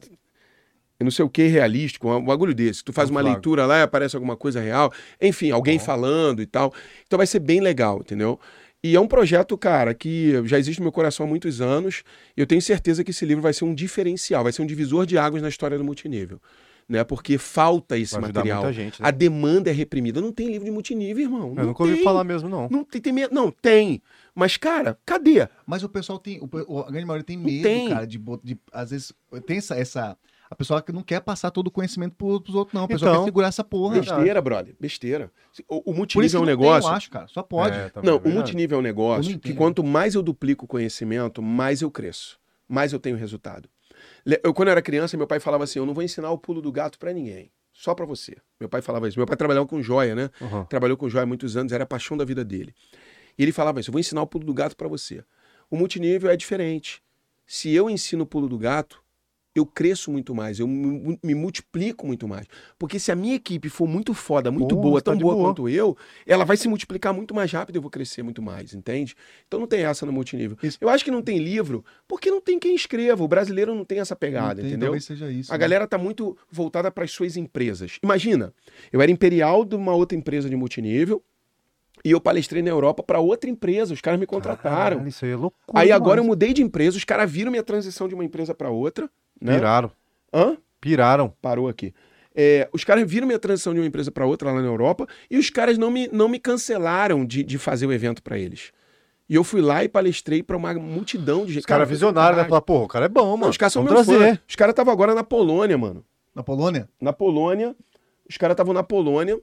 [SPEAKER 3] Eu não sei o que realístico, um bagulho desse. Tu faz
[SPEAKER 1] Não
[SPEAKER 3] uma
[SPEAKER 1] flago.
[SPEAKER 3] leitura lá e aparece alguma coisa real. Enfim, alguém falando e tal. Então vai ser bem legal, entendeu? E é um projeto, cara, que já existe no meu coração há muitos anos. E eu tenho certeza que esse livro vai ser um diferencial, vai ser um divisor de águas na história do multinível. Né? Porque falta esse
[SPEAKER 1] Vai ajudar
[SPEAKER 3] material.
[SPEAKER 1] muita gente, né?
[SPEAKER 3] A demanda é reprimida. Não tem livro de multinível, irmão.
[SPEAKER 1] Eu nunca ouvi
[SPEAKER 3] tem.
[SPEAKER 1] falar mesmo, não.
[SPEAKER 3] Não tem, tem medo- Não, tem. Mas, cara, cadê?
[SPEAKER 2] Mas o pessoal tem. O, pe- o- a grande maioria tem medo,
[SPEAKER 3] tem.
[SPEAKER 2] cara, de, bot- de- Às vezes tem essa. essa a pessoa que não quer passar todo o conhecimento pro- pros outros, não. A pessoa
[SPEAKER 1] Então,
[SPEAKER 2] quer segurar essa porra.
[SPEAKER 3] Besteira, brother. Besteira. O, o
[SPEAKER 2] Por isso
[SPEAKER 3] multinível
[SPEAKER 2] que
[SPEAKER 3] é um
[SPEAKER 2] não tem,
[SPEAKER 3] negócio.
[SPEAKER 2] eu acho, cara. Só pode.
[SPEAKER 1] É, tá
[SPEAKER 3] não,
[SPEAKER 1] vendo?
[SPEAKER 3] o multinível é um
[SPEAKER 2] Eu
[SPEAKER 3] negócio
[SPEAKER 2] não
[SPEAKER 3] que
[SPEAKER 2] entendo.
[SPEAKER 3] quanto mais eu duplico o conhecimento, mais eu cresço, mais eu tenho resultado. Le- Eu, quando eu era criança, meu pai falava assim: eu não vou ensinar o pulo do gato pra ninguém, só pra você. Meu pai falava isso. Meu pai trabalhava com joia, né?
[SPEAKER 1] Uhum.
[SPEAKER 3] Trabalhou com joia há muitos anos, era a paixão da vida dele. E ele falava isso: eu vou ensinar o pulo do gato pra você. O multinível é diferente. Se eu ensino o pulo do gato, eu cresço muito mais, eu me, me multiplico muito mais. Porque se a minha equipe for muito foda, muito
[SPEAKER 1] Pô,
[SPEAKER 3] boa,
[SPEAKER 1] você tá
[SPEAKER 3] tão
[SPEAKER 1] de
[SPEAKER 3] boa,
[SPEAKER 1] boa.
[SPEAKER 3] quanto eu, ela vai se multiplicar muito mais rápido e eu vou crescer muito mais, entende? Então não tem essa no multinível.
[SPEAKER 2] Isso.
[SPEAKER 3] Eu acho que não tem livro porque não tem quem escreva. O brasileiro não tem essa
[SPEAKER 2] Não
[SPEAKER 3] pegada,
[SPEAKER 2] tem,
[SPEAKER 3] entendeu?
[SPEAKER 2] Talvez seja isso.
[SPEAKER 3] A
[SPEAKER 1] é
[SPEAKER 2] né?
[SPEAKER 3] galera tá muito voltada para as suas empresas. Imagina, eu era imperial de uma outra empresa de multinível e eu palestrei na Europa para outra empresa, os caras me contrataram.
[SPEAKER 1] Caralho, isso aí é loucura.
[SPEAKER 3] Aí agora eu
[SPEAKER 1] demais.
[SPEAKER 3] mudei de empresa, os caras viram minha transição de uma empresa para outra, né?
[SPEAKER 1] Piraram.
[SPEAKER 3] Hã?
[SPEAKER 1] Piraram.
[SPEAKER 3] Parou aqui. É, os caras viram minha transição de uma empresa para outra lá na Europa e os caras não me, não me cancelaram de, de fazer o evento para eles. E eu fui lá e palestrei para uma multidão de gente.
[SPEAKER 1] Os caras visionários, né?
[SPEAKER 3] caralho.
[SPEAKER 1] Falar, porra, o cara é bom, mano.
[SPEAKER 3] Não, os caras são
[SPEAKER 1] Vamos
[SPEAKER 3] meus
[SPEAKER 1] trazer.
[SPEAKER 3] fãs. Os caras estavam agora na Polônia, mano
[SPEAKER 2] Na Polônia?
[SPEAKER 3] na Polônia. Os caras estavam na Polônia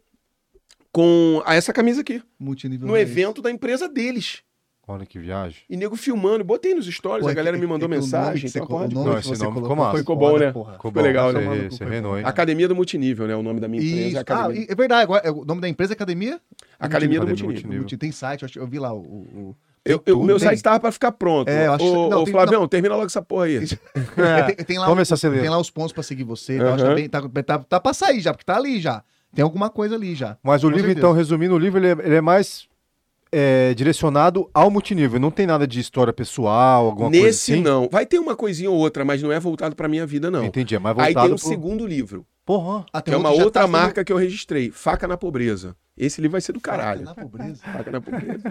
[SPEAKER 3] com a- essa camisa aqui,
[SPEAKER 2] Multinível.
[SPEAKER 3] no
[SPEAKER 2] é isso.
[SPEAKER 3] evento da empresa deles.
[SPEAKER 1] Olha que viagem.
[SPEAKER 3] E nego filmando, botei nos stories,
[SPEAKER 2] Pô, é
[SPEAKER 3] a
[SPEAKER 2] que-
[SPEAKER 3] galera me
[SPEAKER 2] é que
[SPEAKER 3] mandou
[SPEAKER 2] o nome
[SPEAKER 3] mensagem. então, é
[SPEAKER 2] que você
[SPEAKER 3] tem uma
[SPEAKER 2] colo-
[SPEAKER 3] porra de
[SPEAKER 2] o
[SPEAKER 3] coisa.
[SPEAKER 2] nome
[SPEAKER 1] Não,
[SPEAKER 2] que
[SPEAKER 1] esse
[SPEAKER 2] você
[SPEAKER 1] nome
[SPEAKER 2] colocou
[SPEAKER 1] ficou massa.
[SPEAKER 2] foi
[SPEAKER 3] Ficou
[SPEAKER 2] foda,
[SPEAKER 3] bom, né?
[SPEAKER 2] porra.
[SPEAKER 1] Ficou
[SPEAKER 3] Ficou legal, né?
[SPEAKER 1] Você,
[SPEAKER 2] Tomando
[SPEAKER 1] você
[SPEAKER 2] cu, foi
[SPEAKER 1] reinou, hein?
[SPEAKER 2] bom.
[SPEAKER 3] Academia do Multinível, né? O nome da minha empresa.
[SPEAKER 2] Isso.
[SPEAKER 3] é
[SPEAKER 2] Ah,
[SPEAKER 3] Academia,
[SPEAKER 2] e- é verdade. Agora, é, o nome da empresa é Academia? ah,
[SPEAKER 3] Academia do
[SPEAKER 1] Academia
[SPEAKER 3] Multinível.
[SPEAKER 1] Multinível.
[SPEAKER 2] Multi- Tem site, eu, acho- eu vi lá o. o- o-
[SPEAKER 3] Eu, eu-
[SPEAKER 2] tudo,
[SPEAKER 3] meu
[SPEAKER 2] tem.
[SPEAKER 3] site estava pra ficar pronto.
[SPEAKER 2] É, eu acho-
[SPEAKER 3] Ô,
[SPEAKER 2] não,
[SPEAKER 3] ô,
[SPEAKER 2] tem-
[SPEAKER 3] Flavião, termina logo essa porra
[SPEAKER 1] É.
[SPEAKER 3] aí.
[SPEAKER 2] tem, tem lá
[SPEAKER 1] Toma
[SPEAKER 2] o-
[SPEAKER 1] essa celeira.
[SPEAKER 2] tem lá os pontos pra seguir você. tá?
[SPEAKER 3] Aham.
[SPEAKER 2] Acho que tá bem- tá, tá, tá pra sair já, porque tá ali já. Tem alguma coisa ali já.
[SPEAKER 1] Mas o
[SPEAKER 2] Com
[SPEAKER 1] livro,
[SPEAKER 3] então,
[SPEAKER 1] então,
[SPEAKER 2] certeza.
[SPEAKER 1] resumindo, o livro ele é, ele é mais é, direcionado ao multinível. Não tem nada de história pessoal, alguma coisa
[SPEAKER 3] Nesse
[SPEAKER 1] assim.
[SPEAKER 3] não. Vai ter uma coisinha ou outra, mas não é voltado pra minha vida, não.
[SPEAKER 1] Entendi, é mais
[SPEAKER 2] tá
[SPEAKER 3] Aí
[SPEAKER 1] voltado
[SPEAKER 3] tem um
[SPEAKER 1] pro...
[SPEAKER 3] segundo livro,
[SPEAKER 1] Porra,
[SPEAKER 2] Até
[SPEAKER 3] que é uma
[SPEAKER 2] tá
[SPEAKER 3] outra marca que eu registrei, Faca na Pobreza. Esse livro vai ser do caralho.
[SPEAKER 2] Na pobreza.
[SPEAKER 3] Faca na Pobreza.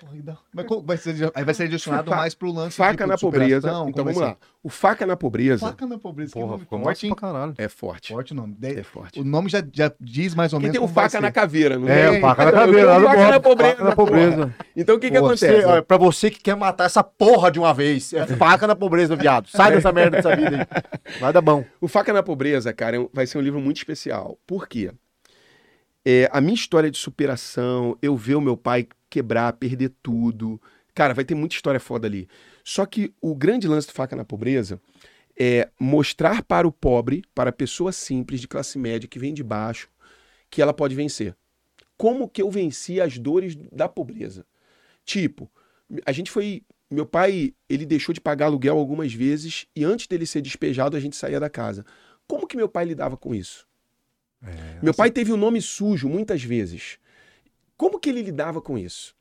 [SPEAKER 2] Porra, então. Mas qual- vai ser, aí vai ser direcionado
[SPEAKER 3] Fa-
[SPEAKER 2] mais pro lance
[SPEAKER 3] Faca
[SPEAKER 2] tipo,
[SPEAKER 3] na
[SPEAKER 2] de
[SPEAKER 3] Pobreza.
[SPEAKER 2] superação,
[SPEAKER 3] Então
[SPEAKER 2] como
[SPEAKER 3] vamos
[SPEAKER 2] vai
[SPEAKER 3] lá. O Faca na
[SPEAKER 2] ser?
[SPEAKER 3] Pobreza
[SPEAKER 2] Faca na pobreza. que é um
[SPEAKER 1] porra,
[SPEAKER 2] nome
[SPEAKER 1] ficou
[SPEAKER 2] forte,
[SPEAKER 1] massa
[SPEAKER 2] hein?
[SPEAKER 1] pra caralho.
[SPEAKER 3] é forte.
[SPEAKER 2] Forte o nome. De-
[SPEAKER 3] É forte.
[SPEAKER 2] O nome já, já diz mais ou
[SPEAKER 3] Porque
[SPEAKER 2] menos
[SPEAKER 3] tem o
[SPEAKER 2] como vai
[SPEAKER 3] Faca na
[SPEAKER 2] ser.
[SPEAKER 3] Caveira, não
[SPEAKER 1] É,
[SPEAKER 3] tem?
[SPEAKER 1] faca na
[SPEAKER 3] Eu
[SPEAKER 1] cabeira,
[SPEAKER 3] tenho
[SPEAKER 1] lá do
[SPEAKER 3] Faca na
[SPEAKER 1] Bob.
[SPEAKER 3] Pobreza.
[SPEAKER 1] Faca na
[SPEAKER 3] porra.
[SPEAKER 1] pobreza.
[SPEAKER 3] Então o que que
[SPEAKER 1] Pô,
[SPEAKER 3] acontece?
[SPEAKER 1] Você, ó, pra você que quer matar essa porra de uma vez, é faca na pobreza, viado. Sai dessa merda dessa vida aí. Vai dar bom.
[SPEAKER 3] O Faca na Pobreza, cara, é um- vai ser um livro muito especial. Por quê? É, a minha história de superação, eu ver o meu pai quebrar, perder tudo. Cara, vai ter muita história foda ali. Só que o grande lance do Faca na Pobreza é mostrar para o pobre, para a pessoa simples de classe média que vem de baixo, que ela pode vencer. Como que eu venci as dores da pobreza? Tipo, a gente foi. Meu pai, ele deixou de pagar aluguel algumas vezes e antes dele ser despejado, a gente saía da casa. Como que meu pai lidava com isso? meu pai teve o nome sujo muitas vezes. Como que ele lidava com isso?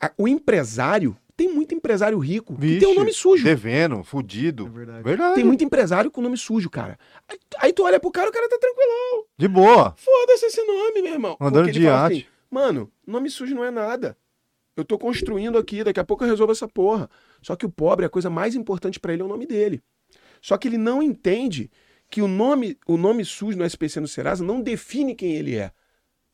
[SPEAKER 3] A- o empresário, tem muito empresário rico que tem o
[SPEAKER 1] Vixe,
[SPEAKER 3] nome sujo.
[SPEAKER 1] Devendo,
[SPEAKER 2] É
[SPEAKER 1] fudido.
[SPEAKER 2] verdade.
[SPEAKER 1] Verdade.
[SPEAKER 3] Tem muito empresário com nome sujo, cara. Aí, aí tu olha pro cara, o cara tá tranquilo.
[SPEAKER 1] De boa.
[SPEAKER 3] Foda-se esse nome, meu irmão.
[SPEAKER 1] Andando
[SPEAKER 3] Porque
[SPEAKER 1] de
[SPEAKER 3] ele fala assim,
[SPEAKER 1] iate.
[SPEAKER 3] Mano, nome sujo não é nada. Eu tô construindo aqui, daqui a pouco eu resolvo essa porra. Só que o pobre, a coisa mais importante pra ele é o nome dele. Só que ele não entende que o nome, o nome sujo no SPC no Serasa não define quem ele é.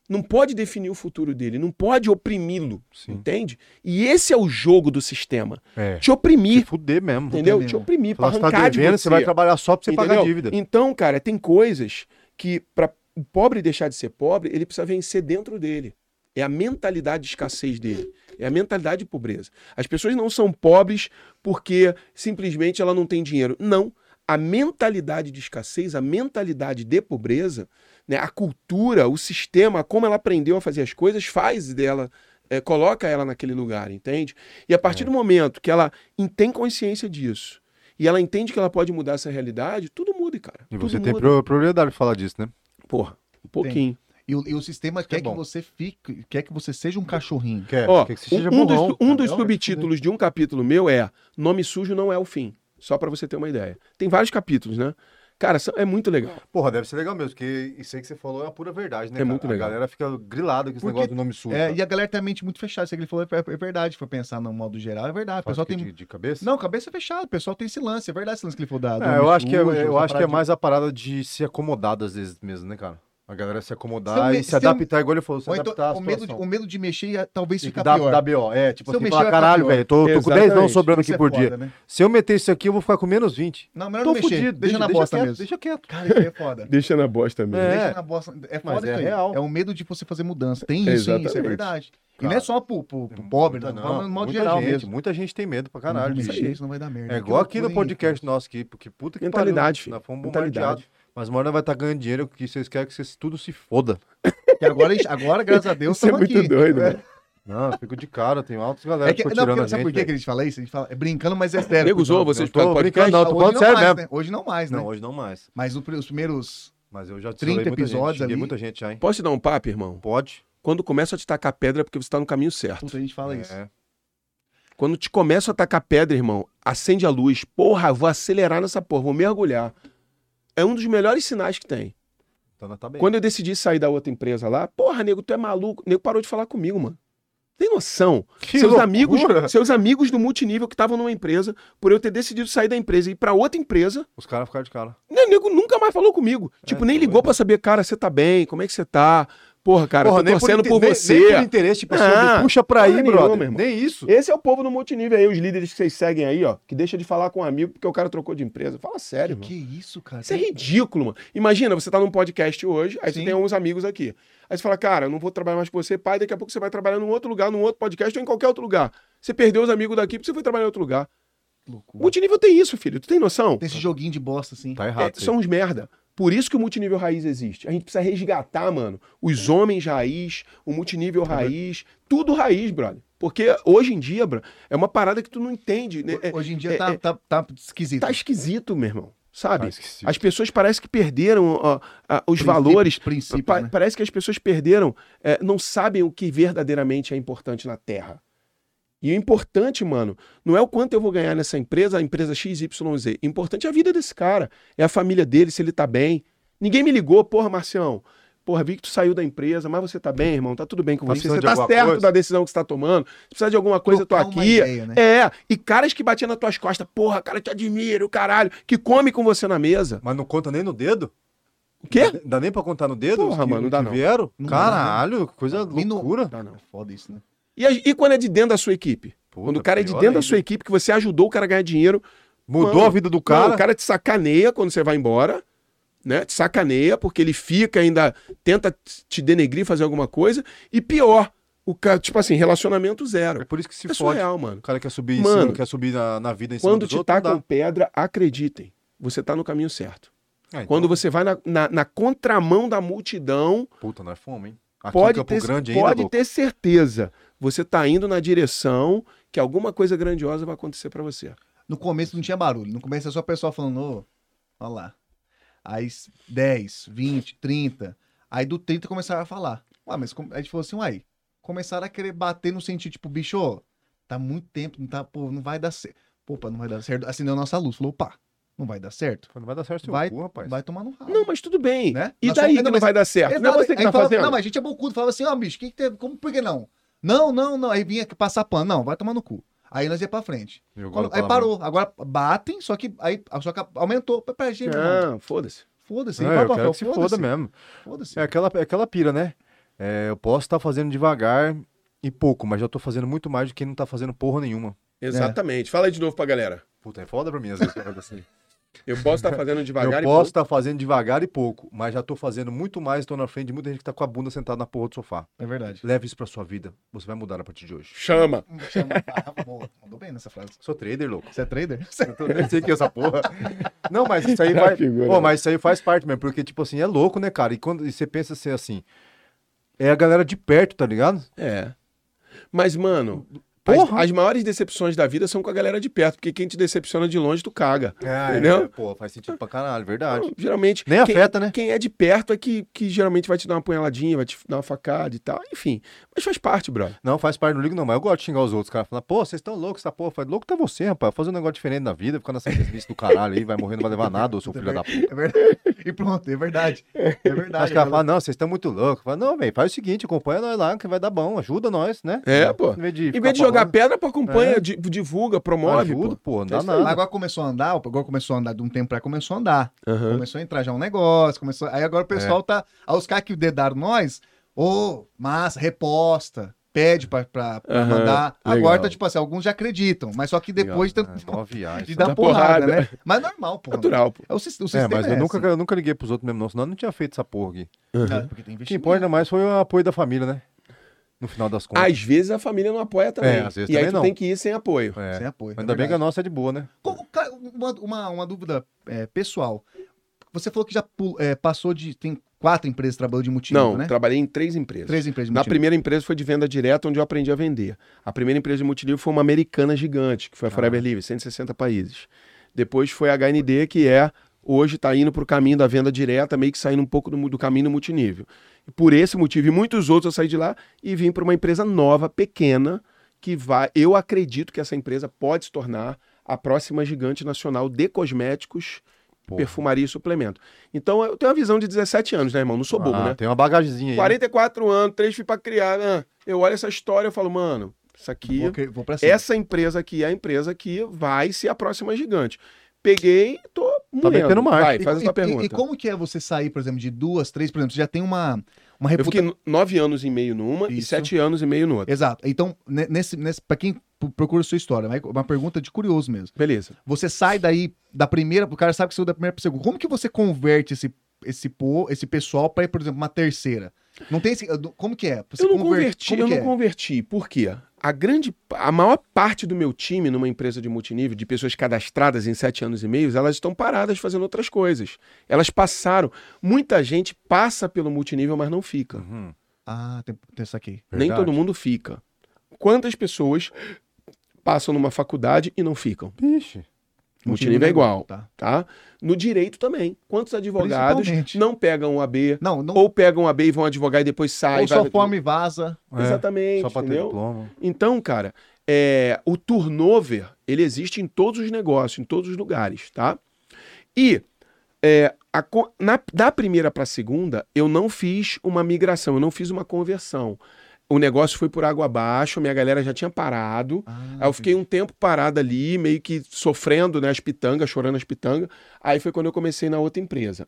[SPEAKER 3] Não pode definir o futuro dele, não pode oprimi-lo,
[SPEAKER 1] Sim.
[SPEAKER 3] entende? E esse é o jogo do sistema.
[SPEAKER 1] É.
[SPEAKER 3] Te oprimir,
[SPEAKER 1] Se fuder mesmo.
[SPEAKER 3] entendeu?
[SPEAKER 2] mesmo.
[SPEAKER 3] Te oprimir, pra
[SPEAKER 1] Falar, você
[SPEAKER 3] arrancar
[SPEAKER 1] tá
[SPEAKER 3] de
[SPEAKER 1] devendo,
[SPEAKER 3] você.
[SPEAKER 1] você vai trabalhar só pra você pagar a
[SPEAKER 3] Entendeu?
[SPEAKER 1] dívida.
[SPEAKER 3] Então, cara, tem coisas que para o pobre deixar de ser pobre, ele precisa vencer dentro dele. É a mentalidade de escassez dele. É a mentalidade de pobreza. As pessoas não são pobres porque simplesmente ela não tem dinheiro. Não. A mentalidade de escassez, a mentalidade de pobreza, né, a cultura, o sistema, como ela aprendeu a fazer as coisas, faz dela, é, coloca ela naquele lugar, entende? E a
[SPEAKER 1] É.
[SPEAKER 3] partir do momento que ela em- tem consciência disso e ela entende que ela pode mudar essa realidade, tudo muda, cara.
[SPEAKER 1] E
[SPEAKER 3] Tudo
[SPEAKER 1] você tem
[SPEAKER 3] muda.
[SPEAKER 1] pro- prioridade pra falar disso, né?
[SPEAKER 3] Porra, um pouquinho.
[SPEAKER 2] E o, e o sistema
[SPEAKER 3] é
[SPEAKER 2] quer que
[SPEAKER 1] bom.
[SPEAKER 2] você fique, quer que você seja um cachorrinho.
[SPEAKER 1] Quer,
[SPEAKER 3] Ó,
[SPEAKER 1] É, quer que você
[SPEAKER 3] um-
[SPEAKER 1] seja né?
[SPEAKER 3] um,
[SPEAKER 1] burrão.
[SPEAKER 3] dos, um dos
[SPEAKER 1] entendeu?
[SPEAKER 3] subtítulos de um capítulo meu é Nome Sujo Não É o Fim. Só pra você ter uma ideia. Tem vários capítulos, né? Cara, são- é muito legal.
[SPEAKER 1] Porra, deve ser legal mesmo, porque isso aí que você falou é a pura verdade, né?
[SPEAKER 3] É
[SPEAKER 1] cara?
[SPEAKER 3] muito legal.
[SPEAKER 1] A galera fica grilada com esse
[SPEAKER 2] Porque-
[SPEAKER 1] negócio do nome
[SPEAKER 3] um
[SPEAKER 1] sujo.
[SPEAKER 2] É,
[SPEAKER 1] cara.
[SPEAKER 2] e a galera tem a mente muito fechada. Isso que ele falou é, é verdade. Se for pensar no modo geral, é verdade. O
[SPEAKER 1] Faz
[SPEAKER 2] pessoal
[SPEAKER 1] que
[SPEAKER 2] tem.
[SPEAKER 1] de, de cabeça?
[SPEAKER 2] Não, cabeça fechada. O pessoal tem esse lance. É verdade esse lance que ele falou da. do
[SPEAKER 1] É, eu
[SPEAKER 2] homem
[SPEAKER 1] acho que é,
[SPEAKER 2] sujo,
[SPEAKER 1] eu
[SPEAKER 2] essa
[SPEAKER 1] acho que é
[SPEAKER 2] parada de-
[SPEAKER 1] mais a parada de se acomodar às vezes mesmo, né, cara? A galera se
[SPEAKER 2] Se eu
[SPEAKER 1] acomodar e
[SPEAKER 2] me- se
[SPEAKER 1] se
[SPEAKER 2] eu-
[SPEAKER 1] adaptar, igual ele falou, se
[SPEAKER 2] Ou então,
[SPEAKER 1] adaptar à
[SPEAKER 2] o, medo de,
[SPEAKER 1] situação.
[SPEAKER 2] o medo de mexer ia- talvez
[SPEAKER 1] E que
[SPEAKER 2] ficar
[SPEAKER 1] dá,
[SPEAKER 2] pior.
[SPEAKER 1] dá BO. É, tipo
[SPEAKER 2] Se eu
[SPEAKER 1] assim,
[SPEAKER 2] mexer,
[SPEAKER 1] fala,
[SPEAKER 2] vai ficar
[SPEAKER 1] caralho,
[SPEAKER 2] pior."
[SPEAKER 1] velho, tô, tô com 10 não
[SPEAKER 3] Exatamente.
[SPEAKER 1] sobrando
[SPEAKER 2] Isso
[SPEAKER 1] aqui
[SPEAKER 2] é
[SPEAKER 1] por
[SPEAKER 2] foda,
[SPEAKER 1] dia.
[SPEAKER 2] né?
[SPEAKER 1] Se eu meter isso aqui, eu vou ficar com menos 20.
[SPEAKER 2] Não, melhor
[SPEAKER 1] Tô
[SPEAKER 2] não mexer.
[SPEAKER 1] fudido.
[SPEAKER 2] deixa, na bosta
[SPEAKER 1] quieto,
[SPEAKER 2] mesmo.
[SPEAKER 1] Deixa quieto.
[SPEAKER 2] Cara, isso aí é foda.
[SPEAKER 3] Deixa na bosta mesmo.
[SPEAKER 1] É.
[SPEAKER 2] Deixa na bosta. É
[SPEAKER 1] Mas
[SPEAKER 2] foda
[SPEAKER 1] é
[SPEAKER 2] isso aí.
[SPEAKER 1] real.
[SPEAKER 2] É o medo de você fazer mudança. Tem isso, hein? Isso é
[SPEAKER 3] Exatamente.
[SPEAKER 2] verdade. E
[SPEAKER 1] Cara,
[SPEAKER 2] não é só pro, pro,
[SPEAKER 1] um
[SPEAKER 2] pro pobre, não.
[SPEAKER 1] Muita
[SPEAKER 2] não. No modo
[SPEAKER 1] muita
[SPEAKER 2] geral
[SPEAKER 1] gente,
[SPEAKER 2] mesmo.
[SPEAKER 1] Muita gente tem medo pra
[SPEAKER 2] Não
[SPEAKER 1] caralho.
[SPEAKER 2] vou
[SPEAKER 1] disso
[SPEAKER 2] mexer,
[SPEAKER 1] aí.
[SPEAKER 2] isso não vai dar merda.
[SPEAKER 1] É
[SPEAKER 2] Que
[SPEAKER 1] igual aqui no
[SPEAKER 2] loucura, hein, cara?
[SPEAKER 1] podcast nosso aqui, porque puta que
[SPEAKER 3] Mentalidade,
[SPEAKER 1] pariu.
[SPEAKER 3] filho.
[SPEAKER 1] Nós fomos
[SPEAKER 3] Mentalidade.
[SPEAKER 1] bombardeados. Mas uma hora vai estar ganhando dinheiro, que vocês querem que vocês tudo se foda.
[SPEAKER 2] E agora, agora, graças a Deus,
[SPEAKER 3] Isso é
[SPEAKER 2] estamos
[SPEAKER 3] muito
[SPEAKER 2] aqui.
[SPEAKER 3] doido, velho.
[SPEAKER 1] Não, eu fico de cara, tem altos galera
[SPEAKER 2] É
[SPEAKER 1] que,
[SPEAKER 2] que,
[SPEAKER 1] ficou
[SPEAKER 2] não,
[SPEAKER 1] tirando
[SPEAKER 2] porque,
[SPEAKER 1] a
[SPEAKER 2] sabe
[SPEAKER 1] gente.
[SPEAKER 2] por que, que
[SPEAKER 1] velho.
[SPEAKER 2] a gente fala isso? A gente fala, é brincando, mas é sério.
[SPEAKER 3] Nego zoou vocês
[SPEAKER 1] eu
[SPEAKER 3] por causa
[SPEAKER 1] tô
[SPEAKER 3] do
[SPEAKER 1] brincando,
[SPEAKER 3] podcast?
[SPEAKER 1] não, eu
[SPEAKER 2] Ah,
[SPEAKER 1] tô
[SPEAKER 2] hoje
[SPEAKER 1] falando
[SPEAKER 2] não
[SPEAKER 1] sério
[SPEAKER 2] mais,
[SPEAKER 1] mesmo.
[SPEAKER 2] né? Hoje não mais, né?
[SPEAKER 1] Não, hoje não mais.
[SPEAKER 2] Mas no pr- os primeiros...
[SPEAKER 1] Mas eu já
[SPEAKER 2] 30
[SPEAKER 1] tirei muita
[SPEAKER 2] episódios
[SPEAKER 1] gente, xinguei
[SPEAKER 2] ali.
[SPEAKER 1] muita gente já, hein?
[SPEAKER 3] Posso te dar um papo, irmão?
[SPEAKER 1] Pode.
[SPEAKER 3] Quando começa a te tacar pedra é porque você tá no caminho certo.
[SPEAKER 2] Puta, a gente fala
[SPEAKER 1] É.
[SPEAKER 2] isso.
[SPEAKER 3] Quando te começa a tacar pedra, irmão, acende a luz. Porra, vou acelerar nessa porra, vou mergulhar. É um dos melhores sinais que tem.
[SPEAKER 1] Então nós tá bem.
[SPEAKER 3] Quando eu decidi sair da outra empresa lá, porra, nego, tu é maluco. Nego parou de falar comigo, mano. Tem noção?
[SPEAKER 1] Que
[SPEAKER 3] seus
[SPEAKER 1] loucura!
[SPEAKER 3] amigos, seus amigos do multinível que estavam numa empresa, por eu ter decidido sair da empresa e ir pra outra empresa,
[SPEAKER 1] Os caras ficaram de cara.
[SPEAKER 3] né, nego nunca mais falou comigo. tipo, nem ligou
[SPEAKER 1] doido.
[SPEAKER 3] pra saber, cara, você tá bem? Como é que você tá? Porra, cara, tô
[SPEAKER 1] nem
[SPEAKER 3] torcendo
[SPEAKER 1] inte-
[SPEAKER 3] por,
[SPEAKER 1] nem-
[SPEAKER 3] você.
[SPEAKER 1] Nem por interesse, tipo assim,
[SPEAKER 3] Ah,
[SPEAKER 1] me puxa pra
[SPEAKER 3] porra
[SPEAKER 1] aí,
[SPEAKER 3] nenhuma,
[SPEAKER 1] brother.
[SPEAKER 3] meu irmão.
[SPEAKER 1] Nem isso.
[SPEAKER 3] Esse é o povo do multinível aí, os líderes que vocês seguem aí, ó, que deixa de falar com um amigo porque o cara trocou de empresa. Fala sério, mano.
[SPEAKER 2] Que isso, cara? Tá
[SPEAKER 3] Isso é ridículo, mano. Imagina, você tá num podcast hoje, aí
[SPEAKER 2] Sim.
[SPEAKER 3] você tem uns amigos aqui. Aí você fala, cara, eu não vou trabalhar mais com você, pai, daqui a pouco você vai trabalhar num outro lugar, num outro podcast ou em qualquer outro lugar. Você perdeu os amigos daqui porque você foi trabalhar em outro lugar.
[SPEAKER 2] Que
[SPEAKER 3] O
[SPEAKER 2] loucura.
[SPEAKER 3] multinível tem isso, filho. Tu tem noção?
[SPEAKER 2] Tem esse joguinho de bosta, assim.
[SPEAKER 1] Tá
[SPEAKER 3] É,
[SPEAKER 1] errado. isso aí.
[SPEAKER 3] são uns merda. Por isso que o multinível raiz existe. A gente precisa resgatar, mano, os homens raiz, o multinível raiz, tudo raiz, brother. Porque hoje em dia, bro, é uma parada que tu não entende. né? É-
[SPEAKER 2] Hoje em
[SPEAKER 3] é-
[SPEAKER 2] dia tá,
[SPEAKER 3] é-
[SPEAKER 2] tá, tá esquisito.
[SPEAKER 3] tá esquisito, meu irmão. sabe?
[SPEAKER 1] Ah, esqueci.
[SPEAKER 3] As pessoas parecem que perderam ó, a- os
[SPEAKER 2] Princípio-
[SPEAKER 3] valores.
[SPEAKER 2] princípios,
[SPEAKER 3] Pa-
[SPEAKER 2] né?
[SPEAKER 3] Parece que as pessoas perderam, é, não sabem o que verdadeiramente é importante na Terra. E o importante, mano, não é o quanto eu vou ganhar nessa empresa, a empresa XYZ. O importante é a vida desse cara, é a família dele, se ele tá bem. Ninguém me ligou, porra, Marcião. Porra, vi que tu saiu da empresa, mas você tá bem, irmão? Tá tudo bem com
[SPEAKER 1] Tá
[SPEAKER 3] você?
[SPEAKER 1] precisando
[SPEAKER 3] Você
[SPEAKER 1] de
[SPEAKER 3] tá
[SPEAKER 1] alguma
[SPEAKER 3] certo
[SPEAKER 1] coisa?"
[SPEAKER 3] da decisão que você tá tomando? Se precisar de alguma coisa, eu tô
[SPEAKER 2] Trocar uma
[SPEAKER 3] aqui.
[SPEAKER 2] ideia, né?
[SPEAKER 3] É, e caras que batiam nas tuas costas, porra, cara, eu te admiro, caralho, que come com você na mesa.
[SPEAKER 1] Mas não conta nem no dedo?
[SPEAKER 3] O quê?
[SPEAKER 1] Dá- Dá nem pra contar no dedo?
[SPEAKER 3] Porra,
[SPEAKER 1] os que,
[SPEAKER 3] mano, não
[SPEAKER 1] os
[SPEAKER 3] dá né?
[SPEAKER 1] que
[SPEAKER 3] não.
[SPEAKER 1] vieram?
[SPEAKER 2] Não dá,
[SPEAKER 1] Caralho, coisa
[SPEAKER 2] E no-
[SPEAKER 1] loucura.
[SPEAKER 3] Dá não.
[SPEAKER 2] É foda isso, né?
[SPEAKER 3] E, a- e quando é de dentro da sua equipe?
[SPEAKER 1] Puta,
[SPEAKER 3] quando o cara é de
[SPEAKER 1] pior
[SPEAKER 3] dentro da
[SPEAKER 1] ainda.
[SPEAKER 3] sua equipe, que você ajudou o cara a ganhar dinheiro.
[SPEAKER 1] Mudou
[SPEAKER 3] Mano,
[SPEAKER 1] a vida do
[SPEAKER 3] Cara,
[SPEAKER 1] cara.
[SPEAKER 3] o cara te sacaneia quando você vai embora, né? Te sacaneia, porque ele fica ainda, tenta t- te denegrir, fazer alguma coisa. E pior, o cara, tipo assim, relacionamento
[SPEAKER 1] É
[SPEAKER 3] zero.
[SPEAKER 1] por isso que se
[SPEAKER 3] É
[SPEAKER 1] fode.
[SPEAKER 3] surreal, mano.
[SPEAKER 1] O cara quer subir em
[SPEAKER 3] Mano,
[SPEAKER 1] cima, quer subir na, na vida em cima
[SPEAKER 3] Quando
[SPEAKER 1] dos
[SPEAKER 3] te
[SPEAKER 1] outros, não dá.
[SPEAKER 3] tacam pedra, acreditem, você tá no caminho certo.
[SPEAKER 1] Ah, então,
[SPEAKER 3] Quando você vai na- na- na contramão da multidão,
[SPEAKER 1] Puta, nós fomos, hein? Aqui
[SPEAKER 3] pode
[SPEAKER 1] em Campo
[SPEAKER 3] ter,
[SPEAKER 1] Grande ainda,
[SPEAKER 3] pode
[SPEAKER 1] louco.
[SPEAKER 3] ter certeza. Você tá indo na direção que alguma coisa grandiosa vai acontecer pra você.
[SPEAKER 2] No começo não tinha barulho. No começo é só o pessoal falando, ô, olha lá. Aí 10, 20, 30. Aí do 30 começaram a falar. Ué, mas como- a gente falou assim, uai. Começaram a querer bater no sentido, tipo, bicho, ó, tá muito tempo, não tá, pô, não vai dar certo. Opa, não vai dar certo. Acendeu a nossa luz. Falou, opa, não vai dar certo.
[SPEAKER 1] Não vai dar certo seu
[SPEAKER 2] Vai-
[SPEAKER 1] cu, rapaz.
[SPEAKER 2] Vai tomar no rabo.
[SPEAKER 3] Não, mas tudo bem.
[SPEAKER 2] Né?
[SPEAKER 3] E
[SPEAKER 2] Nós
[SPEAKER 3] daí
[SPEAKER 2] somos-
[SPEAKER 3] que
[SPEAKER 2] não,
[SPEAKER 3] não,
[SPEAKER 2] mas-
[SPEAKER 3] vai dar certo? Não é
[SPEAKER 2] Exato.
[SPEAKER 3] você que
[SPEAKER 2] Aí
[SPEAKER 3] tá
[SPEAKER 2] fala-
[SPEAKER 3] fazendo?
[SPEAKER 2] Não, mas a gente é bocudo. Falava assim, ó, bicho, que que teve? Como, por que não? Não, não, não. Aí vinha aqui passar pano. Não, vai tomar no cu. Aí nós ia pra frente.
[SPEAKER 1] Jogou
[SPEAKER 2] Quando-
[SPEAKER 1] lá pra
[SPEAKER 2] aí
[SPEAKER 1] lá,
[SPEAKER 2] parou. Agora batem, só que aí só que aumentou. Pera, pera,
[SPEAKER 1] É.
[SPEAKER 2] gente, irmão.
[SPEAKER 3] Não, foda-se. assim,
[SPEAKER 2] Foda-se.
[SPEAKER 1] mano.
[SPEAKER 2] igual
[SPEAKER 1] É, eu
[SPEAKER 2] papel,
[SPEAKER 1] quero que se foda
[SPEAKER 2] foda-se,
[SPEAKER 1] mesmo.
[SPEAKER 2] Foda-se.
[SPEAKER 1] É aquela, é aquela pira, né? É, eu posso estar fazendo devagar e pouco, mas já tô fazendo muito mais do que não tá fazendo porra nenhuma.
[SPEAKER 3] É. Exatamente. Fala aí de novo pra galera.
[SPEAKER 1] Puta, é foda pra mim às vezes. que eu falo assim.
[SPEAKER 3] Eu posso estar fazendo devagar
[SPEAKER 1] eu posso estar fazendo devagar e pouco, mas já tô fazendo muito mais, tô na frente de muita gente que tá com a bunda sentada na porra do sofá.
[SPEAKER 2] É verdade.
[SPEAKER 1] Leve isso pra sua vida, você vai mudar a partir de hoje.
[SPEAKER 3] Chama.
[SPEAKER 2] Chama- Ah, boa. Mandou bem nessa frase.
[SPEAKER 1] Sou trader, louco.
[SPEAKER 2] Você é trader?
[SPEAKER 1] Eu tô- nem sei o que é essa porra. Não, mas isso aí vai.
[SPEAKER 3] Figura.
[SPEAKER 1] Pô, mas isso aí faz parte mesmo, porque, tipo assim, é louco, né, cara? E quando e você pensa assim, assim. É a galera de perto, tá ligado?
[SPEAKER 3] É. Mas, mano, as,
[SPEAKER 1] Porra!
[SPEAKER 3] as maiores decepções da vida são com a galera de perto, porque quem te decepciona de longe, tu caga. Entendeu?
[SPEAKER 1] é, pô, faz sentido pra caralho, verdade.
[SPEAKER 3] Não, geralmente.
[SPEAKER 1] Nem
[SPEAKER 3] quem-
[SPEAKER 1] afeta, né?
[SPEAKER 3] Quem é de perto é que, que geralmente vai te dar uma punhaladinha, vai te dar uma facada e tal. Enfim. Mas faz parte, brother.
[SPEAKER 1] Não, faz parte, não ligo não, mas eu gosto de xingar os outros, cara. Falar, pô, vocês estão loucos, essa porra. Falei, louco tá você, rapaz. Fazer um negócio diferente na vida, ficar nessa mesmice do caralho aí, vai morrer, não vai levar nada, ô seu filho da puta.
[SPEAKER 2] É verdade. E pronto, é verdade. É verdade.
[SPEAKER 1] Acho que ela fala, não, vocês estão muito loucos. Fala, não, velho, faz o seguinte, acompanha nós lá, que vai dar bom, ajuda nós, né?
[SPEAKER 3] É, pô.
[SPEAKER 1] Em vez de,
[SPEAKER 3] Em
[SPEAKER 1] ficar
[SPEAKER 3] vez de jogar
[SPEAKER 1] falando,
[SPEAKER 3] pedra, pô, acompanha,
[SPEAKER 1] É.
[SPEAKER 3] di- divulga, promove.
[SPEAKER 1] ajuda, pô,
[SPEAKER 3] Pô.
[SPEAKER 1] não
[SPEAKER 3] É
[SPEAKER 1] dá
[SPEAKER 3] isso aí.
[SPEAKER 2] Mas
[SPEAKER 1] nada.
[SPEAKER 2] agora começou a andar, agora começou a andar de um tempo pra cá, começou a andar.
[SPEAKER 3] Aham.
[SPEAKER 2] Começou a entrar já um negócio, começou. Aí agora o pessoal tá. Aí os caras que dedaram nós, ô, massa, reposta, pede pra, pra, pra
[SPEAKER 3] Aham,
[SPEAKER 2] mandar. Agora
[SPEAKER 3] legal.
[SPEAKER 2] tá tipo assim, alguns já acreditam, mas só que depois
[SPEAKER 1] Legal.
[SPEAKER 2] de-
[SPEAKER 1] É, mó viagem,
[SPEAKER 2] de
[SPEAKER 1] isso
[SPEAKER 2] dar
[SPEAKER 3] dá
[SPEAKER 2] porrada,
[SPEAKER 3] porrada.
[SPEAKER 2] né? Mas normal, pô.
[SPEAKER 3] Natural, pô.
[SPEAKER 2] É o, sis- o sistema.
[SPEAKER 1] É, mas
[SPEAKER 2] é
[SPEAKER 1] eu nunca,
[SPEAKER 2] assim.
[SPEAKER 1] eu nunca liguei pros outros mesmo, não, senão eu não tinha feito essa porra aqui.
[SPEAKER 2] Ah, Porque tem
[SPEAKER 1] O que
[SPEAKER 2] investimento.
[SPEAKER 1] importa mais foi o apoio da família, né? No final das contas.
[SPEAKER 3] Às vezes a família não apoia também.
[SPEAKER 1] É, às vezes
[SPEAKER 3] e aí
[SPEAKER 1] também
[SPEAKER 3] tu
[SPEAKER 1] não.
[SPEAKER 3] tem que ir sem apoio.
[SPEAKER 1] É.
[SPEAKER 2] Sem apoio.
[SPEAKER 1] Mas ainda bem que a nossa é de boa, né?
[SPEAKER 2] Como- cara, uma, uma, uma dúvida é, pessoal. Você falou que já pu- é, passou de. Tem quatro empresas trabalhando de multinível,
[SPEAKER 3] não,
[SPEAKER 2] né?
[SPEAKER 3] trabalhei em três empresas.
[SPEAKER 2] Três empresas de
[SPEAKER 3] Na
[SPEAKER 2] multinível.
[SPEAKER 3] primeira empresa foi de venda direta, onde eu aprendi a vender. A primeira empresa de multinível foi uma americana gigante, que foi a Forever Livre, 160 países. Depois foi a HND, que é hoje está indo para o caminho da venda direta, meio que saindo um pouco do, mu- do caminho do multinível. E por esse motivo e muitos outros, eu saí de lá e vim para uma empresa nova, pequena, que vai. Eu acredito que essa empresa pode se tornar a próxima gigante nacional de cosméticos,
[SPEAKER 1] Porra.
[SPEAKER 3] perfumaria e suplemento. Então eu tenho uma visão de 17 anos, né, irmão? Não sou bobo,
[SPEAKER 1] Ah,
[SPEAKER 3] né?
[SPEAKER 1] Tem uma
[SPEAKER 2] É.
[SPEAKER 1] bagagemzinha aí.
[SPEAKER 3] 44 anos, três filhos pra criar. né? Eu olho essa história e falo, mano, isso aqui.
[SPEAKER 2] Vou, que- vou pra cima.
[SPEAKER 3] Essa empresa aqui é a empresa que vai ser a próxima gigante. Peguei, tô moendo.
[SPEAKER 1] metendo marcha.
[SPEAKER 3] Vai, faz
[SPEAKER 2] Tá e,
[SPEAKER 3] a sua
[SPEAKER 2] e-
[SPEAKER 3] pergunta.
[SPEAKER 2] E, como que é você sair, por exemplo, de duas, três, por exemplo, você já tem uma, uma
[SPEAKER 3] Eu
[SPEAKER 2] reputação.
[SPEAKER 3] fiquei no- nove anos e meio numa e
[SPEAKER 2] é Isso.
[SPEAKER 3] sete anos e meio no outro.
[SPEAKER 2] Exato. Então, ne- nesse, nesse, pra quem p- procura sua história, vai- uma pergunta de curioso mesmo.
[SPEAKER 3] Beleza.
[SPEAKER 2] Você sai daí da primeira, o cara sabe que saiu da primeira pra segunda. Como que você converte esse, esse, po, esse pessoal pra ir, por exemplo, uma terceira? Não tem esse. Como que é? Você
[SPEAKER 3] eu não
[SPEAKER 2] conver-
[SPEAKER 3] converti,
[SPEAKER 2] como
[SPEAKER 3] eu
[SPEAKER 2] que
[SPEAKER 3] não
[SPEAKER 2] é?
[SPEAKER 3] converti. Por quê? A grande, a maior parte do meu time numa empresa de multinível, de pessoas cadastradas em sete anos e meio, elas estão paradas fazendo outras coisas. Elas passaram. Muita gente passa pelo multinível, mas não fica.
[SPEAKER 1] Uhum,
[SPEAKER 2] Ah, tem, tem isso aqui.
[SPEAKER 1] verdade.
[SPEAKER 3] Nem todo mundo fica. Quantas pessoas passam numa faculdade e não ficam?
[SPEAKER 1] Vixe.
[SPEAKER 3] Multinível é igual,
[SPEAKER 2] Tá.
[SPEAKER 3] tá? No direito também. Quantos advogados
[SPEAKER 2] Principalmente.
[SPEAKER 3] não pegam o AB,
[SPEAKER 2] Não, não. Ou,
[SPEAKER 3] ou pegam o AB e vão advogar e depois saem?
[SPEAKER 2] só forma e vaza.
[SPEAKER 1] É,
[SPEAKER 3] Exatamente,
[SPEAKER 1] Só pra ter
[SPEAKER 3] entendeu?
[SPEAKER 1] diploma.
[SPEAKER 3] Então, cara, é, o turnover, ele existe em todos os negócios, em todos os lugares, tá? E é, a co- na- da primeira para a segunda, eu não fiz uma migração, eu não fiz uma conversão. O negócio foi por água abaixo, minha galera já tinha parado.
[SPEAKER 2] Ah,
[SPEAKER 3] Aí eu fiquei um tempo parado ali, meio que sofrendo, né, as pitangas, chorando as pitangas. Aí foi quando eu comecei na outra empresa.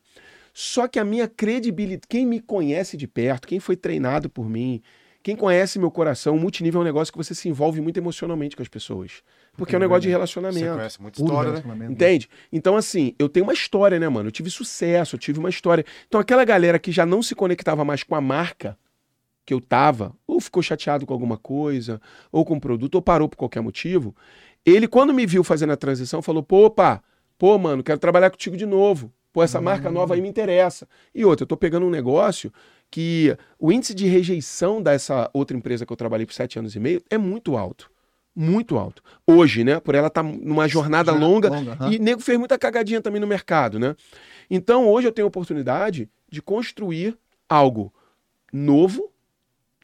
[SPEAKER 3] Só que a minha credibilidade, quem me conhece de perto, quem foi treinado por mim, quem conhece meu coração, o multinível é um negócio que você se envolve muito emocionalmente com as pessoas. Porque é um
[SPEAKER 2] Entendi,
[SPEAKER 3] negócio de
[SPEAKER 2] né?
[SPEAKER 1] Você
[SPEAKER 3] relacionamento.
[SPEAKER 1] conhece muita
[SPEAKER 2] Puro
[SPEAKER 1] história, né?
[SPEAKER 2] relacionamento.
[SPEAKER 3] Entende? Então, assim, eu tenho uma história, né, mano? Eu tive sucesso, eu tive uma história. Então, aquela galera que já não se conectava mais com a marca que eu tava, ou ficou chateado com alguma coisa, ou com o produto, ou parou por qualquer motivo, ele, quando me viu fazendo a transição, falou: pô, opa, pô, mano, quero trabalhar contigo de novo. Pô, essa marca nova aí me interessa. E outra, eu tô pegando um negócio que o índice de rejeição dessa outra empresa que eu trabalhei por sete anos e meio é muito alto. Muito alto. Hoje, né? Por ela tá numa jornada longa
[SPEAKER 2] aham.
[SPEAKER 3] e nego fez muita cagadinha também no mercado, né? Então hoje eu tenho a oportunidade de construir algo novo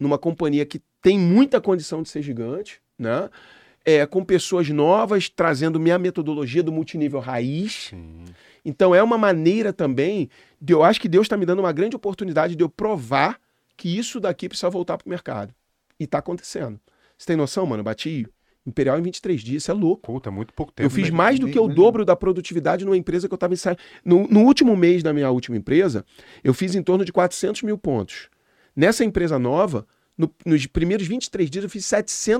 [SPEAKER 3] numa companhia que tem muita condição de ser gigante, né? É, com pessoas novas, trazendo minha metodologia do multinível raiz.
[SPEAKER 1] Sim.
[SPEAKER 3] Então é uma maneira também, de, eu acho que Deus está me dando uma grande oportunidade de eu provar que isso daqui precisa voltar pro mercado. E tá acontecendo. Você tem noção, mano? Eu bati Imperial em 23 dias, isso é louco.
[SPEAKER 1] Puta, é muito pouco tempo.
[SPEAKER 3] Eu fiz
[SPEAKER 1] velho.
[SPEAKER 3] mais do
[SPEAKER 2] bem-
[SPEAKER 3] que o
[SPEAKER 2] bem-
[SPEAKER 3] dobro da produtividade numa empresa que eu estava ensaiando. No, no último mês da minha última empresa, eu fiz em torno de 400 mil pontos. Nessa empresa nova, no- nos primeiros 23 dias, eu fiz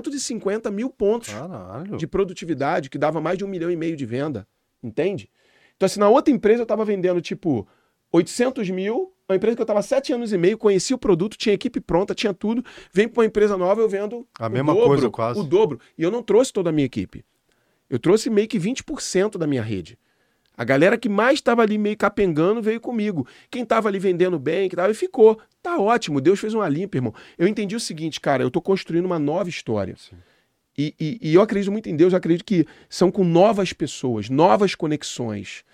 [SPEAKER 3] 750 mil pontos
[SPEAKER 1] Caralho.
[SPEAKER 3] de produtividade, que dava mais de um milhão e meio de venda. Entende? Então, assim, na outra empresa eu estava vendendo, tipo, 800 mil. Uma empresa que eu estava sete anos e meio, conhecia o produto, tinha equipe pronta, tinha tudo. Vem para uma empresa nova, eu vendo
[SPEAKER 1] A
[SPEAKER 3] o
[SPEAKER 1] mesma
[SPEAKER 3] dobro,
[SPEAKER 1] coisa, quase.
[SPEAKER 3] O dobro. E eu não trouxe toda a minha equipe. Eu trouxe meio que 20% da minha rede. A galera que mais estava ali meio capengando veio comigo. Quem estava ali vendendo bem, que tava, e ficou. Tá ótimo, Deus fez uma limpa, irmão. Eu entendi o seguinte, cara, eu tô construindo uma nova história.
[SPEAKER 1] Sim.
[SPEAKER 3] E, e- e eu acredito muito em Deus, eu acredito que são com novas pessoas, novas conexões.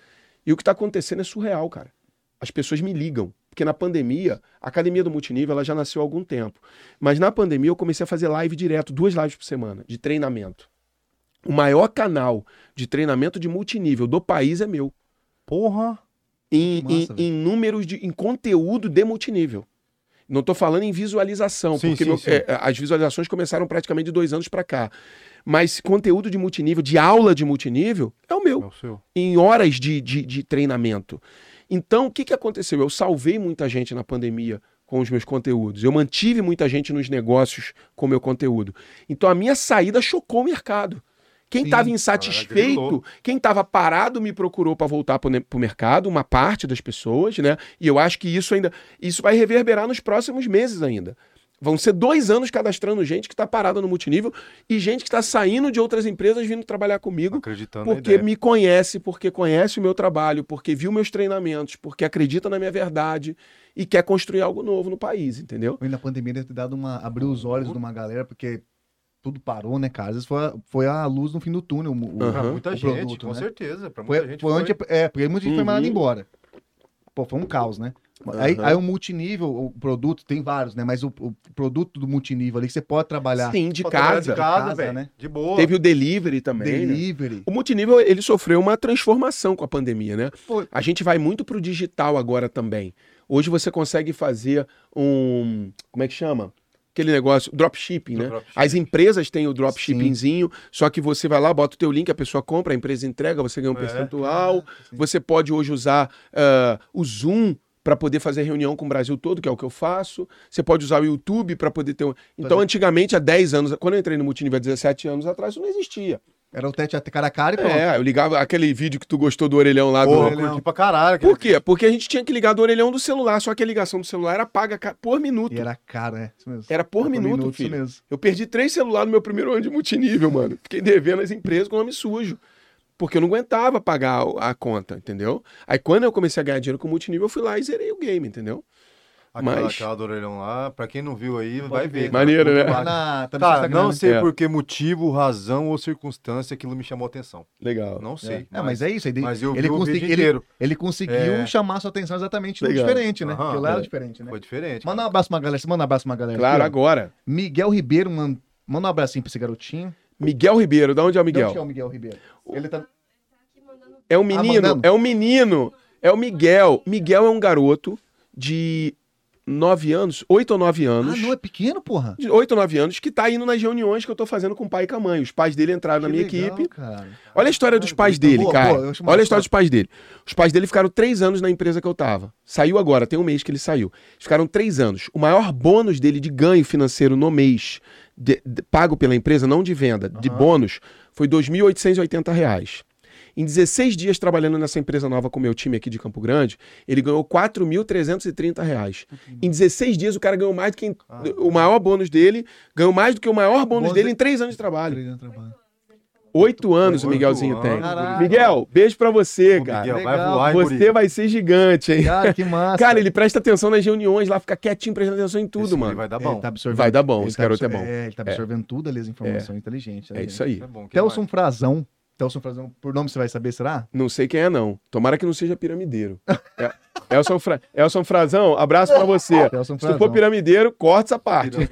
[SPEAKER 3] E o que está acontecendo é surreal, cara. As pessoas me ligam. Porque na pandemia, a academia do multinível ela já nasceu há algum tempo. Mas na pandemia eu comecei a fazer live direto, duas lives por semana, de treinamento. O maior canal de treinamento de multinível do país é meu.
[SPEAKER 1] Porra.
[SPEAKER 3] Em,
[SPEAKER 2] Massa,
[SPEAKER 3] em-
[SPEAKER 2] velho.
[SPEAKER 3] em números de. em conteúdo de multinível. Não estou falando em visualização,
[SPEAKER 1] Sim,
[SPEAKER 3] porque
[SPEAKER 1] sim,
[SPEAKER 3] meu-
[SPEAKER 1] sim.
[SPEAKER 3] é, as visualizações começaram praticamente de dois anos para cá. Mas conteúdo de multinível, de aula de multinível, é o meu
[SPEAKER 1] É o seu.
[SPEAKER 3] em horas de, de, de treinamento. Então, o que, que aconteceu? Eu salvei muita gente na pandemia com os meus conteúdos. Eu mantive muita gente nos negócios com o meu conteúdo. Então, a minha saída chocou o mercado. Quem
[SPEAKER 2] Sim,
[SPEAKER 3] estava
[SPEAKER 1] galera
[SPEAKER 3] insatisfeito,
[SPEAKER 1] grilou.
[SPEAKER 3] quem estava parado me procurou para voltar para o mercado, uma parte das pessoas, né? E eu acho que isso ainda isso vai reverberar nos próximos meses ainda. Vão ser dois anos cadastrando gente que está parada no multinível e gente que está saindo de outras empresas vindo trabalhar comigo
[SPEAKER 1] Acreditando Tá na
[SPEAKER 3] porque
[SPEAKER 1] ideia.
[SPEAKER 3] me conhece, porque conhece o meu trabalho, porque viu meus treinamentos, porque acredita na minha verdade e quer construir algo novo no país, entendeu?
[SPEAKER 2] E na pandemia deve ter dado uma. abriu os olhos de uma galera, porque tudo parou, né, cara? Às vezes foi, a- foi a luz no fim do túnel. o- o-
[SPEAKER 3] Aham.
[SPEAKER 1] Pra muita
[SPEAKER 2] o
[SPEAKER 1] gente,
[SPEAKER 2] produto,
[SPEAKER 1] com
[SPEAKER 2] né?
[SPEAKER 1] certeza. Pra muita
[SPEAKER 2] Foi,
[SPEAKER 1] gente
[SPEAKER 2] foi onde. É, porque muita gente foi
[SPEAKER 3] Uhum.
[SPEAKER 2] mandada embora. Pô, foi um caos, né? Aí,
[SPEAKER 3] Aham.
[SPEAKER 2] aí o multinível, o produto, tem vários, né? Mas o, o produto do multinível ali que você pode trabalhar.
[SPEAKER 3] Sim, de
[SPEAKER 1] Pô, trabalhar
[SPEAKER 3] casa.
[SPEAKER 1] De casa,
[SPEAKER 2] Casa,
[SPEAKER 1] velho.
[SPEAKER 2] né?
[SPEAKER 1] De boa.
[SPEAKER 3] Teve o delivery também. né?
[SPEAKER 2] Delivery.
[SPEAKER 3] O multinível ele sofreu uma transformação com a pandemia, né?
[SPEAKER 2] Foi.
[SPEAKER 3] A gente vai muito pro digital agora também. Hoje você consegue fazer um, como é que chama? Aquele negócio, dropshipping, né?
[SPEAKER 1] Dropshipping.
[SPEAKER 3] As empresas têm o dropshippingzinho, só que você vai lá, bota o teu link, a pessoa compra, a empresa entrega, você ganha um
[SPEAKER 1] É.
[SPEAKER 3] percentual. Você pode hoje usar ah, o Zoom para poder fazer reunião com o Brasil todo, que é o que eu faço. Você pode usar o YouTube para poder ter um... Então,
[SPEAKER 2] Fazer-
[SPEAKER 3] antigamente, há 10 anos, quando eu entrei no multinível há 17 anos atrás, isso não existia.
[SPEAKER 2] Era o tete até cara a cara e pronto.
[SPEAKER 3] É, eu ligava aquele vídeo que tu gostou do orelhão lá
[SPEAKER 1] Porra,
[SPEAKER 3] do...
[SPEAKER 1] um eu
[SPEAKER 2] Não.
[SPEAKER 1] curti pra caralho.
[SPEAKER 3] Por quê? Porque a gente tinha que ligar do orelhão do celular, só que a ligação do celular era paga ca- por minuto.
[SPEAKER 2] E
[SPEAKER 3] Era,
[SPEAKER 2] era caro, é. Isso mesmo.
[SPEAKER 3] por, minuto,
[SPEAKER 2] isso
[SPEAKER 3] filho.
[SPEAKER 2] mesmo.
[SPEAKER 3] Eu perdi três celulares no meu primeiro ano de multinível, mano. Fiquei devendo as empresas com nome sujo. Porque eu não aguentava pagar o- a conta, entendeu? Aí quando eu comecei a ganhar dinheiro com multinível, eu fui lá e zerei o game, entendeu?
[SPEAKER 1] Aquela,
[SPEAKER 3] Mas-
[SPEAKER 1] aquela do orelhão lá, pra quem não viu aí, vai
[SPEAKER 2] Pode
[SPEAKER 1] ver.
[SPEAKER 2] ver.
[SPEAKER 1] cara.
[SPEAKER 3] Maneiro,
[SPEAKER 1] Muito
[SPEAKER 3] né?
[SPEAKER 1] bacana.
[SPEAKER 2] Na, tá no
[SPEAKER 1] Cara,
[SPEAKER 2] Instagram,
[SPEAKER 1] não
[SPEAKER 2] né?
[SPEAKER 1] sei
[SPEAKER 3] É.
[SPEAKER 1] por que motivo, razão ou circunstância aquilo me chamou atenção.
[SPEAKER 3] Legal.
[SPEAKER 1] Não sei.
[SPEAKER 2] É, mas é isso. Ele,
[SPEAKER 1] mas eu vi
[SPEAKER 2] ele,
[SPEAKER 1] o
[SPEAKER 2] consegui-
[SPEAKER 1] vídeo
[SPEAKER 2] ele-
[SPEAKER 1] inteiro.
[SPEAKER 2] ele conseguiu
[SPEAKER 1] É.
[SPEAKER 2] chamar sua atenção exatamente no
[SPEAKER 3] Legal.
[SPEAKER 2] diferente, né?
[SPEAKER 1] Aham,
[SPEAKER 2] Porque lá era
[SPEAKER 3] é.
[SPEAKER 2] diferente, né?
[SPEAKER 1] Foi diferente.
[SPEAKER 2] Manda um
[SPEAKER 1] cara.
[SPEAKER 2] abraço pra uma galera. Você manda um abraço pra uma galera. aqui,
[SPEAKER 3] Claro,
[SPEAKER 2] ó.
[SPEAKER 3] agora.
[SPEAKER 2] Miguel Ribeiro manda, manda um abracinho pra esse garotinho.
[SPEAKER 3] Miguel Ribeiro, de onde é o
[SPEAKER 2] De onde
[SPEAKER 3] Miguel?
[SPEAKER 2] que é o Miguel Ribeiro? Ele tá...
[SPEAKER 3] É um
[SPEAKER 2] Ah,
[SPEAKER 3] menino,
[SPEAKER 2] mandando.
[SPEAKER 3] é um menino. É o Miguel. Miguel é um garoto de 9 anos, 8 ou 9
[SPEAKER 2] Ah,
[SPEAKER 3] anos.
[SPEAKER 2] não, é pequeno, porra.
[SPEAKER 3] de 8 ou 9 anos, que tá indo nas reuniões que eu tô fazendo com o pai e com a mãe. Os pais dele entraram Tá na
[SPEAKER 2] Que
[SPEAKER 3] minha
[SPEAKER 2] legal,
[SPEAKER 3] equipe.
[SPEAKER 2] cara.
[SPEAKER 3] Olha a história dos pais
[SPEAKER 2] Boa,
[SPEAKER 3] dele,
[SPEAKER 2] boa,
[SPEAKER 3] cara.
[SPEAKER 2] eu acho uma
[SPEAKER 3] Olha
[SPEAKER 2] história-
[SPEAKER 3] a história dos pais dele. Os pais dele ficaram três anos na empresa que eu tava. Saiu agora, tem um mês que ele saiu. Eles Ficaram três anos. O maior bônus dele de ganho financeiro no mês, de- de- pago pela empresa, não de venda, de
[SPEAKER 2] Aham.
[SPEAKER 3] bônus, foi R$ 2.880. reais. Em 16 dias trabalhando nessa empresa nova com o meu time aqui de Campo Grande, ele ganhou R$ 4.330. reais. Em 16 dias, o cara ganhou mais do que. em- o maior bônus dele, ganhou mais do que o maior bônus,
[SPEAKER 2] Bônus
[SPEAKER 3] dele
[SPEAKER 2] de-
[SPEAKER 3] em três anos de trabalho.
[SPEAKER 2] Três anos de trabalho.
[SPEAKER 3] Oito anos o
[SPEAKER 1] Oito
[SPEAKER 3] Miguelzinho
[SPEAKER 1] anos.
[SPEAKER 3] tem.
[SPEAKER 2] Caralho.
[SPEAKER 3] Miguel, beijo pra você,
[SPEAKER 1] Ô,
[SPEAKER 3] cara.
[SPEAKER 1] Miguel, vai
[SPEAKER 2] Legal.
[SPEAKER 1] voar, hein,
[SPEAKER 3] Você vai ser gigante, hein?
[SPEAKER 2] Cara, que massa.
[SPEAKER 3] Cara, ele presta atenção nas reuniões lá, fica quietinho, prestando atenção em tudo,
[SPEAKER 1] Esse
[SPEAKER 3] mano.
[SPEAKER 1] Vai dar
[SPEAKER 2] É,
[SPEAKER 1] bom.
[SPEAKER 2] ele tá absorvendo...
[SPEAKER 3] Vai dar bom,
[SPEAKER 2] ele
[SPEAKER 3] esse
[SPEAKER 2] tá
[SPEAKER 3] garoto é
[SPEAKER 2] absor-
[SPEAKER 3] bom.
[SPEAKER 2] É, ele tá absorvendo tudo ali as informações. Inteligente.
[SPEAKER 3] É
[SPEAKER 2] inteligente.
[SPEAKER 3] isso aí.
[SPEAKER 1] Tá bom, que
[SPEAKER 2] Telson Frazão. Telson Frazão, por nome você vai saber, será?
[SPEAKER 3] Não sei quem é, não. Tomara que não seja piramideiro. É, Elson, Fra... Elson Frazão, abraço pra você.
[SPEAKER 2] Telson
[SPEAKER 3] Se tu for piramideiro, corta essa parte.
[SPEAKER 1] mais?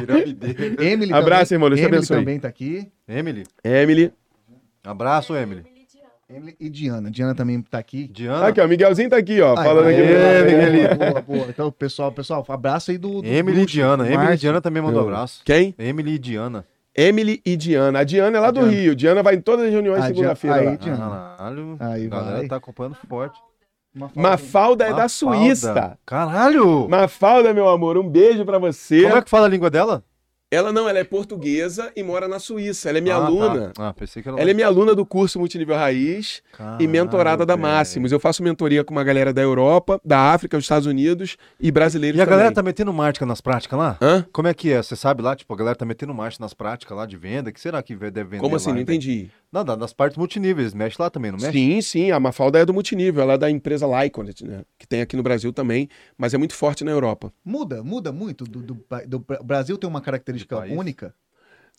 [SPEAKER 1] Piramideiro.
[SPEAKER 2] Emily
[SPEAKER 3] Abraço,
[SPEAKER 2] também.
[SPEAKER 3] irmão, Deus
[SPEAKER 2] Emily
[SPEAKER 3] te abençoe.
[SPEAKER 2] também tá aqui.
[SPEAKER 1] Emily,
[SPEAKER 3] Emily.
[SPEAKER 1] abraço, Emily.
[SPEAKER 2] Emily e Diana. Diana também tá aqui.
[SPEAKER 1] Diana,
[SPEAKER 3] Aqui, ó, Miguelzinho tá aqui,
[SPEAKER 2] Ah,
[SPEAKER 3] ó. falando
[SPEAKER 2] então
[SPEAKER 3] aqui. né,
[SPEAKER 1] aê,
[SPEAKER 3] pra-
[SPEAKER 1] Miguelinho.
[SPEAKER 2] é, Boa, boa. Então, pessoal, pessoal, abraço aí do. do
[SPEAKER 1] Emily e Diana. Emily tá- e
[SPEAKER 2] Márcio.
[SPEAKER 1] Diana também mandou
[SPEAKER 3] Eu-
[SPEAKER 1] abraço.
[SPEAKER 3] Quem?
[SPEAKER 1] Emily e Diana.
[SPEAKER 3] Emily e Diana. A Diana é lá
[SPEAKER 2] A
[SPEAKER 3] do
[SPEAKER 2] Diana.
[SPEAKER 3] Rio. Diana vai em todas as reuniões
[SPEAKER 2] A Diana-
[SPEAKER 3] segunda-feira.
[SPEAKER 2] aí,
[SPEAKER 3] lá.
[SPEAKER 2] Diana.
[SPEAKER 1] Caralho,
[SPEAKER 2] Aí
[SPEAKER 1] a galera
[SPEAKER 2] vai.
[SPEAKER 1] tá acompanhando forte.
[SPEAKER 3] Mafalda é da
[SPEAKER 1] Mafalda.
[SPEAKER 3] Suíça. Tipo,
[SPEAKER 1] Caralho!
[SPEAKER 3] Mafalda, meu amor, um beijo pra você.
[SPEAKER 1] Como é que fala a língua dela?
[SPEAKER 3] Ela não, ela é portuguesa e mora na Suíça. Ela é minha
[SPEAKER 1] Ah, tá.
[SPEAKER 3] aluna.
[SPEAKER 1] Ah, pensei que
[SPEAKER 3] Ela é minha aluna do curso Multinível Raiz
[SPEAKER 1] Ah,
[SPEAKER 3] e mentorada da Máximos. Eu faço mentoria com uma galera da Europa, da África, dos Estados Unidos e brasileiros
[SPEAKER 1] E a
[SPEAKER 3] também.
[SPEAKER 1] galera tá metendo marca nas práticas lá?
[SPEAKER 3] Hã?
[SPEAKER 1] Como é que é? Você sabe lá, tipo, a galera tá metendo marcha nas práticas lá de venda? Que será que deve vender
[SPEAKER 3] Como assim?
[SPEAKER 1] lá,
[SPEAKER 3] Não
[SPEAKER 1] hein?
[SPEAKER 3] entendi.
[SPEAKER 1] Nada, nas partes multiníveis. Mexe lá também, não mexe?
[SPEAKER 3] Sim, sim. A Mafalda é do Multinível. Ela é da empresa Lyconet, né? Que tem aqui no Brasil também, mas é muito forte na Europa.
[SPEAKER 2] Muda, muda muito. Do, do, do- o Brasil tem uma característica
[SPEAKER 1] Do país.
[SPEAKER 2] única.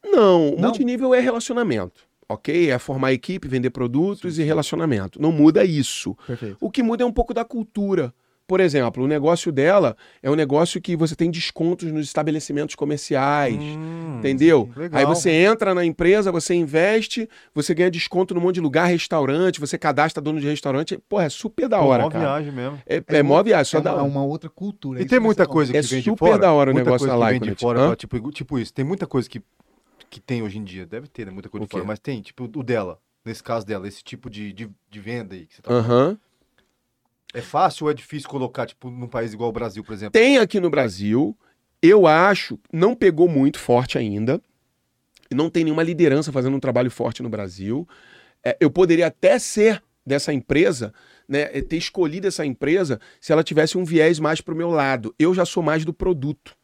[SPEAKER 3] Não, o
[SPEAKER 2] Não?
[SPEAKER 3] multinível é relacionamento, ok? É formar equipe, vender produtos e relacionamento. Não muda isso.
[SPEAKER 2] Perfeito.
[SPEAKER 3] O que muda é um pouco da cultura. Por exemplo, o negócio dela é um negócio que você tem descontos nos estabelecimentos comerciais.
[SPEAKER 1] Hum,
[SPEAKER 3] Entendeu?
[SPEAKER 1] legal.
[SPEAKER 3] Aí você entra na empresa, você investe, você ganha desconto num monte de lugar, restaurante, você cadastra dono de restaurante. Porra, é super da
[SPEAKER 1] Pô,
[SPEAKER 3] hora,
[SPEAKER 1] mó
[SPEAKER 3] cara.
[SPEAKER 1] viagem mesmo.
[SPEAKER 3] É, é, mó viagem, só
[SPEAKER 2] é,
[SPEAKER 3] da
[SPEAKER 2] uma,
[SPEAKER 3] hora.
[SPEAKER 2] é uma outra cultura.
[SPEAKER 1] E
[SPEAKER 2] isso
[SPEAKER 1] tem
[SPEAKER 2] que
[SPEAKER 1] muita
[SPEAKER 2] você falou.
[SPEAKER 1] coisa que
[SPEAKER 3] É
[SPEAKER 1] vem de
[SPEAKER 3] super
[SPEAKER 1] fora.
[SPEAKER 3] da hora o
[SPEAKER 1] muita
[SPEAKER 3] negócio
[SPEAKER 1] coisa
[SPEAKER 3] da
[SPEAKER 1] que vem
[SPEAKER 3] Lyconet.
[SPEAKER 1] de fora,
[SPEAKER 3] Hã?
[SPEAKER 1] pra, tipo, tipo isso. Tem muita coisa que, que tem hoje em dia. Deve ter, né? Muita coisa
[SPEAKER 3] O
[SPEAKER 1] de fora.
[SPEAKER 3] quê?
[SPEAKER 1] Mas tem, tipo, o dela. Nesse caso dela, esse tipo de, de, de venda aí. Que você tá...
[SPEAKER 3] Aham.
[SPEAKER 1] É fácil ou é difícil colocar, tipo, num país igual o Brasil, por exemplo?
[SPEAKER 3] Tem aqui no Brasil, eu acho, não pegou muito forte ainda. Não tem nenhuma liderança fazendo um trabalho forte no Brasil. É, eu poderia até ser dessa empresa, né, é, ter escolhido essa empresa se ela tivesse um viés mais pro meu lado. Eu já sou mais do produto.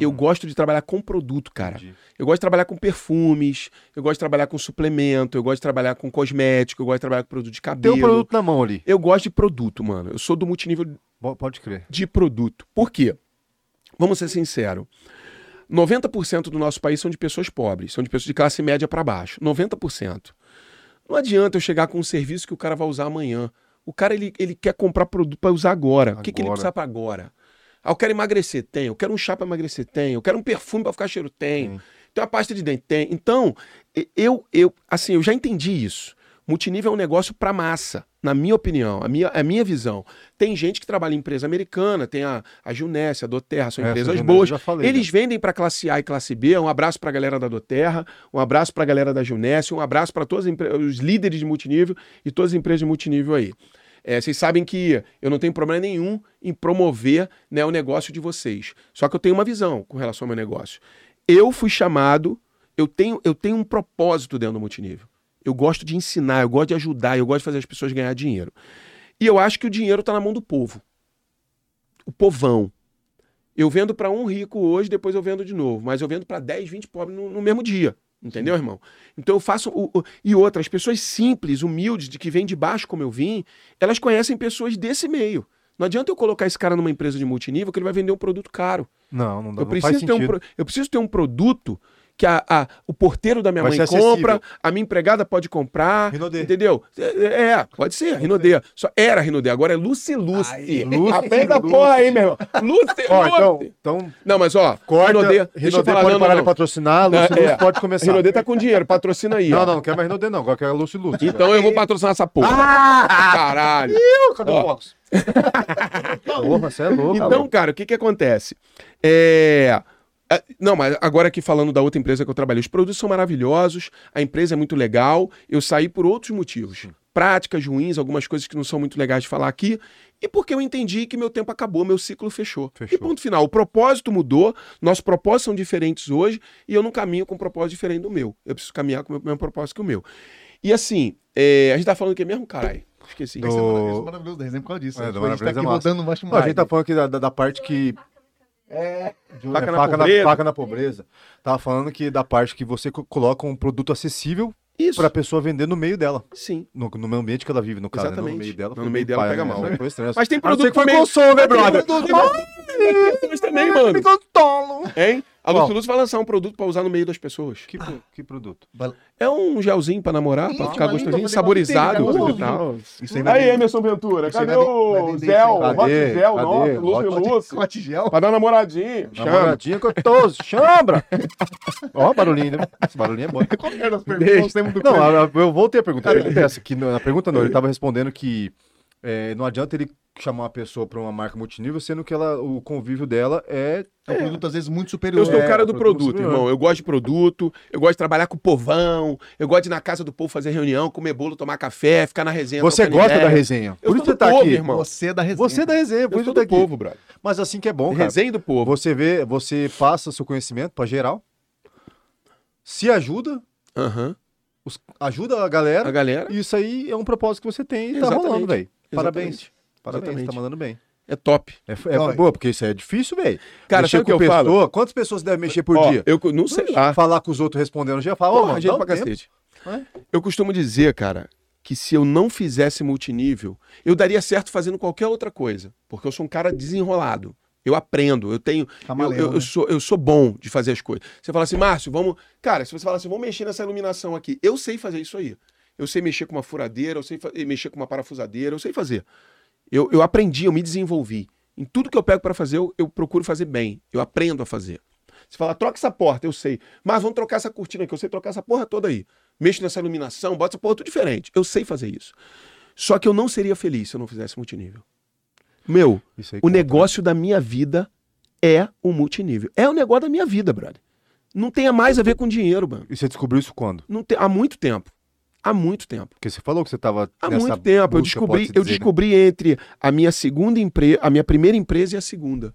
[SPEAKER 3] Eu gosto de trabalhar com produto, cara.
[SPEAKER 1] Hum, Entendi.
[SPEAKER 3] Eu gosto de trabalhar com perfumes, eu gosto de trabalhar com suplemento, eu gosto de trabalhar com cosmético, eu gosto de trabalhar com produto de
[SPEAKER 1] Tem
[SPEAKER 3] cabelo.
[SPEAKER 1] um produto na mão ali.
[SPEAKER 3] Eu gosto de produto, mano. Eu sou do multinível
[SPEAKER 1] Bo- Pode crer.
[SPEAKER 3] de produto. Por quê? Vamos ser sinceros. 90% do nosso país são de pessoas pobres, são de pessoas de classe média para baixo. 90%. Não adianta eu chegar com um serviço que o cara vai usar amanhã. O cara ele, ele quer comprar produto para usar agora. O que, que ele
[SPEAKER 1] Agora.
[SPEAKER 3] precisa para agora? Ah, eu quero emagrecer, tem. Eu quero um chá para emagrecer, tem. Eu quero um perfume para ficar cheiro, tem.
[SPEAKER 1] Tem.
[SPEAKER 3] Tem uma pasta de dente, tem. Então, e- eu, eu, assim, eu já entendi isso. Multinível é um negócio para massa, na minha opinião, a minha, a minha visão. Tem gente que trabalha em empresa americana, tem a, a Junesse, a Doterra, são
[SPEAKER 1] Essa
[SPEAKER 3] empresas
[SPEAKER 1] Junesse eu
[SPEAKER 3] boas.
[SPEAKER 1] já falei, né?
[SPEAKER 3] Eles vendem para classe A e classe B. Um abraço para a galera da Doterra, um abraço para a galera da Junesse, um abraço para todos os líderes de multinível e todas as empresas de multinível aí. É, vocês sabem que eu não tenho problema nenhum em promover né, o negócio de vocês. Só que eu tenho uma visão com relação ao meu negócio. Eu fui chamado, eu tenho, eu tenho um propósito dentro do multinível. Eu gosto de ensinar, eu gosto de ajudar, eu gosto de fazer as pessoas ganhar dinheiro. E eu acho que o dinheiro está na mão do povo. O povão. Eu vendo para um rico hoje, depois eu vendo de novo. Mas eu vendo para 10, 20 pobres no, no mesmo dia. Entendeu, irmão? Então eu faço. o- o- E outras, pessoas simples, humildes, de que vêm de baixo como eu vim, elas conhecem pessoas desse meio. Não adianta eu colocar esse cara numa empresa de multinível que ele vai vender um produto caro.
[SPEAKER 1] Não, não dá.
[SPEAKER 3] eu,
[SPEAKER 1] não faz
[SPEAKER 3] preciso ter um,
[SPEAKER 1] sentido.
[SPEAKER 3] pro- eu preciso ter um produto que a, a- o porteiro da minha
[SPEAKER 1] Vai
[SPEAKER 3] mãe
[SPEAKER 1] ser acessível.
[SPEAKER 3] compra, a minha empregada pode comprar.
[SPEAKER 1] Rinodê.
[SPEAKER 3] Entendeu? É, é, pode ser, Rinodê. Só era Rinodê, agora é Lucy
[SPEAKER 1] Aí,
[SPEAKER 3] Lucy.
[SPEAKER 1] Lucy
[SPEAKER 3] Aprenda a
[SPEAKER 1] Lucy.
[SPEAKER 3] porra aí, meu irmão. Lucy
[SPEAKER 1] Ó, então,
[SPEAKER 3] Lucy.
[SPEAKER 1] então
[SPEAKER 3] Não, mas ó,
[SPEAKER 1] corta.
[SPEAKER 3] Rinodê, deixa eu
[SPEAKER 1] Rinodê
[SPEAKER 3] falar,
[SPEAKER 1] pode
[SPEAKER 3] não, não,
[SPEAKER 1] parar
[SPEAKER 3] não.
[SPEAKER 1] de patrocinar, Lúcio
[SPEAKER 3] Não, é.
[SPEAKER 1] Lúcio pode começar.
[SPEAKER 3] Rinodê tá com dinheiro, patrocina aí. ó.
[SPEAKER 1] Não, não, não quero mais Rinodê não, Ah! agora quero Lúcio Lúcio.
[SPEAKER 3] Então eu vou patrocinar essa porra. Ah! Caralho.
[SPEAKER 1] Cadê
[SPEAKER 3] Ó.
[SPEAKER 1] o Fox? Porra, você é louco.
[SPEAKER 3] Então, cara, o que que acontece? É... a- Não, mas agora aqui falando da outra empresa que eu trabalhei, os produtos são maravilhosos, a empresa é muito legal, eu saí por outros motivos. Práticas ruins, algumas coisas que não são muito legais de falar aqui, e porque eu entendi que meu tempo acabou, meu ciclo fechou.
[SPEAKER 1] Fechou.
[SPEAKER 3] E ponto final. O propósito mudou, nossos propósitos são diferentes hoje, e eu não caminho com um propósito diferente do meu. Eu preciso caminhar com o mesmo propósito que o meu. E assim, é, a gente tá falando o que mesmo, caralho? Esqueci.
[SPEAKER 1] Do-
[SPEAKER 2] Esse é maravilhoso, maravilhoso, desenho por causa disso.
[SPEAKER 1] É,
[SPEAKER 2] né?
[SPEAKER 1] do
[SPEAKER 2] Tipo, a gente
[SPEAKER 1] maravilhoso
[SPEAKER 2] tá
[SPEAKER 1] é
[SPEAKER 2] aqui
[SPEAKER 1] massa.
[SPEAKER 2] rodando no baixo
[SPEAKER 1] Não, a gente tá falando aqui da, da- da parte que.
[SPEAKER 2] É,
[SPEAKER 3] Faca
[SPEAKER 1] é,
[SPEAKER 3] na
[SPEAKER 1] faca, na
[SPEAKER 3] pobreza.
[SPEAKER 1] faca na pobreza. Tava falando que da parte que você co- coloca um produto acessível
[SPEAKER 3] Isso.
[SPEAKER 1] pra pessoa vender no meio dela.
[SPEAKER 3] Sim.
[SPEAKER 1] No, no meio ambiente que ela vive, no caso. né?
[SPEAKER 3] Exatamente.
[SPEAKER 1] No meio dela,
[SPEAKER 3] No
[SPEAKER 1] foi
[SPEAKER 3] meio dela
[SPEAKER 1] pai,
[SPEAKER 3] pega
[SPEAKER 1] né?
[SPEAKER 3] mal.
[SPEAKER 1] Foi estranho.
[SPEAKER 3] Mas tem
[SPEAKER 1] A não ser
[SPEAKER 3] produto
[SPEAKER 1] que foi
[SPEAKER 3] também.
[SPEAKER 1] com som, né,
[SPEAKER 3] Tem
[SPEAKER 1] brother?
[SPEAKER 3] produto também. Mas também, mano.
[SPEAKER 1] tolo.
[SPEAKER 3] Hein? A
[SPEAKER 1] Qual?
[SPEAKER 3] Lúcio Luz vai lançar um produto pra usar no meio das pessoas.
[SPEAKER 1] Que, que produto?
[SPEAKER 3] É um gelzinho pra namorar, pra
[SPEAKER 2] Ih,
[SPEAKER 3] ficar
[SPEAKER 2] mas eu
[SPEAKER 3] gostosinho,
[SPEAKER 2] vou
[SPEAKER 3] saborizado
[SPEAKER 2] levar um
[SPEAKER 3] e
[SPEAKER 2] tempo,
[SPEAKER 3] tal.
[SPEAKER 2] Isso aí vai
[SPEAKER 3] Aí,
[SPEAKER 2] vender-
[SPEAKER 3] Emerson Ventura,
[SPEAKER 2] Isso aí é
[SPEAKER 3] cadê
[SPEAKER 2] vai vender- vai
[SPEAKER 3] o
[SPEAKER 2] vender
[SPEAKER 3] Zé,
[SPEAKER 2] isso aí.
[SPEAKER 3] o Hot
[SPEAKER 1] Cadê?
[SPEAKER 3] Zé, o
[SPEAKER 1] Cadê?
[SPEAKER 3] nosso, Lúcio
[SPEAKER 1] Hot-
[SPEAKER 3] Lúcio?
[SPEAKER 2] Cote gel.
[SPEAKER 3] Pra dar namoradinho. Chama.
[SPEAKER 1] Namoradinha que eu tô, chambra. Ó, barulhinho, né? Esse barulhinho é bom.
[SPEAKER 2] Qual que era as perguntas? Nós temos do
[SPEAKER 1] Não, a- a- eu voltei a pergunta. Eu perguntei essa, que não- na pergunta
[SPEAKER 3] É.
[SPEAKER 1] não, ele tava respondendo que é, não adianta ele chamar uma pessoa pra uma marca multinível, sendo que ela, o convívio dela é...
[SPEAKER 2] É um produto às vezes muito superior.
[SPEAKER 3] Eu sou o
[SPEAKER 1] É,
[SPEAKER 3] cara do
[SPEAKER 1] produto
[SPEAKER 3] produto,
[SPEAKER 1] superior.
[SPEAKER 3] irmão. Eu gosto de produto, eu gosto de trabalhar com o povão, eu gosto de ir na casa do povo fazer reunião, comer bolo, tomar café, ficar na resenha.
[SPEAKER 1] É, Você
[SPEAKER 3] trocando
[SPEAKER 1] gosta da
[SPEAKER 3] ideia.
[SPEAKER 1] resenha.
[SPEAKER 3] Eu
[SPEAKER 1] Por isso
[SPEAKER 3] sou
[SPEAKER 1] você
[SPEAKER 3] do
[SPEAKER 1] tá
[SPEAKER 3] povo,
[SPEAKER 1] aqui.
[SPEAKER 3] irmão.
[SPEAKER 2] Você é da resenha.
[SPEAKER 1] Você é da resenha, por
[SPEAKER 3] Eu
[SPEAKER 1] isso
[SPEAKER 3] sou
[SPEAKER 1] você tá
[SPEAKER 3] do
[SPEAKER 1] aqui.
[SPEAKER 3] povo, brother.
[SPEAKER 1] Mas assim que é bom, cara.
[SPEAKER 3] Resenha do povo.
[SPEAKER 1] Você vê, você passa seu conhecimento pra geral, se ajuda,
[SPEAKER 3] Aham.
[SPEAKER 1] os- ajuda a
[SPEAKER 3] A
[SPEAKER 1] galera,
[SPEAKER 3] galera.
[SPEAKER 1] e isso aí é um propósito que você tem e tá
[SPEAKER 3] Exatamente.
[SPEAKER 1] rolando, velho. Parabéns.
[SPEAKER 3] Exatamente.
[SPEAKER 1] Parabéns,
[SPEAKER 3] Exatamente.
[SPEAKER 1] tá mandando bem.
[SPEAKER 3] É top.
[SPEAKER 1] É, f- é
[SPEAKER 2] Olha.
[SPEAKER 1] boa, porque isso aí é difícil, velho.
[SPEAKER 3] Cara,
[SPEAKER 1] mexer
[SPEAKER 3] sabe o que
[SPEAKER 1] com
[SPEAKER 3] eu falo?
[SPEAKER 1] pessoa, quantas pessoas deve mexer por
[SPEAKER 3] Ó,
[SPEAKER 1] dia? Ah.
[SPEAKER 3] Eu cu- não sei lá.
[SPEAKER 1] Falar com os outros respondendo já fala, ô,
[SPEAKER 3] Porra,
[SPEAKER 1] mano,
[SPEAKER 3] gente
[SPEAKER 1] dá um
[SPEAKER 3] pra
[SPEAKER 1] tempo.
[SPEAKER 3] cacete.
[SPEAKER 1] né?
[SPEAKER 3] Eu costumo dizer, cara, que se eu não fizesse multinível, eu daria certo fazendo qualquer outra coisa. Porque eu sou um cara desenrolado. Eu aprendo, eu tenho. Eu,
[SPEAKER 2] Camaleão,
[SPEAKER 3] eu- eu
[SPEAKER 2] né?
[SPEAKER 3] sou, eu sou bom de fazer as coisas. Você fala assim, Márcio, vamos. Cara, se você falar assim, vamos mexer nessa iluminação aqui. Eu sei fazer isso aí. Eu sei mexer com uma furadeira, eu sei fa- mexer com uma parafusadeira, eu sei fazer. Eu, eu aprendi, eu me desenvolvi. Em tudo que eu pego pra fazer, eu, eu procuro fazer bem. Eu aprendo a fazer. Você fala, troca essa porta, eu sei. Mas vamos trocar essa cortina aqui, eu sei trocar essa porra toda aí. Mexo nessa iluminação, bota essa porra tudo diferente. Eu sei fazer isso. Só que eu não seria feliz se eu não fizesse multinível. Meu,
[SPEAKER 1] Isso aí
[SPEAKER 3] o
[SPEAKER 1] conta, né?
[SPEAKER 3] negócio da minha vida é o multinível. É o negócio da minha vida, brother. Não tenha mais a ver com dinheiro, mano.
[SPEAKER 1] E você descobriu isso quando?
[SPEAKER 3] Não tem, há muito tempo. Há muito tempo.
[SPEAKER 1] Porque você falou que você tava
[SPEAKER 3] Há
[SPEAKER 1] nessa
[SPEAKER 3] muito tempo. Eu
[SPEAKER 1] busca,
[SPEAKER 3] descobri,
[SPEAKER 1] pode-se
[SPEAKER 3] eu
[SPEAKER 1] dizer, né?
[SPEAKER 3] descobri entre a minha segunda empresa, a minha primeira empresa e a segunda.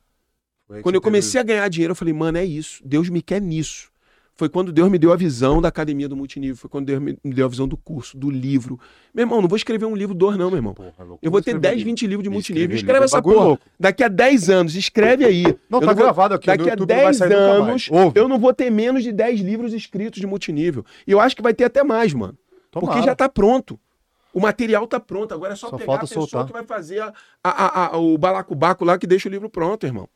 [SPEAKER 1] Foi aí é que
[SPEAKER 3] Quando
[SPEAKER 1] você
[SPEAKER 3] eu comecei a ganhar dinheiro, eu falei, mano, é isso. Deus me quer nisso. Foi quando Deus me deu a visão da academia do multinível. Foi quando Deus me me deu a visão do curso, do livro. Meu irmão, não vou escrever um livro, dois, não, meu irmão.
[SPEAKER 1] teve- Porra, loucura,
[SPEAKER 3] Eu vou ter
[SPEAKER 1] escrever
[SPEAKER 3] 10,
[SPEAKER 1] livro.
[SPEAKER 3] 20 livros de
[SPEAKER 1] Escrever
[SPEAKER 3] multinível.
[SPEAKER 1] livro
[SPEAKER 3] Escreve
[SPEAKER 1] é
[SPEAKER 3] essa
[SPEAKER 1] bagulho
[SPEAKER 3] porra.
[SPEAKER 1] louco.
[SPEAKER 3] Daqui a 10 anos, escreve aí.
[SPEAKER 1] Não, tá
[SPEAKER 3] Eu não vou-
[SPEAKER 1] gravado aqui.
[SPEAKER 3] Daqui
[SPEAKER 1] no
[SPEAKER 3] a
[SPEAKER 1] YouTube não vai
[SPEAKER 3] 10
[SPEAKER 1] sair nunca mais.
[SPEAKER 3] anos,
[SPEAKER 1] Ouve.
[SPEAKER 3] eu não vou ter menos de 10 livros escritos de multinível. E eu acho que vai ter até mais, mano.
[SPEAKER 1] Tomara.
[SPEAKER 3] Porque já tá pronto. O material tá pronto. Agora é só,
[SPEAKER 1] Só
[SPEAKER 3] pegar a
[SPEAKER 1] falta
[SPEAKER 3] pessoa
[SPEAKER 1] soltar.
[SPEAKER 3] que vai fazer a- a- a- a- o balacobaco lá que deixa o livro pronto, irmão.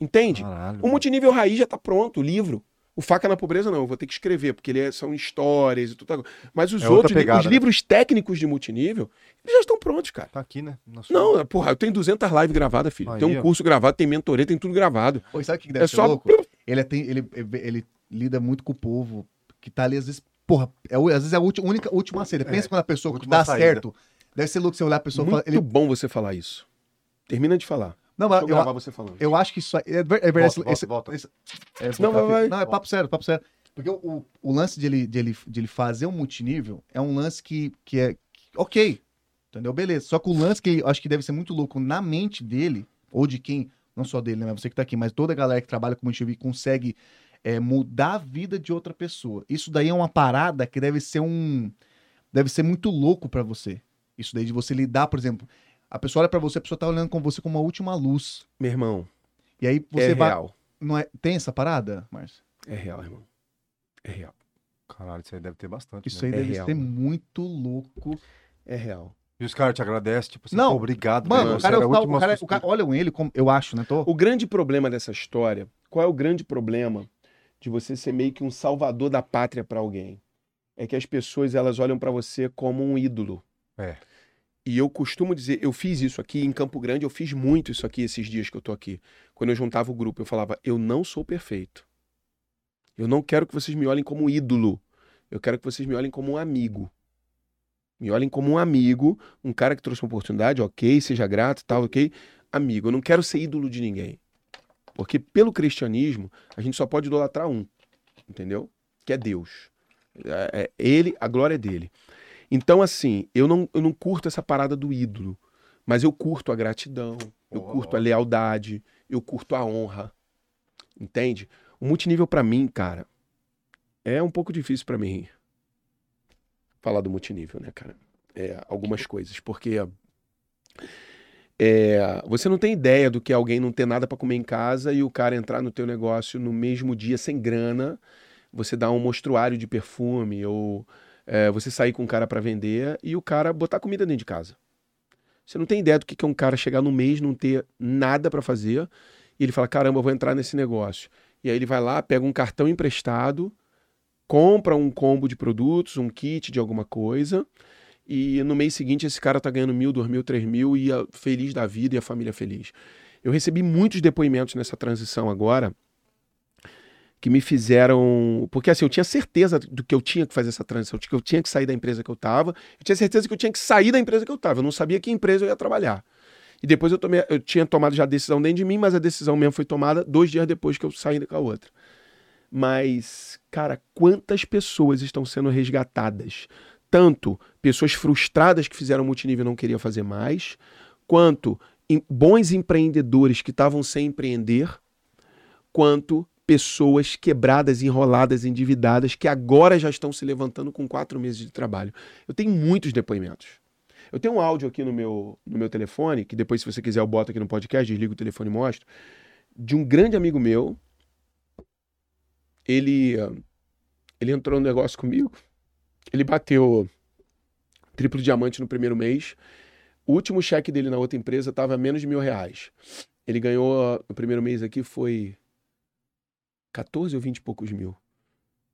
[SPEAKER 3] Entende?
[SPEAKER 1] Caralho,
[SPEAKER 3] o multinível raiz já tá pronto, o livro. O Faca na Pobreza não, eu vou ter que escrever, porque ele é- são histórias e tudo. agora. Mas os
[SPEAKER 1] É outra
[SPEAKER 3] outros, li-
[SPEAKER 1] pegada,
[SPEAKER 3] os
[SPEAKER 1] né?
[SPEAKER 3] livros técnicos de multinível, eles já estão prontos, cara.
[SPEAKER 1] Tá aqui, né? Na sua-
[SPEAKER 3] Não, porra, eu tenho 200 lives gravadas, filho.
[SPEAKER 1] Aí,
[SPEAKER 3] tem um
[SPEAKER 1] ó.
[SPEAKER 3] curso gravado, tem mentoria, tem tudo gravado.
[SPEAKER 2] Pô, e sabe o que que deve
[SPEAKER 3] É
[SPEAKER 2] ser
[SPEAKER 3] só.
[SPEAKER 2] louco? Ele, tem, ele, é ele lida muito com o povo que tá ali, às vezes, porra, é, o- às vezes é a última, única, última saída. Pensa quando a pessoa
[SPEAKER 1] É, última
[SPEAKER 2] dá
[SPEAKER 1] saída.
[SPEAKER 2] certo. Deve ser louco você olhar a pessoa e falar.
[SPEAKER 3] Muito
[SPEAKER 2] Ele...
[SPEAKER 3] bom você falar isso. Termina de falar.
[SPEAKER 2] Não, mas
[SPEAKER 3] Deixa eu
[SPEAKER 2] eu,
[SPEAKER 3] gravar você falando.
[SPEAKER 2] eu acho que isso aí. É, ver- é verdade.
[SPEAKER 1] Volta,
[SPEAKER 2] esse-
[SPEAKER 1] volta,
[SPEAKER 2] esse- é,
[SPEAKER 3] Não, vai,
[SPEAKER 2] tá-
[SPEAKER 3] vai.
[SPEAKER 2] não, é papo sério, papo sério. Porque o, o- o lance de ele, de, ele, de ele fazer um multinível é um lance que, que é. que- ok. Entendeu? Beleza. Só que o lance que eu acho que deve ser muito louco na mente dele, ou de quem, não só dele, né? Mas você que tá aqui, mas toda a galera que trabalha com multinível e consegue é, mudar a vida de outra pessoa. Isso daí é uma parada que deve ser um. Deve ser muito louco pra você. Isso daí de você lidar, por exemplo, a pessoa olha pra você, a pessoa tá olhando com você como uma última luz.
[SPEAKER 3] Meu irmão,
[SPEAKER 2] E aí você
[SPEAKER 3] é
[SPEAKER 2] vai.
[SPEAKER 3] real.
[SPEAKER 2] Não é... Tem essa parada, Márcio?
[SPEAKER 3] É real, irmão. É real.
[SPEAKER 1] Caralho, isso aí deve ter bastante.
[SPEAKER 2] Isso
[SPEAKER 1] né?
[SPEAKER 2] aí
[SPEAKER 3] É
[SPEAKER 2] deve
[SPEAKER 3] real,
[SPEAKER 2] ser
[SPEAKER 3] mano.
[SPEAKER 2] muito louco.
[SPEAKER 3] É real.
[SPEAKER 1] E os caras te agradecem, tipo assim,
[SPEAKER 2] Não.
[SPEAKER 1] pô, obrigado.
[SPEAKER 2] Mano,
[SPEAKER 1] velho,
[SPEAKER 2] o
[SPEAKER 1] você
[SPEAKER 2] cara, é
[SPEAKER 1] era
[SPEAKER 2] o
[SPEAKER 1] a
[SPEAKER 2] tal-
[SPEAKER 1] última
[SPEAKER 2] o cara-
[SPEAKER 1] sua-
[SPEAKER 2] o cara- olham ele, como, eu acho, né? Tô?
[SPEAKER 3] O grande problema dessa história, qual é o grande problema de você ser meio que um salvador da pátria para alguém? É que as pessoas elas olham para você como um ídolo.
[SPEAKER 1] É.
[SPEAKER 3] E eu costumo dizer, eu fiz isso aqui em Campo Grande, eu fiz muito isso aqui esses dias que eu tô aqui. Quando eu juntava o grupo, eu falava: "Eu não sou perfeito. Eu não quero que vocês me olhem como um ídolo. Eu quero que vocês me olhem como um amigo. Me olhem como um amigo, um cara que trouxe uma oportunidade, OK, seja grato, tal, OK? Amigo, eu não quero ser ídolo de ninguém. Porque pelo cristianismo, a gente só pode idolatrar um, entendeu? Que é Deus. É, é ele, a glória é dele. Então, assim, eu não, eu não curto essa parada do ídolo, mas eu curto a gratidão, eu
[SPEAKER 1] Boa.
[SPEAKER 3] curto a lealdade, eu curto a honra. Entende? O multinível pra mim, cara, é um pouco difícil pra mim falar do multinível, né, cara? É, algumas coisas, porque é, você não tem ideia do que é alguém não ter nada pra comer em casa e o cara entrar no teu negócio no mesmo dia sem grana, você dar um mostruário de perfume ou é, você sair com um cara pra vender e o cara botar comida dentro de casa. Você não tem ideia do que que é um cara chegar no mês não ter nada pra fazer e ele fala caramba eu vou entrar nesse negócio e aí ele vai lá pega um cartão emprestado compra um combo de produtos, um kit de alguma coisa, e no mês seguinte esse cara tá ganhando mil, dois mil, três mil e a- feliz da vida e a família feliz. Eu recebi muitos depoimentos nessa transição agora que me fizeram. Porque assim, eu tinha certeza do que eu tinha que fazer essa transição, de que eu tinha que sair da empresa que eu tava, eu tinha certeza que eu tinha que sair da empresa que eu tava, eu não sabia que empresa eu ia trabalhar. E depois eu, tomei, eu tinha tomado já a decisão dentro de mim, mas a decisão mesmo foi tomada dois dias depois que eu saí com a outra. Mas, cara, quantas pessoas estão sendo resgatadas? Tanto pessoas frustradas que fizeram multinível e não queriam fazer mais, quanto em- bons empreendedores que estavam sem empreender, quanto pessoas quebradas, enroladas, endividadas que agora já estão se levantando com quatro meses de trabalho. Eu tenho muitos depoimentos. Eu tenho um áudio aqui no meu, no meu telefone, que depois, se você quiser, eu boto aqui no podcast, desligo o telefone e mostro, de um grande amigo meu ele ah, ele entrou no negócio comigo. Ele bateu triplo diamante no primeiro mês. O último cheque dele na outra empresa estava a menos de mil reais. Ele ganhou ah, no primeiro mês aqui foi 14 ou 20 e poucos mil.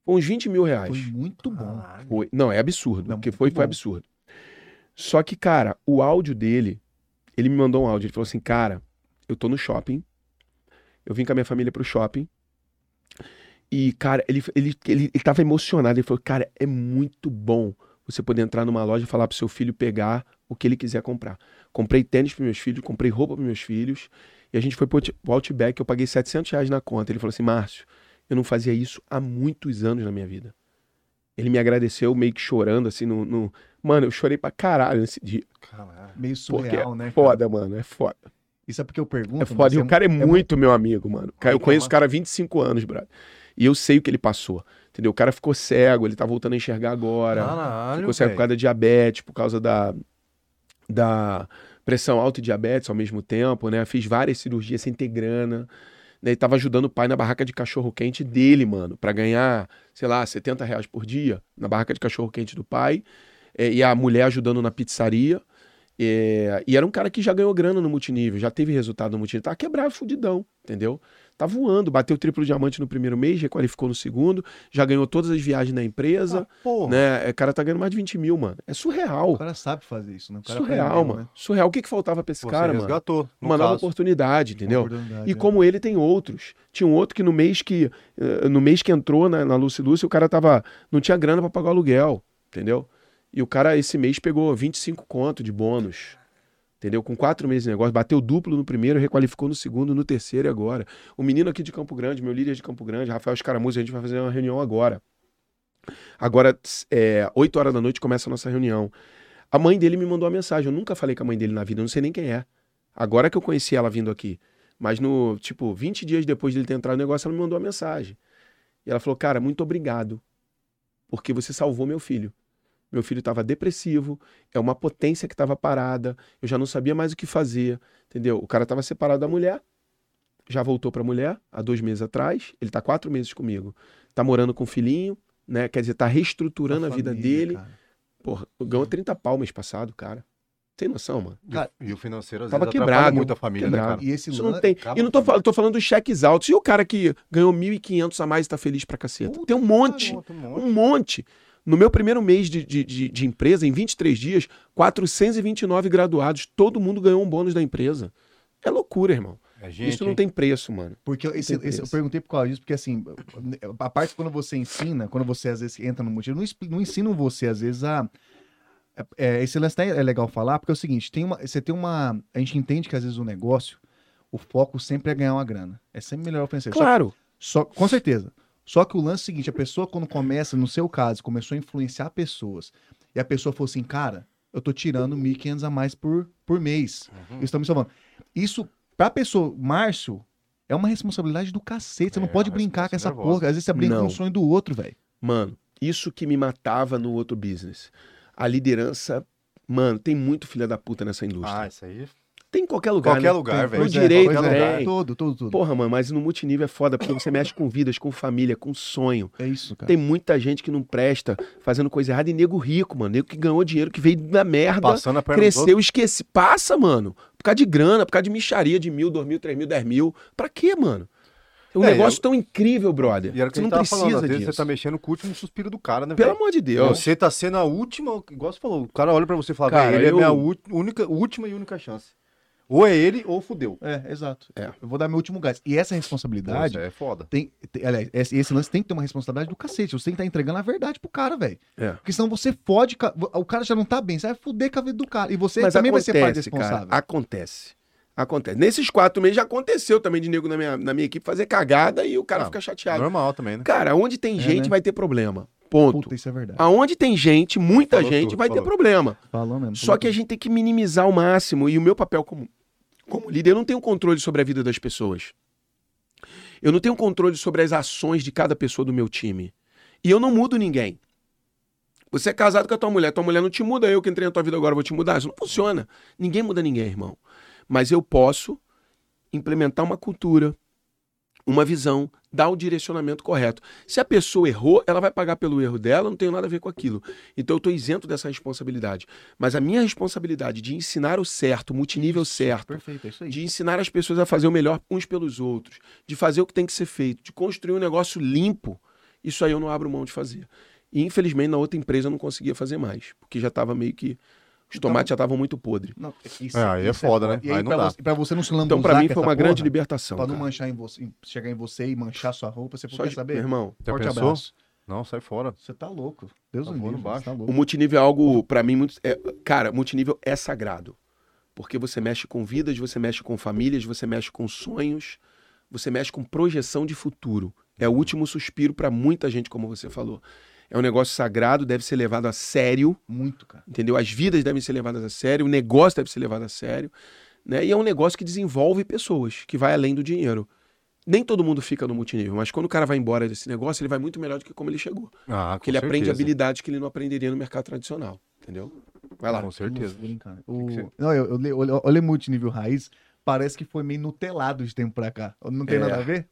[SPEAKER 3] Foi uns 20 mil reais.
[SPEAKER 2] Foi é muito bom.
[SPEAKER 1] Caralho.
[SPEAKER 3] Foi. Não, é absurdo.
[SPEAKER 2] Não,
[SPEAKER 3] porque foi,
[SPEAKER 2] muito
[SPEAKER 3] foi
[SPEAKER 2] bom.
[SPEAKER 3] absurdo. Só que, cara, o áudio dele, ele me mandou um áudio. Ele falou assim, cara, eu tô no shopping. Eu vim com a minha família pro shopping. E, cara, ele, ele, ele, ele tava emocionado. Ele falou, cara, é muito bom você poder entrar numa loja e falar pro seu filho pegar o que ele quiser comprar. Comprei tênis pros meus filhos, comprei roupa pros meus filhos. E a gente foi pro Out- pro Outback, eu paguei 700 reais na conta. Ele falou assim, Márcio, eu não fazia isso há muitos anos na minha vida. Ele me agradeceu meio que chorando, assim, no. no- Mano, eu chorei pra caralho nesse dia.
[SPEAKER 1] Caralho.
[SPEAKER 2] Meio
[SPEAKER 3] Porque é
[SPEAKER 2] surreal, né? cara?
[SPEAKER 3] Foda, mano, é foda.
[SPEAKER 2] Isso é porque eu pergunto.
[SPEAKER 3] É foda. E o
[SPEAKER 2] mas é-
[SPEAKER 3] cara é muito meu amigo, mano. Cara,
[SPEAKER 1] Aí
[SPEAKER 3] eu
[SPEAKER 1] que é
[SPEAKER 3] conheço
[SPEAKER 1] massa.
[SPEAKER 3] o cara há 25 anos, brother. E eu sei o que ele passou. Entendeu? O cara ficou cego, ele tá voltando a enxergar agora.
[SPEAKER 2] Ah,
[SPEAKER 1] Caralho,
[SPEAKER 3] Ficou cego por
[SPEAKER 1] velho.
[SPEAKER 3] causa da diabetes, por causa da, da pressão alta e diabetes ao mesmo tempo, né? Fiz várias cirurgias sem ter grana. Né? E tava ajudando o pai na barraca de cachorro-quente dele, mano, pra ganhar, sei lá, 70 reais por dia na barraca de cachorro-quente do pai. É, e a mulher ajudando na pizzaria. É, e era um cara que já ganhou grana no multinível, já teve resultado no multinível. Tava quebrado, fudidão, entendeu? Tá voando, bateu triplo diamante no primeiro mês, requalificou no segundo, já ganhou todas as viagens na empresa
[SPEAKER 1] Ah, porra.
[SPEAKER 3] né? É, O cara tá ganhando mais de 20 mil, mano. É surreal.
[SPEAKER 2] O cara sabe fazer isso, né? O cara
[SPEAKER 3] Surreal,
[SPEAKER 2] aprendeu,
[SPEAKER 3] mano.
[SPEAKER 2] né?
[SPEAKER 3] Surreal. O que, que faltava pra esse
[SPEAKER 1] Você
[SPEAKER 3] cara, mano?
[SPEAKER 1] resgatou, no
[SPEAKER 3] Uma nova
[SPEAKER 1] caso.
[SPEAKER 3] oportunidade, entendeu?
[SPEAKER 2] Oportunidade,
[SPEAKER 3] E
[SPEAKER 2] né?
[SPEAKER 3] como ele tem outros. Tinha um outro que no mês que eh, no mês que entrou na, na Lucy Lucy, o cara tava não tinha grana pra pagar o aluguel, entendeu? E o cara esse mês pegou 25 conto de bônus. Entendeu? Com quatro meses de negócio, bateu duplo no primeiro, requalificou no segundo, no terceiro e agora. O menino aqui de Campo Grande, meu líder de Campo Grande, Rafael Escaramuz, a gente vai fazer uma reunião agora. Agora, tss, é, 8 horas da noite, começa a nossa reunião. A mãe dele me mandou uma mensagem. Eu nunca falei com a mãe dele na vida, eu não sei nem quem é. Agora que eu conheci ela vindo aqui. Mas no, tipo, 20 dias depois dele ter entrado no negócio, ela me mandou uma mensagem. E ela falou: "Cara, muito obrigado, porque você salvou meu filho. Meu filho estava depressivo, é uma potência que estava parada, eu já não sabia mais o que fazer, entendeu? O cara estava separado da mulher, já voltou para a mulher há dois meses atrás, ele tá quatro meses comigo, tá morando com o filhinho, né? Quer dizer, tá reestruturando a, vida
[SPEAKER 2] família,
[SPEAKER 3] dele.
[SPEAKER 2] cara.
[SPEAKER 3] Porra, ganhou 30 pau mês passado, cara. tem noção, mano?
[SPEAKER 1] E o-
[SPEAKER 2] Cara,
[SPEAKER 1] e o financeiro às
[SPEAKER 3] tava
[SPEAKER 1] vezes atrapalha
[SPEAKER 3] quebrado,
[SPEAKER 1] muito a família,
[SPEAKER 3] quebrado.
[SPEAKER 1] né, cara?
[SPEAKER 2] E esse
[SPEAKER 3] Isso não
[SPEAKER 2] lance.
[SPEAKER 3] tem.
[SPEAKER 1] acaba
[SPEAKER 3] E não tô
[SPEAKER 1] com a
[SPEAKER 3] falando, tô falando dos cheques altos. E o cara que ganhou 1.500 a mais e tá feliz pra caceta? tem um monte.
[SPEAKER 1] Caramba, tem um monte.
[SPEAKER 3] Um monte. No meu primeiro mês de, de, de, de empresa, em 23 dias, 429 graduados, todo mundo ganhou um bônus da empresa. É loucura, irmão.
[SPEAKER 1] É gente,
[SPEAKER 3] Isso não
[SPEAKER 1] hein?
[SPEAKER 3] tem preço, mano.
[SPEAKER 2] Porque eu- esse,
[SPEAKER 3] tem
[SPEAKER 2] esse- eu
[SPEAKER 3] preço.
[SPEAKER 2] perguntei por causa disso, porque assim, a parte quando você ensina, quando você às vezes entra no motivo, não, expli- não ensinam você às vezes a. É, esse lance até é legal falar, porque é o seguinte: tem uma, você tem uma. A gente entende que às vezes o negócio, o foco sempre é ganhar uma grana. É sempre melhor oferecer. Só
[SPEAKER 3] Claro.
[SPEAKER 2] Só, com certeza. Só que o lance é o seguinte: a pessoa, quando começa, no seu caso, começou a influenciar pessoas, e a pessoa falou assim, cara, eu tô tirando 1.500 a mais por, por mês. Isso tá me salvando. Isso, pra pessoa, Márcio, é uma responsabilidade do cacete. Você não
[SPEAKER 1] É,
[SPEAKER 2] pode
[SPEAKER 1] uma
[SPEAKER 2] brincar com essa
[SPEAKER 1] responsabilidade nervosa.
[SPEAKER 2] porra. Às vezes você brinca com
[SPEAKER 3] Não.
[SPEAKER 2] o sonho do outro, velho.
[SPEAKER 3] Mano, isso que me matava no outro business. A liderança. Mano, tem muito filha da puta nessa indústria.
[SPEAKER 1] Ah, isso aí.
[SPEAKER 3] tem em qualquer lugar.
[SPEAKER 1] qualquer
[SPEAKER 3] né?
[SPEAKER 1] lugar,
[SPEAKER 3] Tem-
[SPEAKER 1] velho.
[SPEAKER 3] No
[SPEAKER 1] Pois é,
[SPEAKER 3] direito,
[SPEAKER 1] qualquer
[SPEAKER 3] tem.
[SPEAKER 1] lugar.
[SPEAKER 2] Todo, todo, tudo.
[SPEAKER 3] Porra, mano, mas no multinível é foda, porque você mexe com vidas, com família, com sonho.
[SPEAKER 2] É isso, cara.
[SPEAKER 3] Tem muita gente que não presta, fazendo coisa errada, e nego rico, mano. Nego que ganhou dinheiro, que veio da merda,
[SPEAKER 1] Passando a perna dos
[SPEAKER 3] tá cresceu, esquece. Passa, mano. Por causa de grana, por causa de micharia de mil, dois mil, três mil, dez mil. Pra quê, mano? É um
[SPEAKER 1] É,
[SPEAKER 3] negócio tão incrível, brother.
[SPEAKER 1] E era o que
[SPEAKER 3] Você
[SPEAKER 1] a gente
[SPEAKER 3] não
[SPEAKER 1] tava
[SPEAKER 3] precisa
[SPEAKER 1] falando, às vezes
[SPEAKER 3] disso.
[SPEAKER 1] você tá mexendo com o último suspiro do cara, né,
[SPEAKER 3] Pelo
[SPEAKER 1] velho?
[SPEAKER 3] amor de Deus.
[SPEAKER 1] Você tá sendo a última, igual você falou, o cara olha pra você e fala,
[SPEAKER 3] Cara,
[SPEAKER 1] velho, ele é
[SPEAKER 3] eu-
[SPEAKER 1] minha ú- única, última e única chance. Ou é ele ou fudeu.
[SPEAKER 2] É, exato.
[SPEAKER 3] É. Tá
[SPEAKER 2] Eu vou dar meu último gás. E essa
[SPEAKER 1] Pô, isso
[SPEAKER 2] responsabilidade.
[SPEAKER 1] é foda.
[SPEAKER 2] Tem, tem- aliás, esse, esse lance tem que ter uma responsabilidade do cacete. Você tem que estar entregando a verdade pro cara, velho.
[SPEAKER 3] É.
[SPEAKER 2] Porque senão você fode. ca- O cara já não tá bem. Você vai fuder com a vida do cara. E você
[SPEAKER 3] Mas
[SPEAKER 2] também
[SPEAKER 3] acontece,
[SPEAKER 2] vai ser parte
[SPEAKER 3] cara.
[SPEAKER 2] responsável.
[SPEAKER 3] Acontece. Acontece. Nesses quatro meses já aconteceu também de nego na minha, na minha equipe fazer cagada e o cara
[SPEAKER 1] Ah,
[SPEAKER 3] fica chateado.
[SPEAKER 1] Normal também, né?
[SPEAKER 3] Cara, onde tem
[SPEAKER 2] É,
[SPEAKER 3] gente
[SPEAKER 2] né?
[SPEAKER 3] vai ter problema. Ponto.
[SPEAKER 2] Puta, isso é verdade.
[SPEAKER 3] Aonde tem gente, muita
[SPEAKER 1] Falou
[SPEAKER 3] gente
[SPEAKER 1] tudo,
[SPEAKER 3] vai
[SPEAKER 1] falou.
[SPEAKER 3] ter problema.
[SPEAKER 2] Falou mesmo.
[SPEAKER 3] Ah, Só que a gente tem que minimizar ao máximo. E o meu papel como, como líder, eu não tenho controle sobre a vida das pessoas. Eu não tenho controle sobre as ações de cada pessoa do meu time. E eu não mudo ninguém. Você é casado com a tua mulher, tua mulher não te muda, eu que entrei na tua vida agora vou te mudar. Isso não funciona. Ninguém muda ninguém, irmão. Mas eu posso implementar uma cultura, uma visão, dar o direcionamento correto. Se a pessoa errou, ela vai pagar pelo erro dela, eu não tenho nada a ver com aquilo. Então eu estou isento dessa responsabilidade. Mas a minha responsabilidade de ensinar o certo, o multinível certo,
[SPEAKER 2] Perfeito, é isso aí.
[SPEAKER 3] de ensinar as pessoas a fazer o melhor uns pelos outros, de fazer o que tem que ser feito, de construir um negócio limpo, isso aí eu não abro mão de fazer. E infelizmente na outra empresa eu não conseguia fazer mais, porque já estava meio que. Os tomates já estavam muito podres.
[SPEAKER 2] Não, isso,
[SPEAKER 1] É, aí é foda, né?
[SPEAKER 2] E aí,
[SPEAKER 1] Aí não
[SPEAKER 2] pra,
[SPEAKER 1] dá.
[SPEAKER 2] você, pra você não se lambuzar
[SPEAKER 3] Então, para mim,
[SPEAKER 2] com
[SPEAKER 3] foi
[SPEAKER 2] essa
[SPEAKER 3] uma grande
[SPEAKER 2] porra, né?
[SPEAKER 3] libertação.
[SPEAKER 2] Pra não
[SPEAKER 3] cara.
[SPEAKER 2] manchar em você, em- chegar em você e manchar sua roupa, você
[SPEAKER 3] Só
[SPEAKER 2] pode
[SPEAKER 3] de- Meu
[SPEAKER 2] saber?
[SPEAKER 3] irmão,
[SPEAKER 1] Já
[SPEAKER 2] Forte
[SPEAKER 1] pensou?
[SPEAKER 2] abraço.
[SPEAKER 1] Não, sai fora.
[SPEAKER 2] Você tá louco. Deus
[SPEAKER 1] Tá
[SPEAKER 2] me
[SPEAKER 1] voando
[SPEAKER 2] livre,
[SPEAKER 1] baixo.
[SPEAKER 2] você tá
[SPEAKER 3] O
[SPEAKER 2] louco.
[SPEAKER 3] multinível é algo, pra mim, muito. é- cara, multinível é sagrado. Porque você mexe com vidas, você mexe com famílias, você mexe com sonhos, você mexe com projeção de futuro. É o último suspiro pra muita gente, como você falou. É um negócio sagrado, deve ser levado a sério,
[SPEAKER 2] Muito, cara.
[SPEAKER 3] entendeu? As vidas devem ser levadas a sério, o negócio deve ser levado a sério. Né? E é um negócio que desenvolve pessoas, que vai além do dinheiro. Nem todo mundo fica no multinível, mas quando o cara vai embora desse negócio, ele vai muito melhor do que como ele chegou.
[SPEAKER 1] Ah,
[SPEAKER 3] Porque ele aprende habilidades que ele não aprenderia no mercado tradicional, entendeu? Vai lá.
[SPEAKER 1] Com certeza.
[SPEAKER 2] Loucura, hein, cara?
[SPEAKER 1] Tem que
[SPEAKER 2] O-
[SPEAKER 1] ser.
[SPEAKER 2] Não, eu, eu, le- eu, eu olhei multinível raiz, parece que foi meio nutelado de tempo pra cá. Não tem
[SPEAKER 3] É.
[SPEAKER 2] nada a ver?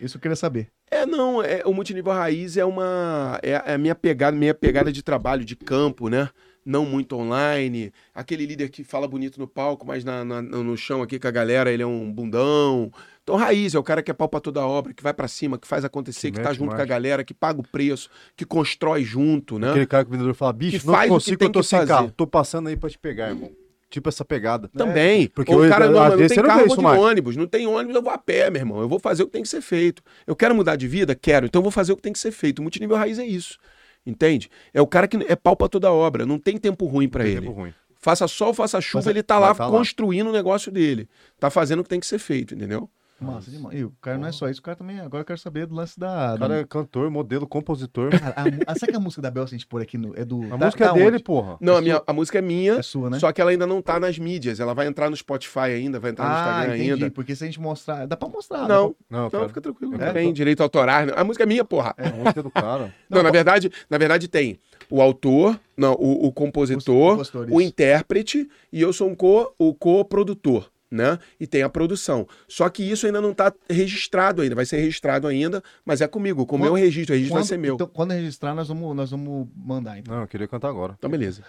[SPEAKER 2] Isso eu queria saber.
[SPEAKER 3] É, não, é, o multinível raiz é uma. É, a- é a minha pegada, minha pegada de trabalho, de campo, né? Não muito online. Aquele líder que fala bonito no palco, mas na- na- no chão aqui com a galera, ele é um bundão. Então, raiz é o cara que é pau pra toda obra, que vai pra cima, que faz acontecer,
[SPEAKER 1] Que
[SPEAKER 3] que, tá
[SPEAKER 1] mete
[SPEAKER 3] junto com a
[SPEAKER 1] marcha.
[SPEAKER 3] galera, que paga o preço, que constrói junto, né?
[SPEAKER 1] Aquele cara que o vendedor fala, bicho,
[SPEAKER 3] Que
[SPEAKER 1] não
[SPEAKER 3] faz o que
[SPEAKER 1] consigo,
[SPEAKER 3] tem
[SPEAKER 1] eu tô
[SPEAKER 3] que
[SPEAKER 1] sem
[SPEAKER 3] fazer.
[SPEAKER 1] carro. Tô passando aí pra te pegar, irmão. Tipo essa pegada.
[SPEAKER 3] Também.
[SPEAKER 1] porque
[SPEAKER 3] Ou
[SPEAKER 1] hoje,
[SPEAKER 3] o cara
[SPEAKER 1] às
[SPEAKER 3] não, mas não
[SPEAKER 1] vezes,
[SPEAKER 3] tem
[SPEAKER 1] você não
[SPEAKER 3] carro
[SPEAKER 1] vê
[SPEAKER 3] eu
[SPEAKER 1] isso
[SPEAKER 3] vou de
[SPEAKER 1] mais.
[SPEAKER 3] ônibus, não tem ônibus, eu vou a pé, meu irmão. Eu vou fazer o que tem que ser feito. Eu quero mudar de vida? Quero, então eu vou fazer o que tem que ser feito. O multinível raiz é isso. Entende? É o cara que é pau pra toda obra, não tem tempo ruim pra
[SPEAKER 1] Tem
[SPEAKER 3] ele.
[SPEAKER 1] tempo ruim.
[SPEAKER 3] Faça sol, faça chuva,
[SPEAKER 2] Faça-
[SPEAKER 3] ele tá
[SPEAKER 1] vai
[SPEAKER 3] lá
[SPEAKER 1] tá lá.
[SPEAKER 3] construindo o negócio dele. Tá fazendo o que tem que ser feito, entendeu?
[SPEAKER 2] Massa demais. E o cara não é só isso, o cara também. Agora eu quero saber do lance
[SPEAKER 1] O
[SPEAKER 2] da. da-
[SPEAKER 3] um.
[SPEAKER 1] cara é cantor, modelo, compositor.
[SPEAKER 2] Cara, a, mu- ah, sabe que a música da Bel, se a gente pôr aqui no. É do.
[SPEAKER 1] A música é dele, porra.
[SPEAKER 3] Não, a, minha, a música é minha,
[SPEAKER 2] É sua, né?
[SPEAKER 3] só que ela ainda não tá nas mídias. Ela vai entrar no Spotify ainda, vai entrar no
[SPEAKER 2] ah,
[SPEAKER 3] Instagram
[SPEAKER 2] entendi.
[SPEAKER 3] ainda.
[SPEAKER 2] Porque se a gente mostrar. Dá pra mostrar.
[SPEAKER 1] Tá,
[SPEAKER 2] né? Então, dá
[SPEAKER 3] Não,
[SPEAKER 1] Não,
[SPEAKER 3] não,
[SPEAKER 1] cara.
[SPEAKER 3] fica tranquilo.
[SPEAKER 1] Eu
[SPEAKER 3] Não
[SPEAKER 1] quero-
[SPEAKER 3] tem direito autorais. não. A música é minha, porra.
[SPEAKER 1] A música é do cara.
[SPEAKER 3] Não, na verdade, na verdade tem o autor, não, o, o
[SPEAKER 2] pra- os-
[SPEAKER 3] compositor,
[SPEAKER 2] os
[SPEAKER 3] o
[SPEAKER 2] compositores.
[SPEAKER 3] intérprete e eu sou um co, o co-produtor, né? E tem a produção. Só que isso ainda não está registrado ainda, vai ser registrado ainda, mas é comigo, como
[SPEAKER 2] Quando-
[SPEAKER 3] eu registro, o registro vai
[SPEAKER 2] Quando-
[SPEAKER 3] ser meu.
[SPEAKER 2] Então, quando registrar, nós vamos, nós vamos mandar. Então.
[SPEAKER 1] Não, eu queria cantar agora.
[SPEAKER 3] Então beleza.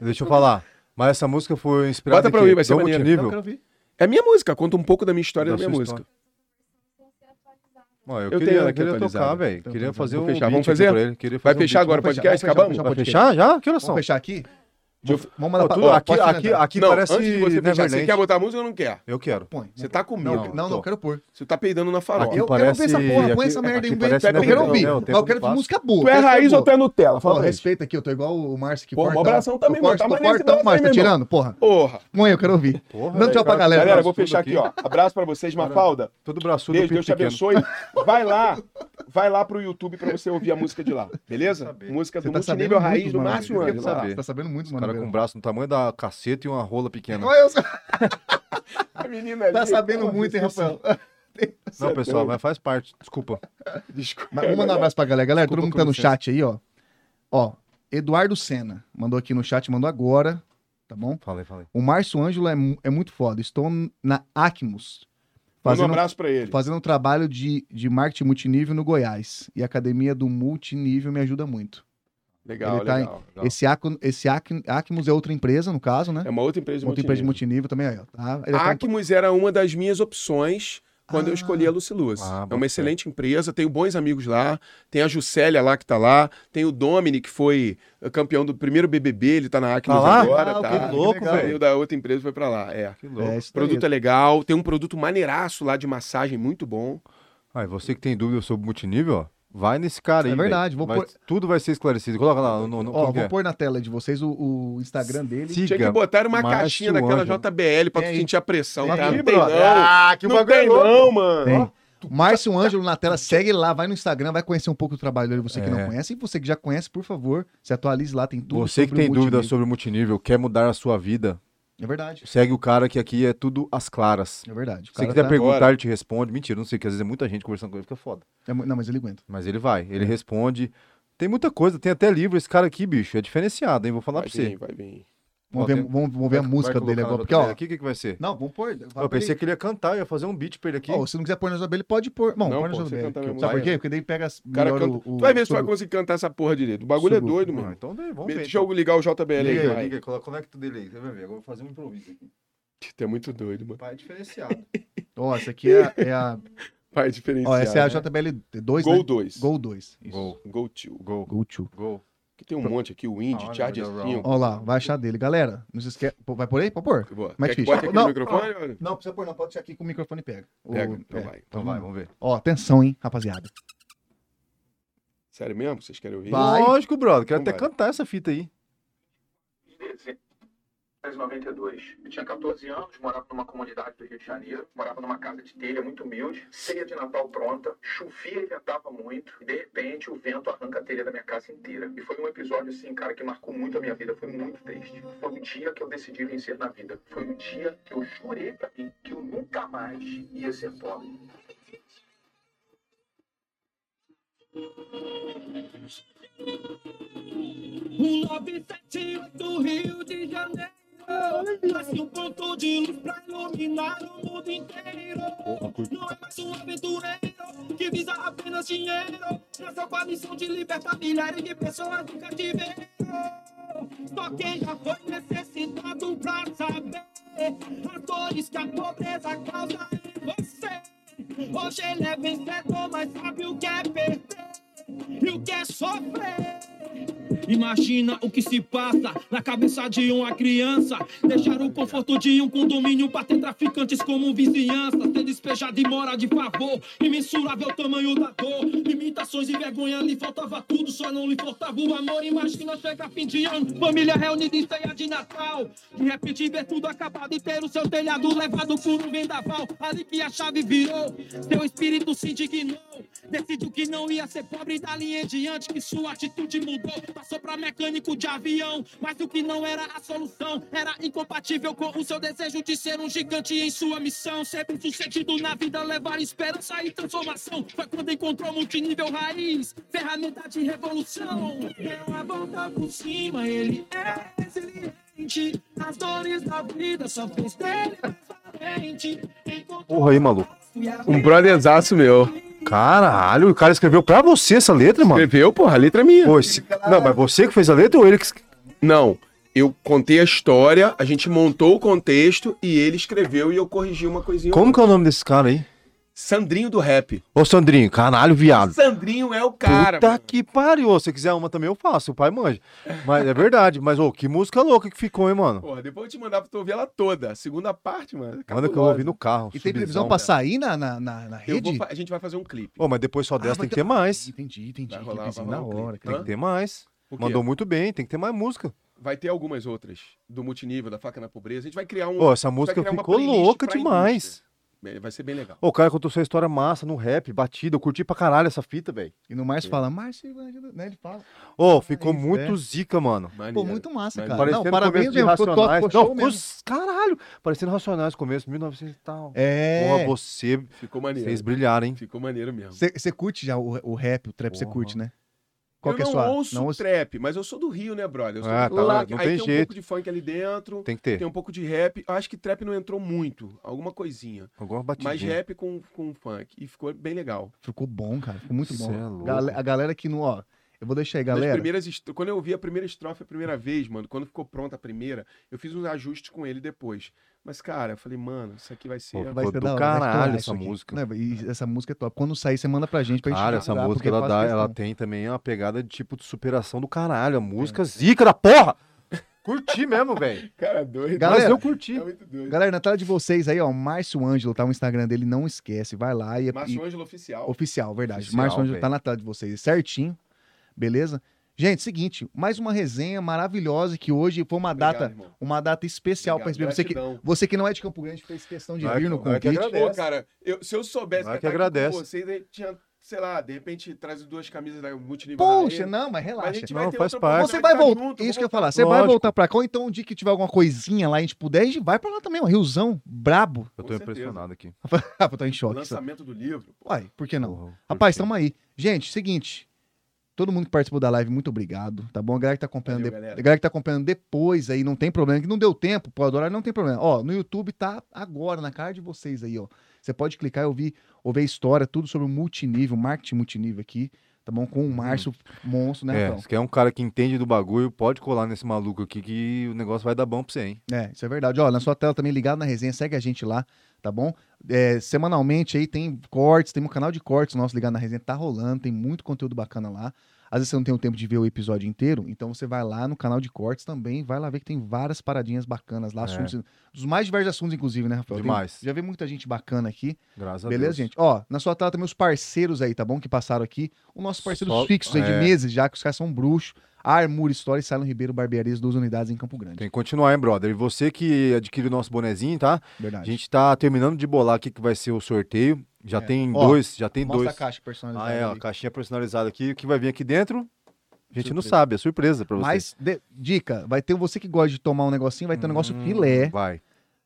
[SPEAKER 1] Deixa eu falar. Mas essa música foi inspirada
[SPEAKER 3] Bota
[SPEAKER 1] em
[SPEAKER 3] pra
[SPEAKER 1] quê? um
[SPEAKER 3] mim, vai ser
[SPEAKER 1] Dom
[SPEAKER 3] maneiro.
[SPEAKER 2] Não,
[SPEAKER 1] Multinível?
[SPEAKER 2] eu quero ouvir.
[SPEAKER 3] É minha música, conta um pouco da minha história,
[SPEAKER 1] Da
[SPEAKER 3] da, minha
[SPEAKER 1] sua
[SPEAKER 3] música.
[SPEAKER 1] Ó, eu,
[SPEAKER 3] Eu
[SPEAKER 1] queria,
[SPEAKER 3] tenho ela
[SPEAKER 1] eu
[SPEAKER 3] aqui
[SPEAKER 1] queria
[SPEAKER 3] atualizada.
[SPEAKER 1] tocar, velho.
[SPEAKER 2] Então,
[SPEAKER 1] Queria
[SPEAKER 2] vamos
[SPEAKER 1] fazer um
[SPEAKER 3] fechar,
[SPEAKER 1] beat
[SPEAKER 3] vamos
[SPEAKER 1] aqui
[SPEAKER 3] fazer?
[SPEAKER 1] pra ele. Queria
[SPEAKER 3] Vai
[SPEAKER 1] fazer um
[SPEAKER 3] fechar
[SPEAKER 1] beat.
[SPEAKER 3] agora o
[SPEAKER 2] vamos fechar,
[SPEAKER 3] podcast?
[SPEAKER 2] vamos fechar,
[SPEAKER 3] Acabamos?
[SPEAKER 2] vamos
[SPEAKER 1] Vai fechar já? Que horas são?
[SPEAKER 2] Vamos fechar aqui?
[SPEAKER 3] Deixa eu-
[SPEAKER 2] Vamos mandar
[SPEAKER 1] Ó,
[SPEAKER 2] pra...
[SPEAKER 1] tudo-
[SPEAKER 2] ó,
[SPEAKER 1] aqui
[SPEAKER 2] pode
[SPEAKER 1] aqui,
[SPEAKER 2] finalizar.
[SPEAKER 1] aqui
[SPEAKER 3] não,
[SPEAKER 1] parece
[SPEAKER 3] antes de você fechar, você
[SPEAKER 1] Neverland.
[SPEAKER 3] quer botar a música ou não quer?
[SPEAKER 1] Eu quero.
[SPEAKER 2] Põe.
[SPEAKER 3] Você tá comigo.
[SPEAKER 2] Não, não, não, eu quero pôr.
[SPEAKER 3] Você tá peidando na farofa.
[SPEAKER 1] Aqui
[SPEAKER 2] Eu quero ver
[SPEAKER 1] parece-
[SPEAKER 2] essa porra, põe essa
[SPEAKER 1] aqui-
[SPEAKER 2] merda aí,
[SPEAKER 1] aqui
[SPEAKER 2] eu
[SPEAKER 1] parece
[SPEAKER 2] quero
[SPEAKER 3] Neverland,
[SPEAKER 2] ouvir.
[SPEAKER 1] né? O
[SPEAKER 2] Mas
[SPEAKER 1] tempo
[SPEAKER 2] Eu quero
[SPEAKER 1] passa.
[SPEAKER 2] música boa.
[SPEAKER 3] Tu é
[SPEAKER 2] quero
[SPEAKER 3] raiz
[SPEAKER 2] música
[SPEAKER 3] ou tu é Nutella?
[SPEAKER 2] boa. Ó,
[SPEAKER 3] Fala pra gente.
[SPEAKER 2] respeita aqui, eu tô igual o Márcio que
[SPEAKER 3] Pô,
[SPEAKER 2] corta.
[SPEAKER 3] mó abração
[SPEAKER 2] Tô
[SPEAKER 3] também,
[SPEAKER 2] forte,
[SPEAKER 3] mano. Tá
[SPEAKER 2] tô
[SPEAKER 3] maneiro
[SPEAKER 2] forte,
[SPEAKER 3] esse braço
[SPEAKER 2] Então, Márcio,
[SPEAKER 3] aí,
[SPEAKER 2] tá
[SPEAKER 3] meu irmão.
[SPEAKER 2] tirando, porra.
[SPEAKER 3] Porra.
[SPEAKER 2] Mãe, eu quero ouvir.
[SPEAKER 1] Porra,
[SPEAKER 2] Dando tchau pra
[SPEAKER 1] cara,
[SPEAKER 2] galera.
[SPEAKER 3] Galera, vou
[SPEAKER 1] tudo
[SPEAKER 3] fechar aqui, ó. Abraço pra vocês, Mafalda.
[SPEAKER 1] Todo braçudo,
[SPEAKER 3] Beijo,
[SPEAKER 1] pinto
[SPEAKER 3] Deus te
[SPEAKER 1] pequeno.
[SPEAKER 3] abençoe. Vai lá, vai lá pro YouTube pra você ouvir a música de lá, beleza?
[SPEAKER 1] saber.
[SPEAKER 3] Música do
[SPEAKER 2] Você tá
[SPEAKER 3] Multinível
[SPEAKER 2] sabendo
[SPEAKER 3] Raiz
[SPEAKER 2] muito,
[SPEAKER 3] do
[SPEAKER 2] mano.
[SPEAKER 3] Márcio
[SPEAKER 1] Eu quero
[SPEAKER 3] Anjo.
[SPEAKER 1] saber.
[SPEAKER 3] Vai lá.
[SPEAKER 2] Você tá sabendo muito, mano.
[SPEAKER 1] cara com um
[SPEAKER 2] velho.
[SPEAKER 1] braço do tamanho da caceta e uma rola pequena.
[SPEAKER 2] Olha, você
[SPEAKER 3] A menina é ali,
[SPEAKER 2] tá sabendo
[SPEAKER 3] porra,
[SPEAKER 2] muito, hein,
[SPEAKER 3] esqueci.
[SPEAKER 2] Rafael?
[SPEAKER 1] Não,
[SPEAKER 3] é
[SPEAKER 1] pessoal,
[SPEAKER 3] doido.
[SPEAKER 1] mas faz parte. Desculpa.
[SPEAKER 3] Desculpa.
[SPEAKER 2] Mas vamos mandar um abraço pra galera. Galera,
[SPEAKER 1] Desculpa,
[SPEAKER 2] todo mundo que
[SPEAKER 1] com
[SPEAKER 2] tá no
[SPEAKER 1] licença.
[SPEAKER 2] chat aí, ó. Ó, Eduardo Senna mandou aqui no chat, mandou agora, tá bom?
[SPEAKER 1] Falei, falei.
[SPEAKER 2] O Márcio Ângelo é, mu- é muito foda. Estou na Acmos,
[SPEAKER 3] Manda um
[SPEAKER 2] fazendo,
[SPEAKER 3] abraço pra ele.
[SPEAKER 2] fazendo um trabalho de, de marketing multinível no Goiás. E a academia do multinível me ajuda muito.
[SPEAKER 3] Legal,
[SPEAKER 2] ele tá em-
[SPEAKER 3] legal.
[SPEAKER 1] Legal.
[SPEAKER 2] Esse, Acon, esse Ac- Acmos é outra empresa, no caso, né?
[SPEAKER 3] É uma outra empresa de
[SPEAKER 2] outra empresa de
[SPEAKER 3] multinível. Ah,
[SPEAKER 2] multinível também, aí, ó. Tá? Ele
[SPEAKER 3] A
[SPEAKER 2] tá-
[SPEAKER 3] Acmos era uma das minhas opções quando eu
[SPEAKER 2] Ah.
[SPEAKER 3] escolhi a Luciluz.
[SPEAKER 1] Ah,
[SPEAKER 3] é
[SPEAKER 1] bota
[SPEAKER 3] uma
[SPEAKER 1] fé.
[SPEAKER 3] excelente empresa, tenho bons amigos lá, tem a Juscelia lá que tá lá, tem o Domini, que foi eh, campeão do primeiro BBB, ele tá na Acmos
[SPEAKER 1] Tá lá?
[SPEAKER 3] agora,
[SPEAKER 1] Ah,
[SPEAKER 3] tá.
[SPEAKER 1] que louco,
[SPEAKER 2] legal.
[SPEAKER 1] velho.
[SPEAKER 3] Saiu da outra empresa e foi pra lá, é.
[SPEAKER 1] Que
[SPEAKER 2] É,
[SPEAKER 1] louco.
[SPEAKER 2] isso daí.
[SPEAKER 3] O produto é legal, tem um produto maneiraço lá de massagem muito bom.
[SPEAKER 1] Ah, e você que tem dúvida sobre multinível, ó, vai nesse cara
[SPEAKER 2] É
[SPEAKER 1] aí.
[SPEAKER 2] verdade,
[SPEAKER 1] velho.
[SPEAKER 2] vou
[SPEAKER 1] Vai-
[SPEAKER 2] pôr-
[SPEAKER 1] Tudo vai ser esclarecido. Coloca lá. No, no,
[SPEAKER 2] Ó,
[SPEAKER 1] como que
[SPEAKER 2] vou
[SPEAKER 1] é?
[SPEAKER 2] pôr na tela de vocês o, o Instagram dele.
[SPEAKER 1] Siga.
[SPEAKER 3] Tinha que botar uma
[SPEAKER 1] Márcio
[SPEAKER 3] caixinha daquela
[SPEAKER 1] Ângelo.
[SPEAKER 3] JBL pra tu
[SPEAKER 2] Tem.
[SPEAKER 3] sentir a pressão,
[SPEAKER 2] Tem,
[SPEAKER 3] cara. Não tem
[SPEAKER 1] brother.
[SPEAKER 3] não.
[SPEAKER 1] Ah, que
[SPEAKER 3] Não
[SPEAKER 1] bagulho
[SPEAKER 3] tem
[SPEAKER 1] louco.
[SPEAKER 3] não, mano.
[SPEAKER 2] é Tem. Márcio Ângelo na tela, segue lá, vai no Instagram, vai conhecer um pouco do trabalho dele, você que
[SPEAKER 1] É.
[SPEAKER 2] não conhece. E você que já conhece, por favor, se atualize lá, tem tudo.
[SPEAKER 1] Você que
[SPEAKER 2] sobre
[SPEAKER 1] tem
[SPEAKER 2] o
[SPEAKER 1] dúvida
[SPEAKER 2] multinível.
[SPEAKER 1] sobre multinível, quer mudar a sua vida,
[SPEAKER 2] É verdade,
[SPEAKER 1] segue o cara que aqui é tudo às claras.
[SPEAKER 2] é verdade.
[SPEAKER 1] Se
[SPEAKER 2] O
[SPEAKER 1] você
[SPEAKER 2] cara
[SPEAKER 1] quiser
[SPEAKER 2] tá-
[SPEAKER 1] perguntar,
[SPEAKER 3] Bora.
[SPEAKER 1] ele te responde. Mentira, não sei, que às vezes é muita gente conversando com ele, fica foda.
[SPEAKER 2] é mu- Não, mas ele aguenta.
[SPEAKER 1] Mas ele vai, ele responde. Tem muita coisa, tem até livro. Esse cara aqui, bicho, é diferenciado, hein? Vou falar
[SPEAKER 3] Vai
[SPEAKER 1] pra você.
[SPEAKER 3] vir, vai vir.
[SPEAKER 1] Ó,
[SPEAKER 2] Vamos ver,
[SPEAKER 1] tem-
[SPEAKER 2] vamos, vamos ver a
[SPEAKER 1] Vai-
[SPEAKER 2] música
[SPEAKER 1] vai
[SPEAKER 2] dele
[SPEAKER 1] colocar
[SPEAKER 2] agora,
[SPEAKER 1] na
[SPEAKER 2] porque,
[SPEAKER 1] bateria
[SPEAKER 2] ó...
[SPEAKER 1] Aqui, o que, que vai ser?
[SPEAKER 2] Não, vamos pôr...
[SPEAKER 1] Eu pensei que ele ia cantar, ia fazer um beat pra ele aqui.
[SPEAKER 2] Ó, se não quiser pôr na sua abelha, pode pôr. Bom,
[SPEAKER 3] Não,
[SPEAKER 2] põe na
[SPEAKER 3] pô,
[SPEAKER 2] sua
[SPEAKER 3] você
[SPEAKER 2] abelha.
[SPEAKER 3] canta mesmo,
[SPEAKER 2] Sabe por
[SPEAKER 3] vai.
[SPEAKER 2] quê? Porque daí pega as-
[SPEAKER 3] O cara
[SPEAKER 2] melhor
[SPEAKER 3] canta.
[SPEAKER 2] o- o-
[SPEAKER 3] tu vai ver se tu vai
[SPEAKER 2] sub-
[SPEAKER 3] conseguir cantar essa porra direito. O bagulho é
[SPEAKER 2] subwoofer.
[SPEAKER 3] doido, mano.
[SPEAKER 1] Ah, então daí, vamos ver.
[SPEAKER 3] Deixa eu ligar o JBL aí,
[SPEAKER 1] Liga
[SPEAKER 3] vai.
[SPEAKER 1] aí, liga aí, coloca- conecta o dele aí, você vai ver. Agora eu vou fazer um improviso aqui.
[SPEAKER 3] Tu é muito doido, mano.
[SPEAKER 1] Pai diferenciado.
[SPEAKER 2] Ó, essa aqui é a... é a-
[SPEAKER 3] Pai diferenciado.
[SPEAKER 2] Ó, essa é a
[SPEAKER 3] né?
[SPEAKER 2] JBL2,
[SPEAKER 3] Gol
[SPEAKER 2] né?
[SPEAKER 3] 2.
[SPEAKER 2] Gol 2. isso.
[SPEAKER 1] Gol,
[SPEAKER 3] Gol 2.
[SPEAKER 1] gol,
[SPEAKER 2] Gol 2.
[SPEAKER 1] gol.
[SPEAKER 3] Que tem um monte aqui, o Indy,
[SPEAKER 1] Ah, olha,
[SPEAKER 3] Charger
[SPEAKER 1] olha,
[SPEAKER 3] 5.
[SPEAKER 2] Ó lá, vai achar dele. Galera, não se esquece... Pô, Vai por aí? Pode pôr?
[SPEAKER 3] Boa.
[SPEAKER 2] Mas
[SPEAKER 3] Quer que
[SPEAKER 2] difícil.
[SPEAKER 3] bote aqui
[SPEAKER 2] é Não.
[SPEAKER 3] no microfone? Olha.
[SPEAKER 2] Não, precisa pôr, não. Pode ser aqui que o microfone pega. O-
[SPEAKER 3] Pega, então
[SPEAKER 2] é.
[SPEAKER 3] vai.
[SPEAKER 1] Então vai, vamos ver.
[SPEAKER 2] Ó, atenção, hein, rapaziada.
[SPEAKER 3] Sério mesmo? Vocês querem ouvir?
[SPEAKER 2] Vai.
[SPEAKER 1] Lógico, brother. Quero
[SPEAKER 3] Então
[SPEAKER 1] até
[SPEAKER 3] vai.
[SPEAKER 1] cantar essa fita aí.
[SPEAKER 4] 1992. Eu tinha 14 anos, morava numa comunidade do Rio de Janeiro, morava numa casa de telha muito humilde, ceia de Natal pronta, chovia e ventava muito, e de repente o vento arranca a telha da minha casa inteira. E foi um episódio assim, cara, que marcou muito a minha vida, foi muito triste. Foi o dia que eu decidi vencer na vida. Foi o dia que eu jurei pra mim que eu nunca mais ia ser pobre.
[SPEAKER 5] Um 978 Rio de Janeiro. Nasce um ponto de luz pra iluminar o mundo inteiro. Não é mais um aventureiro que visa apenas dinheiro. Nasceu com a missão de libertar milhares de pessoas do cativeiro. Só quem já foi necessitado pra saber as dores que a pobreza causa em você. Hoje ele é vencedor, mas sabe o que é perder e o que é sofrer. Imagina o que se passa na cabeça de uma criança. Deixar o conforto de um condomínio para ter traficantes como vizinhança. Ser despejado e morar de favor. Imensurável tamanho da dor. Limitações e vergonha lhe faltava tudo, só não lhe faltava o amor. Imagina chegar fim de ano, família reunida em ceia de Natal. De repente ver tudo acabado e ter o seu telhado levado por um vendaval. Ali que a chave virou, seu espírito se indignou. Decidiu que não ia ser pobre dali em diante que sua atitude mudou. Passou pra mecânico de avião, mas o que não era a solução era incompatível com o seu desejo de ser um gigante em sua missão. Sempre sucedido na vida, levar esperança e transformação. Foi quando encontrou multinível raiz, ferramenta de revolução. Deu a volta por cima, ele é resiliente. As dores da vida só fez dele mais valente. Encontrou
[SPEAKER 1] Porra aí, maluco.
[SPEAKER 5] e a
[SPEAKER 3] Um brotherzaço meu.
[SPEAKER 1] Caralho, o cara escreveu pra você essa letra, mano.
[SPEAKER 3] Escreveu, porra, a letra é minha.
[SPEAKER 1] Pô, esse- Não, mas você que fez a letra ou ele que. es-
[SPEAKER 3] Não, Eu contei a história, a gente montou o contexto e ele escreveu e eu corrigi uma coisinha.
[SPEAKER 1] Como que é o nome desse cara aí?
[SPEAKER 3] Sandrinho do Rap.
[SPEAKER 1] Ô, Sandrinho, caralho, viado.
[SPEAKER 3] Sandrinho é o cara.
[SPEAKER 1] Puta
[SPEAKER 3] mano.
[SPEAKER 1] que pariu. Se quiser uma também, eu faço. O pai manja. Mas é verdade. Mas, ô, que música louca que ficou, hein, mano?
[SPEAKER 3] Porra, depois eu vou te mandar pra tu ouvir ela toda. A segunda parte, mano. é
[SPEAKER 1] Manda que eu
[SPEAKER 3] cabulosa.
[SPEAKER 1] ouvi no carro.
[SPEAKER 2] né? E tem previsão
[SPEAKER 1] subizão.
[SPEAKER 2] pra sair na, na, na, na
[SPEAKER 3] Eu vou
[SPEAKER 2] rede?
[SPEAKER 3] fa- a gente vai fazer um clipe.
[SPEAKER 1] Ô, mas depois só dessa
[SPEAKER 2] Ah, mas
[SPEAKER 1] tem que
[SPEAKER 2] tem- né?
[SPEAKER 1] ter mais.
[SPEAKER 2] Entendi, entendi.
[SPEAKER 3] Vai rolar,
[SPEAKER 2] Clipezinho
[SPEAKER 3] vai
[SPEAKER 2] da
[SPEAKER 3] rolar um
[SPEAKER 2] hora.
[SPEAKER 3] clipe.
[SPEAKER 1] Tem
[SPEAKER 3] Hã?
[SPEAKER 1] que ter mais.
[SPEAKER 3] O quê?
[SPEAKER 1] Mandou um- muito bem, tem que ter mais música.
[SPEAKER 3] Vai ter algumas outras do multinível, da faca na pobreza. A gente vai criar um.
[SPEAKER 1] Ô, essa
[SPEAKER 3] vai
[SPEAKER 1] música
[SPEAKER 3] criar uma
[SPEAKER 1] ficou
[SPEAKER 3] playlist
[SPEAKER 1] louca
[SPEAKER 3] pra
[SPEAKER 1] demais.
[SPEAKER 3] indústria. Vai ser bem legal.
[SPEAKER 1] Ô, o cara contou sua história massa no rap, batida. Eu curti pra caralho essa fita, velho.
[SPEAKER 2] E no Márcio fala, Márcio, né? Ele fala.
[SPEAKER 1] Ô, ficou
[SPEAKER 2] isso,
[SPEAKER 1] muito
[SPEAKER 2] é.
[SPEAKER 1] zica, mano.
[SPEAKER 2] Pô,
[SPEAKER 3] Maneiro.
[SPEAKER 2] muito massa,
[SPEAKER 3] Mas
[SPEAKER 2] cara.
[SPEAKER 1] Parecendo
[SPEAKER 2] não, parabéns
[SPEAKER 1] começo de
[SPEAKER 2] mesmo. Ficou top,
[SPEAKER 1] Racionais.
[SPEAKER 2] ficou
[SPEAKER 1] Não,
[SPEAKER 2] show
[SPEAKER 1] ficou,
[SPEAKER 2] mesmo.
[SPEAKER 1] caralho. Parecendo Racionais, começo, 1900 e tal. Porra,
[SPEAKER 2] É.
[SPEAKER 1] você
[SPEAKER 3] Ficou maneiro.
[SPEAKER 1] fez brilhar, hein?
[SPEAKER 3] Ficou maneiro mesmo.
[SPEAKER 2] Você curte já o, o rap, o trap, você
[SPEAKER 1] Porra.
[SPEAKER 2] curte, né? Qual
[SPEAKER 3] eu
[SPEAKER 2] que é a
[SPEAKER 3] não
[SPEAKER 2] sua?
[SPEAKER 3] ouço
[SPEAKER 2] não ouço-
[SPEAKER 3] trap, mas eu sou do Rio, né, brother? Eu sou
[SPEAKER 1] Ah,
[SPEAKER 3] do
[SPEAKER 1] tá,
[SPEAKER 3] lá,
[SPEAKER 1] não
[SPEAKER 3] aí
[SPEAKER 1] tem
[SPEAKER 3] tem, um
[SPEAKER 1] jeito.
[SPEAKER 3] pouco de funk ali dentro,
[SPEAKER 1] Tem que ter.
[SPEAKER 3] tem um pouco de rap. Eu acho que trap não entrou muito, alguma coisinha.
[SPEAKER 1] Alguma batidinha.
[SPEAKER 2] é
[SPEAKER 3] Mas rap com, com funk. E ficou bem legal.
[SPEAKER 2] Ficou bom, cara. Ficou muito bom.
[SPEAKER 1] Cê é louco.
[SPEAKER 2] Gale- a galera que não, ó. Eu vou deixar aí,
[SPEAKER 3] Nas
[SPEAKER 2] galera.
[SPEAKER 3] primeiras est- Quando eu ouvi a primeira estrofe a primeira vez, mano, quando ficou pronta a primeira, eu fiz uns ajustes com ele depois. Mas, cara, eu falei, mano, isso aqui vai ser.
[SPEAKER 1] Pô,
[SPEAKER 2] Vai
[SPEAKER 1] Pô,
[SPEAKER 2] ser
[SPEAKER 1] do
[SPEAKER 2] da hora, vai estourar
[SPEAKER 1] caralho
[SPEAKER 2] isso
[SPEAKER 1] essa
[SPEAKER 2] aqui.
[SPEAKER 1] música.
[SPEAKER 2] Não, e essa música é top. Quando sair, você manda pra gente pra gente
[SPEAKER 1] Cara, essa
[SPEAKER 2] divulgar,
[SPEAKER 1] música
[SPEAKER 2] porque eu
[SPEAKER 1] ela,
[SPEAKER 2] faço
[SPEAKER 1] dá,
[SPEAKER 2] questão. É.
[SPEAKER 1] ela tem também uma pegada de tipo de superação do caralho. A música zica da porra! Curti mesmo, velho.
[SPEAKER 3] Cara, doido.
[SPEAKER 1] Mas
[SPEAKER 2] Galera,
[SPEAKER 1] eu curti.
[SPEAKER 3] É muito doido.
[SPEAKER 2] Galera, na tela de vocês aí, ó, Márcio Ângelo, tá? O Instagram dele, não esquece. Vai lá e... é
[SPEAKER 3] Márcio Ângelo Oficial.
[SPEAKER 2] Oficial, verdade.
[SPEAKER 1] Oficial,
[SPEAKER 2] Márcio Ângelo
[SPEAKER 1] velho.
[SPEAKER 2] tá na tela de vocês, certinho. Beleza? Gente, seguinte, mais uma resenha maravilhosa que hoje foi uma
[SPEAKER 3] Obrigado,
[SPEAKER 2] data,
[SPEAKER 3] irmão.
[SPEAKER 2] uma data especial para receber
[SPEAKER 3] Obrigado,
[SPEAKER 2] você que
[SPEAKER 3] gratidão.
[SPEAKER 2] você que não é de Campo Grande fez questão de
[SPEAKER 1] Vai
[SPEAKER 2] vir
[SPEAKER 1] que-
[SPEAKER 2] no
[SPEAKER 1] vai que
[SPEAKER 2] convite.
[SPEAKER 1] agradece.
[SPEAKER 3] Pô, cara, eu- se eu soubesse
[SPEAKER 1] Vai
[SPEAKER 3] ia
[SPEAKER 1] que
[SPEAKER 3] estar aqui com
[SPEAKER 1] agradece.
[SPEAKER 3] vocês, aí tinha, sei lá, de repente traz duas camisas da multinível. na
[SPEAKER 2] Poxa,
[SPEAKER 3] rede.
[SPEAKER 2] não, mas
[SPEAKER 3] Mas a
[SPEAKER 2] relaxa.
[SPEAKER 3] gente
[SPEAKER 1] Não,
[SPEAKER 3] ter
[SPEAKER 1] faz
[SPEAKER 3] outra
[SPEAKER 1] parte.
[SPEAKER 3] oportunidade,
[SPEAKER 2] Você vai
[SPEAKER 3] tá
[SPEAKER 2] voltar,
[SPEAKER 3] junto,
[SPEAKER 2] isso que eu ia
[SPEAKER 3] vamos-
[SPEAKER 2] falar. Você vai
[SPEAKER 1] Lógico.
[SPEAKER 2] voltar pra cá, ou então um dia que tiver alguma coisinha lá, a gente puder, a gente vai pra lá também, um riozão brabo.
[SPEAKER 1] Eu tô
[SPEAKER 3] Com certeza.
[SPEAKER 1] impressionado aqui.
[SPEAKER 2] Ah, eu tô em choque. sabe?
[SPEAKER 3] Lançamento do livro.
[SPEAKER 2] Uai, por que não?
[SPEAKER 1] Porra, eu
[SPEAKER 2] Rapaz,
[SPEAKER 1] curti.
[SPEAKER 2] tamo aí. Gente, seguinte. Todo mundo que participou da live, muito obrigado, tá bom? A galera que tá acompanhando,
[SPEAKER 3] Valeu,
[SPEAKER 2] de-
[SPEAKER 3] galera.
[SPEAKER 2] a galera que tá acompanhando depois aí, não tem problema, que não deu tempo, pô, adorar não tem problema. Ó, no YouTube tá agora, na cara de vocês aí, ó. Você pode clicar e ouvir, ouvir a história, tudo sobre o multinível, marketing multinível aqui, tá bom? Com o Márcio Monstro, né,
[SPEAKER 1] É,
[SPEAKER 2] Rafão?
[SPEAKER 1] se quer um cara que entende do bagulho, pode colar nesse maluco aqui que o negócio vai dar bom pra você, hein?
[SPEAKER 2] É, isso é verdade. Ó, na sua tela também, ligado na resenha, segue a gente lá, tá bom? É, semanalmente aí tem cortes, tem um canal de cortes nosso ligado na resenha, tá rolando, tem muito conteúdo bacana lá. Às vezes você não tem o tempo de ver o episódio inteiro, então você vai lá no canal de cortes também, vai lá ver que tem várias paradinhas bacanas lá,
[SPEAKER 1] É.
[SPEAKER 2] assuntos, dos mais diversos assuntos, inclusive, né, Rafael? Tem-
[SPEAKER 1] Demais.
[SPEAKER 2] já vi muita gente bacana aqui,
[SPEAKER 1] Graças a Deus.
[SPEAKER 2] beleza, gente? Ó, na sua tela também os parceiros aí, tá bom? Que passaram aqui, os nossos parceiros
[SPEAKER 1] Só-
[SPEAKER 2] fixos aí de
[SPEAKER 1] é.
[SPEAKER 2] meses já, que os caras são bruxos, Armura Story, Silent Ribeiro, Barbearias, duas unidades em Campo Grande,
[SPEAKER 1] Tem que continuar, hein, brother? E você que adquire o nosso bonezinho, tá? A
[SPEAKER 2] verdade.
[SPEAKER 1] gente tá terminando de bolar aqui que vai ser o sorteio. Já
[SPEAKER 2] É.
[SPEAKER 1] tem
[SPEAKER 2] Ó,
[SPEAKER 1] dois, já tem
[SPEAKER 2] Mostra
[SPEAKER 1] dois.
[SPEAKER 2] a caixa personalizada.
[SPEAKER 1] Ah, é, ó,
[SPEAKER 2] ali.
[SPEAKER 1] caixinha personalizada aqui. O que vai vir aqui dentro, a gente não
[SPEAKER 2] Surpresa.
[SPEAKER 1] sabe, é surpresa pra você.
[SPEAKER 2] Mas, de- dica, vai ter você que gosta de tomar um negocinho, vai ter um negócio
[SPEAKER 1] Hum,
[SPEAKER 2] filé
[SPEAKER 1] Vai.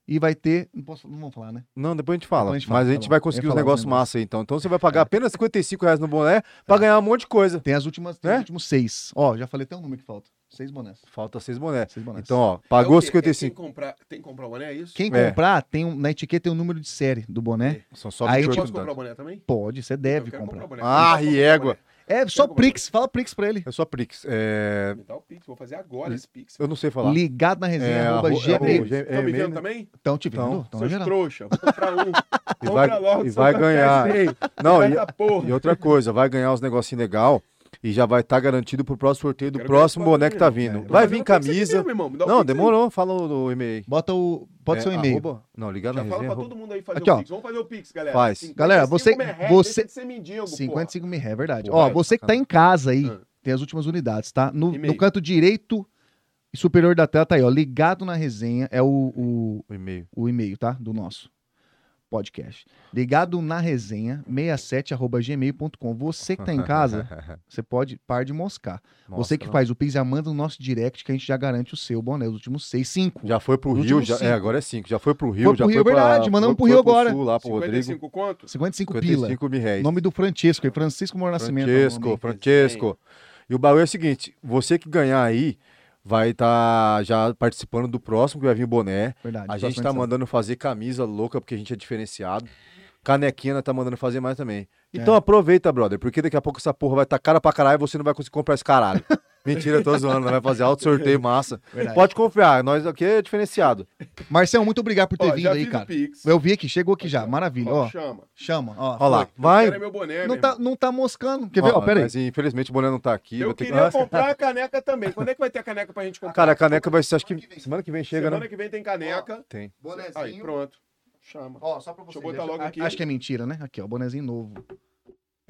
[SPEAKER 2] e vai ter. Não, posso, não vamos falar, né?
[SPEAKER 1] Não, depois a gente fala.
[SPEAKER 2] Depois a gente
[SPEAKER 1] mas
[SPEAKER 2] fala,
[SPEAKER 1] a
[SPEAKER 2] tá
[SPEAKER 1] gente
[SPEAKER 2] bom.
[SPEAKER 1] vai
[SPEAKER 2] Eu
[SPEAKER 1] conseguir
[SPEAKER 2] ia
[SPEAKER 1] uns
[SPEAKER 2] falar É. desse
[SPEAKER 1] negócios
[SPEAKER 2] negócio.
[SPEAKER 1] massa aí, então. Então você vai pagar apenas 55 reais no boné
[SPEAKER 2] É.
[SPEAKER 1] pra ganhar um monte de coisa.
[SPEAKER 2] Tem as últimas, tem
[SPEAKER 1] Né?
[SPEAKER 2] os últimos seis. Ó, já falei até um número que falta. Seis bonés.
[SPEAKER 1] Falta seis bonés.
[SPEAKER 2] Seis bonés.
[SPEAKER 1] Então, ó,
[SPEAKER 3] É o
[SPEAKER 1] pagou
[SPEAKER 3] quê? É
[SPEAKER 1] 55.
[SPEAKER 3] Tem que comprar, tem que comprar o boné, é isso?
[SPEAKER 2] quem
[SPEAKER 1] é.
[SPEAKER 2] comprar, tem um, na etiqueta tem um número de série do boné.
[SPEAKER 3] É
[SPEAKER 1] São só
[SPEAKER 2] Aí eu
[SPEAKER 3] Eu
[SPEAKER 1] 28
[SPEAKER 3] posso
[SPEAKER 1] dólares.
[SPEAKER 3] comprar o boné também?
[SPEAKER 2] Pode, você
[SPEAKER 3] Então, Eu
[SPEAKER 2] deve
[SPEAKER 3] quero
[SPEAKER 2] comprar.
[SPEAKER 3] o boné.
[SPEAKER 1] Ah,
[SPEAKER 3] Eu quero comprar o
[SPEAKER 1] riégua.
[SPEAKER 3] boné.
[SPEAKER 2] É, só
[SPEAKER 3] comprar.
[SPEAKER 2] Prix, fala Prix pra ele.
[SPEAKER 1] É só Prix. É,
[SPEAKER 3] Me dá o Pix, vou fazer agora esse Pix. Tá
[SPEAKER 1] Eu não sei falar.
[SPEAKER 2] Ligado na resenha,
[SPEAKER 1] É,
[SPEAKER 2] arroba
[SPEAKER 1] arro-
[SPEAKER 2] GP.
[SPEAKER 1] arroba- é,
[SPEAKER 3] Estão me
[SPEAKER 1] e-mail,
[SPEAKER 3] vendo
[SPEAKER 1] né?
[SPEAKER 3] também?
[SPEAKER 2] Então, te vendo?
[SPEAKER 1] Então,
[SPEAKER 2] Então,
[SPEAKER 3] Seus
[SPEAKER 2] geral.
[SPEAKER 3] trouxa, vou comprar um.
[SPEAKER 1] E vai,
[SPEAKER 3] Compra logo,
[SPEAKER 1] e
[SPEAKER 3] só
[SPEAKER 1] vai
[SPEAKER 3] pra
[SPEAKER 1] ganhar.
[SPEAKER 3] ficar sem.
[SPEAKER 1] Não,
[SPEAKER 3] Vai
[SPEAKER 1] e,
[SPEAKER 3] dar porra.
[SPEAKER 1] e outra coisa, vai ganhar uns negocinhos legal e já vai estar garantido pro próximo sorteio do
[SPEAKER 3] Quero ganhar
[SPEAKER 1] próximo
[SPEAKER 3] esse
[SPEAKER 1] boné que tá
[SPEAKER 3] bagulho
[SPEAKER 1] vindo.
[SPEAKER 2] É,
[SPEAKER 1] Vai
[SPEAKER 3] Mas
[SPEAKER 1] vir
[SPEAKER 3] eu quero que você
[SPEAKER 1] camisa.
[SPEAKER 3] me dê, meu irmão, me dá o
[SPEAKER 1] Não,
[SPEAKER 3] Pix aí.
[SPEAKER 1] demorou. Fala o o e-mail aí.
[SPEAKER 2] Bota o. Pode
[SPEAKER 1] É,
[SPEAKER 2] ser um e-mail.
[SPEAKER 1] arroba- Não, ligado
[SPEAKER 3] Já
[SPEAKER 1] na
[SPEAKER 3] fala
[SPEAKER 1] resenha.
[SPEAKER 3] pra todo mundo aí fazer
[SPEAKER 2] Aqui,
[SPEAKER 3] o
[SPEAKER 2] ó.
[SPEAKER 3] Pix. Vamos fazer o Pix, galera.
[SPEAKER 1] Faz.
[SPEAKER 3] 55
[SPEAKER 2] Galera, você-
[SPEAKER 3] mil reais,
[SPEAKER 2] você-
[SPEAKER 3] deixa de ser mendigo, porra. é
[SPEAKER 2] 55 mil reais, é verdade.
[SPEAKER 1] Pô,
[SPEAKER 2] Ó,
[SPEAKER 1] vai,
[SPEAKER 2] você que tá em casa aí,
[SPEAKER 3] Ah.
[SPEAKER 2] tem as últimas unidades, tá? No,
[SPEAKER 3] E-mail.
[SPEAKER 2] no canto direito e superior da tela tá aí, ó. Ligado na resenha é o, o,
[SPEAKER 1] O e-mail.
[SPEAKER 2] o e-mail, tá? Do nosso podcast. Ligado na resenha 67@gmail.com. Você que tá em casa, você pode par de moscar. você que
[SPEAKER 1] Nossa,
[SPEAKER 2] faz o Pix já manda no nosso direct que a gente já garante o seu boné, os últimos seis, cinco.
[SPEAKER 1] Já foi pro
[SPEAKER 2] Os
[SPEAKER 1] Rio,
[SPEAKER 2] últimos
[SPEAKER 1] já, é,
[SPEAKER 2] cinco.
[SPEAKER 1] agora é 5. Já foi pro Rio,
[SPEAKER 2] pro
[SPEAKER 1] já
[SPEAKER 2] Rio,
[SPEAKER 1] foi pra,
[SPEAKER 2] verdade, mandamos
[SPEAKER 1] foi-
[SPEAKER 2] pro Rio
[SPEAKER 1] foi
[SPEAKER 2] agora.
[SPEAKER 1] Sul, lá pro Rodrigo.
[SPEAKER 3] 55 quanto?
[SPEAKER 2] 55, pila.
[SPEAKER 1] 55 mil reais.
[SPEAKER 2] Nome do Francesco, é Francisco Moro Nascimento. é o nome.
[SPEAKER 1] Francesco, Francesco. E o bagulho é o seguinte: você que ganhar aí vai estar já participando do próximo que vai vir o boné.
[SPEAKER 2] Verdade.
[SPEAKER 1] A gente
[SPEAKER 2] próxima
[SPEAKER 1] tá
[SPEAKER 2] edição.
[SPEAKER 1] mandando fazer camisa louca porque a gente é diferenciado. Canequinha nós tá mandando fazer
[SPEAKER 2] É.
[SPEAKER 1] tá mais também. Então aproveita, brother, porque daqui a pouco essa porra vai estar cara pra caralho e você não vai conseguir comprar esse caralho. Mentira, tô zoando. Vai fazer alto sorteio massa.
[SPEAKER 2] Verdade.
[SPEAKER 1] Pode confiar, nós aqui é diferenciado.
[SPEAKER 2] Marcelo, muito obrigado por ter
[SPEAKER 3] Ó,
[SPEAKER 2] vindo
[SPEAKER 3] já
[SPEAKER 2] aí,
[SPEAKER 3] fiz o
[SPEAKER 2] cara.
[SPEAKER 3] Pix.
[SPEAKER 2] Eu vi aqui, chegou aqui já. Maravilha.
[SPEAKER 3] Ó,
[SPEAKER 2] Ó,
[SPEAKER 3] chama.
[SPEAKER 2] chama. Ó,
[SPEAKER 1] Olha lá, vai.
[SPEAKER 3] Vai. Era meu boné,
[SPEAKER 2] Não
[SPEAKER 3] meu
[SPEAKER 2] tá,
[SPEAKER 3] irmão.
[SPEAKER 2] não tá moscando. Quer ver? Ó,
[SPEAKER 1] Ó,
[SPEAKER 2] pera aí.
[SPEAKER 1] mas infelizmente o Bolé não tá aqui.
[SPEAKER 3] Eu
[SPEAKER 1] vou ter que-
[SPEAKER 3] queria comprar a caneca também. Quando é que vai ter a caneca pra gente comprar?
[SPEAKER 1] Cara, a caneca vai ser, acho que semana que vem chega,
[SPEAKER 3] Semana
[SPEAKER 1] né?
[SPEAKER 3] que vem tem caneca.
[SPEAKER 1] Tem.
[SPEAKER 3] Aí, pronto. Chama.
[SPEAKER 2] Ó, só pra
[SPEAKER 3] Deixa eu botar logo aqui.
[SPEAKER 2] Acho que é mentira, né? Aqui, ó, bonezinho novo.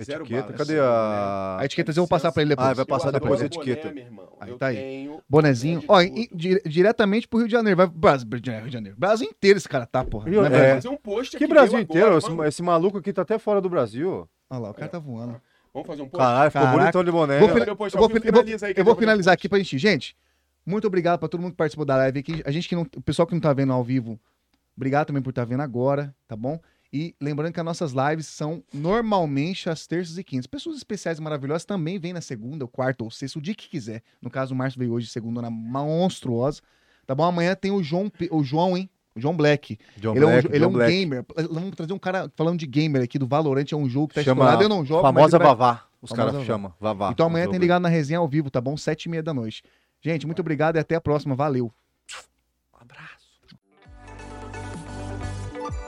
[SPEAKER 3] Zero
[SPEAKER 1] Etiqueta,
[SPEAKER 3] bala,
[SPEAKER 1] cadê
[SPEAKER 3] zero
[SPEAKER 1] a...
[SPEAKER 2] A etiqueta eu vou passar pra ele depois.
[SPEAKER 1] Ah, vai passar
[SPEAKER 3] Eu
[SPEAKER 1] depois a
[SPEAKER 3] adoro boné,
[SPEAKER 1] etiqueta.
[SPEAKER 3] meu irmão.
[SPEAKER 2] Aí
[SPEAKER 3] Eu
[SPEAKER 2] tá aí.
[SPEAKER 3] tenho- um
[SPEAKER 2] Bonezinho.
[SPEAKER 3] Grande
[SPEAKER 2] Ó,
[SPEAKER 3] tudo.
[SPEAKER 2] e- di- diretamente pro Rio de Janeiro. Vai pro Brasil, Rio de Janeiro. Brasil inteiro esse cara tá, porra.
[SPEAKER 1] Rio-
[SPEAKER 2] Né,
[SPEAKER 1] é.
[SPEAKER 2] Brasil?
[SPEAKER 3] fazer um post
[SPEAKER 1] Que
[SPEAKER 3] aqui
[SPEAKER 1] Brasil
[SPEAKER 3] meu
[SPEAKER 1] inteiro?
[SPEAKER 3] agora,
[SPEAKER 1] Esse,
[SPEAKER 3] vamos-
[SPEAKER 1] esse maluco aqui tá até fora do Brasil.
[SPEAKER 2] Olha lá, o cara tá voando.
[SPEAKER 3] Vamos fazer um post?
[SPEAKER 1] Caralho, ficou
[SPEAKER 2] Caraca.
[SPEAKER 1] bonitão de boné.
[SPEAKER 2] Vou
[SPEAKER 1] velho.
[SPEAKER 2] fina-
[SPEAKER 3] Meu post,
[SPEAKER 2] eu vou
[SPEAKER 3] alguém
[SPEAKER 2] fin- eu vou-
[SPEAKER 1] tá
[SPEAKER 3] finaliza aí que
[SPEAKER 2] Eu vou
[SPEAKER 3] eu vou fazer um
[SPEAKER 2] finalizar aqui pra gente. Gente, muito obrigado pra todo mundo que participou da live aqui. A gente que não. O pessoal que não tá vendo ao vivo, obrigado também por estar vendo agora, tá bom? E lembrando que as nossas lives são normalmente às terças e quintas. Pessoas especiais e maravilhosas também vêm na segunda, ou quarta, ou sexta, o dia que quiser. No caso, o Márcio veio hoje de segunda na monstruosa. Tá bom? Amanhã tem o João, Pe- o João, hein? O João Black.
[SPEAKER 1] John
[SPEAKER 2] ele é um,
[SPEAKER 1] Black,
[SPEAKER 2] ele é
[SPEAKER 1] John
[SPEAKER 2] um
[SPEAKER 1] Black.
[SPEAKER 2] gamer. Vamos trazer um cara falando de gamer aqui do Valorant, é um jogo que tá
[SPEAKER 1] Chama
[SPEAKER 2] estourado. Eu não jogo, mas
[SPEAKER 1] Famosa
[SPEAKER 2] ele vai-
[SPEAKER 1] Vavá. Os
[SPEAKER 2] Famosa
[SPEAKER 1] caras
[SPEAKER 2] Vavá.
[SPEAKER 1] chamam. Vavá.
[SPEAKER 2] então amanhã
[SPEAKER 1] o
[SPEAKER 2] tem
[SPEAKER 1] um jogo.
[SPEAKER 2] ligado na resenha ao vivo, tá bom? Sete e meia da noite. Gente, muito obrigado e até a próxima. Valeu.
[SPEAKER 1] Abraço.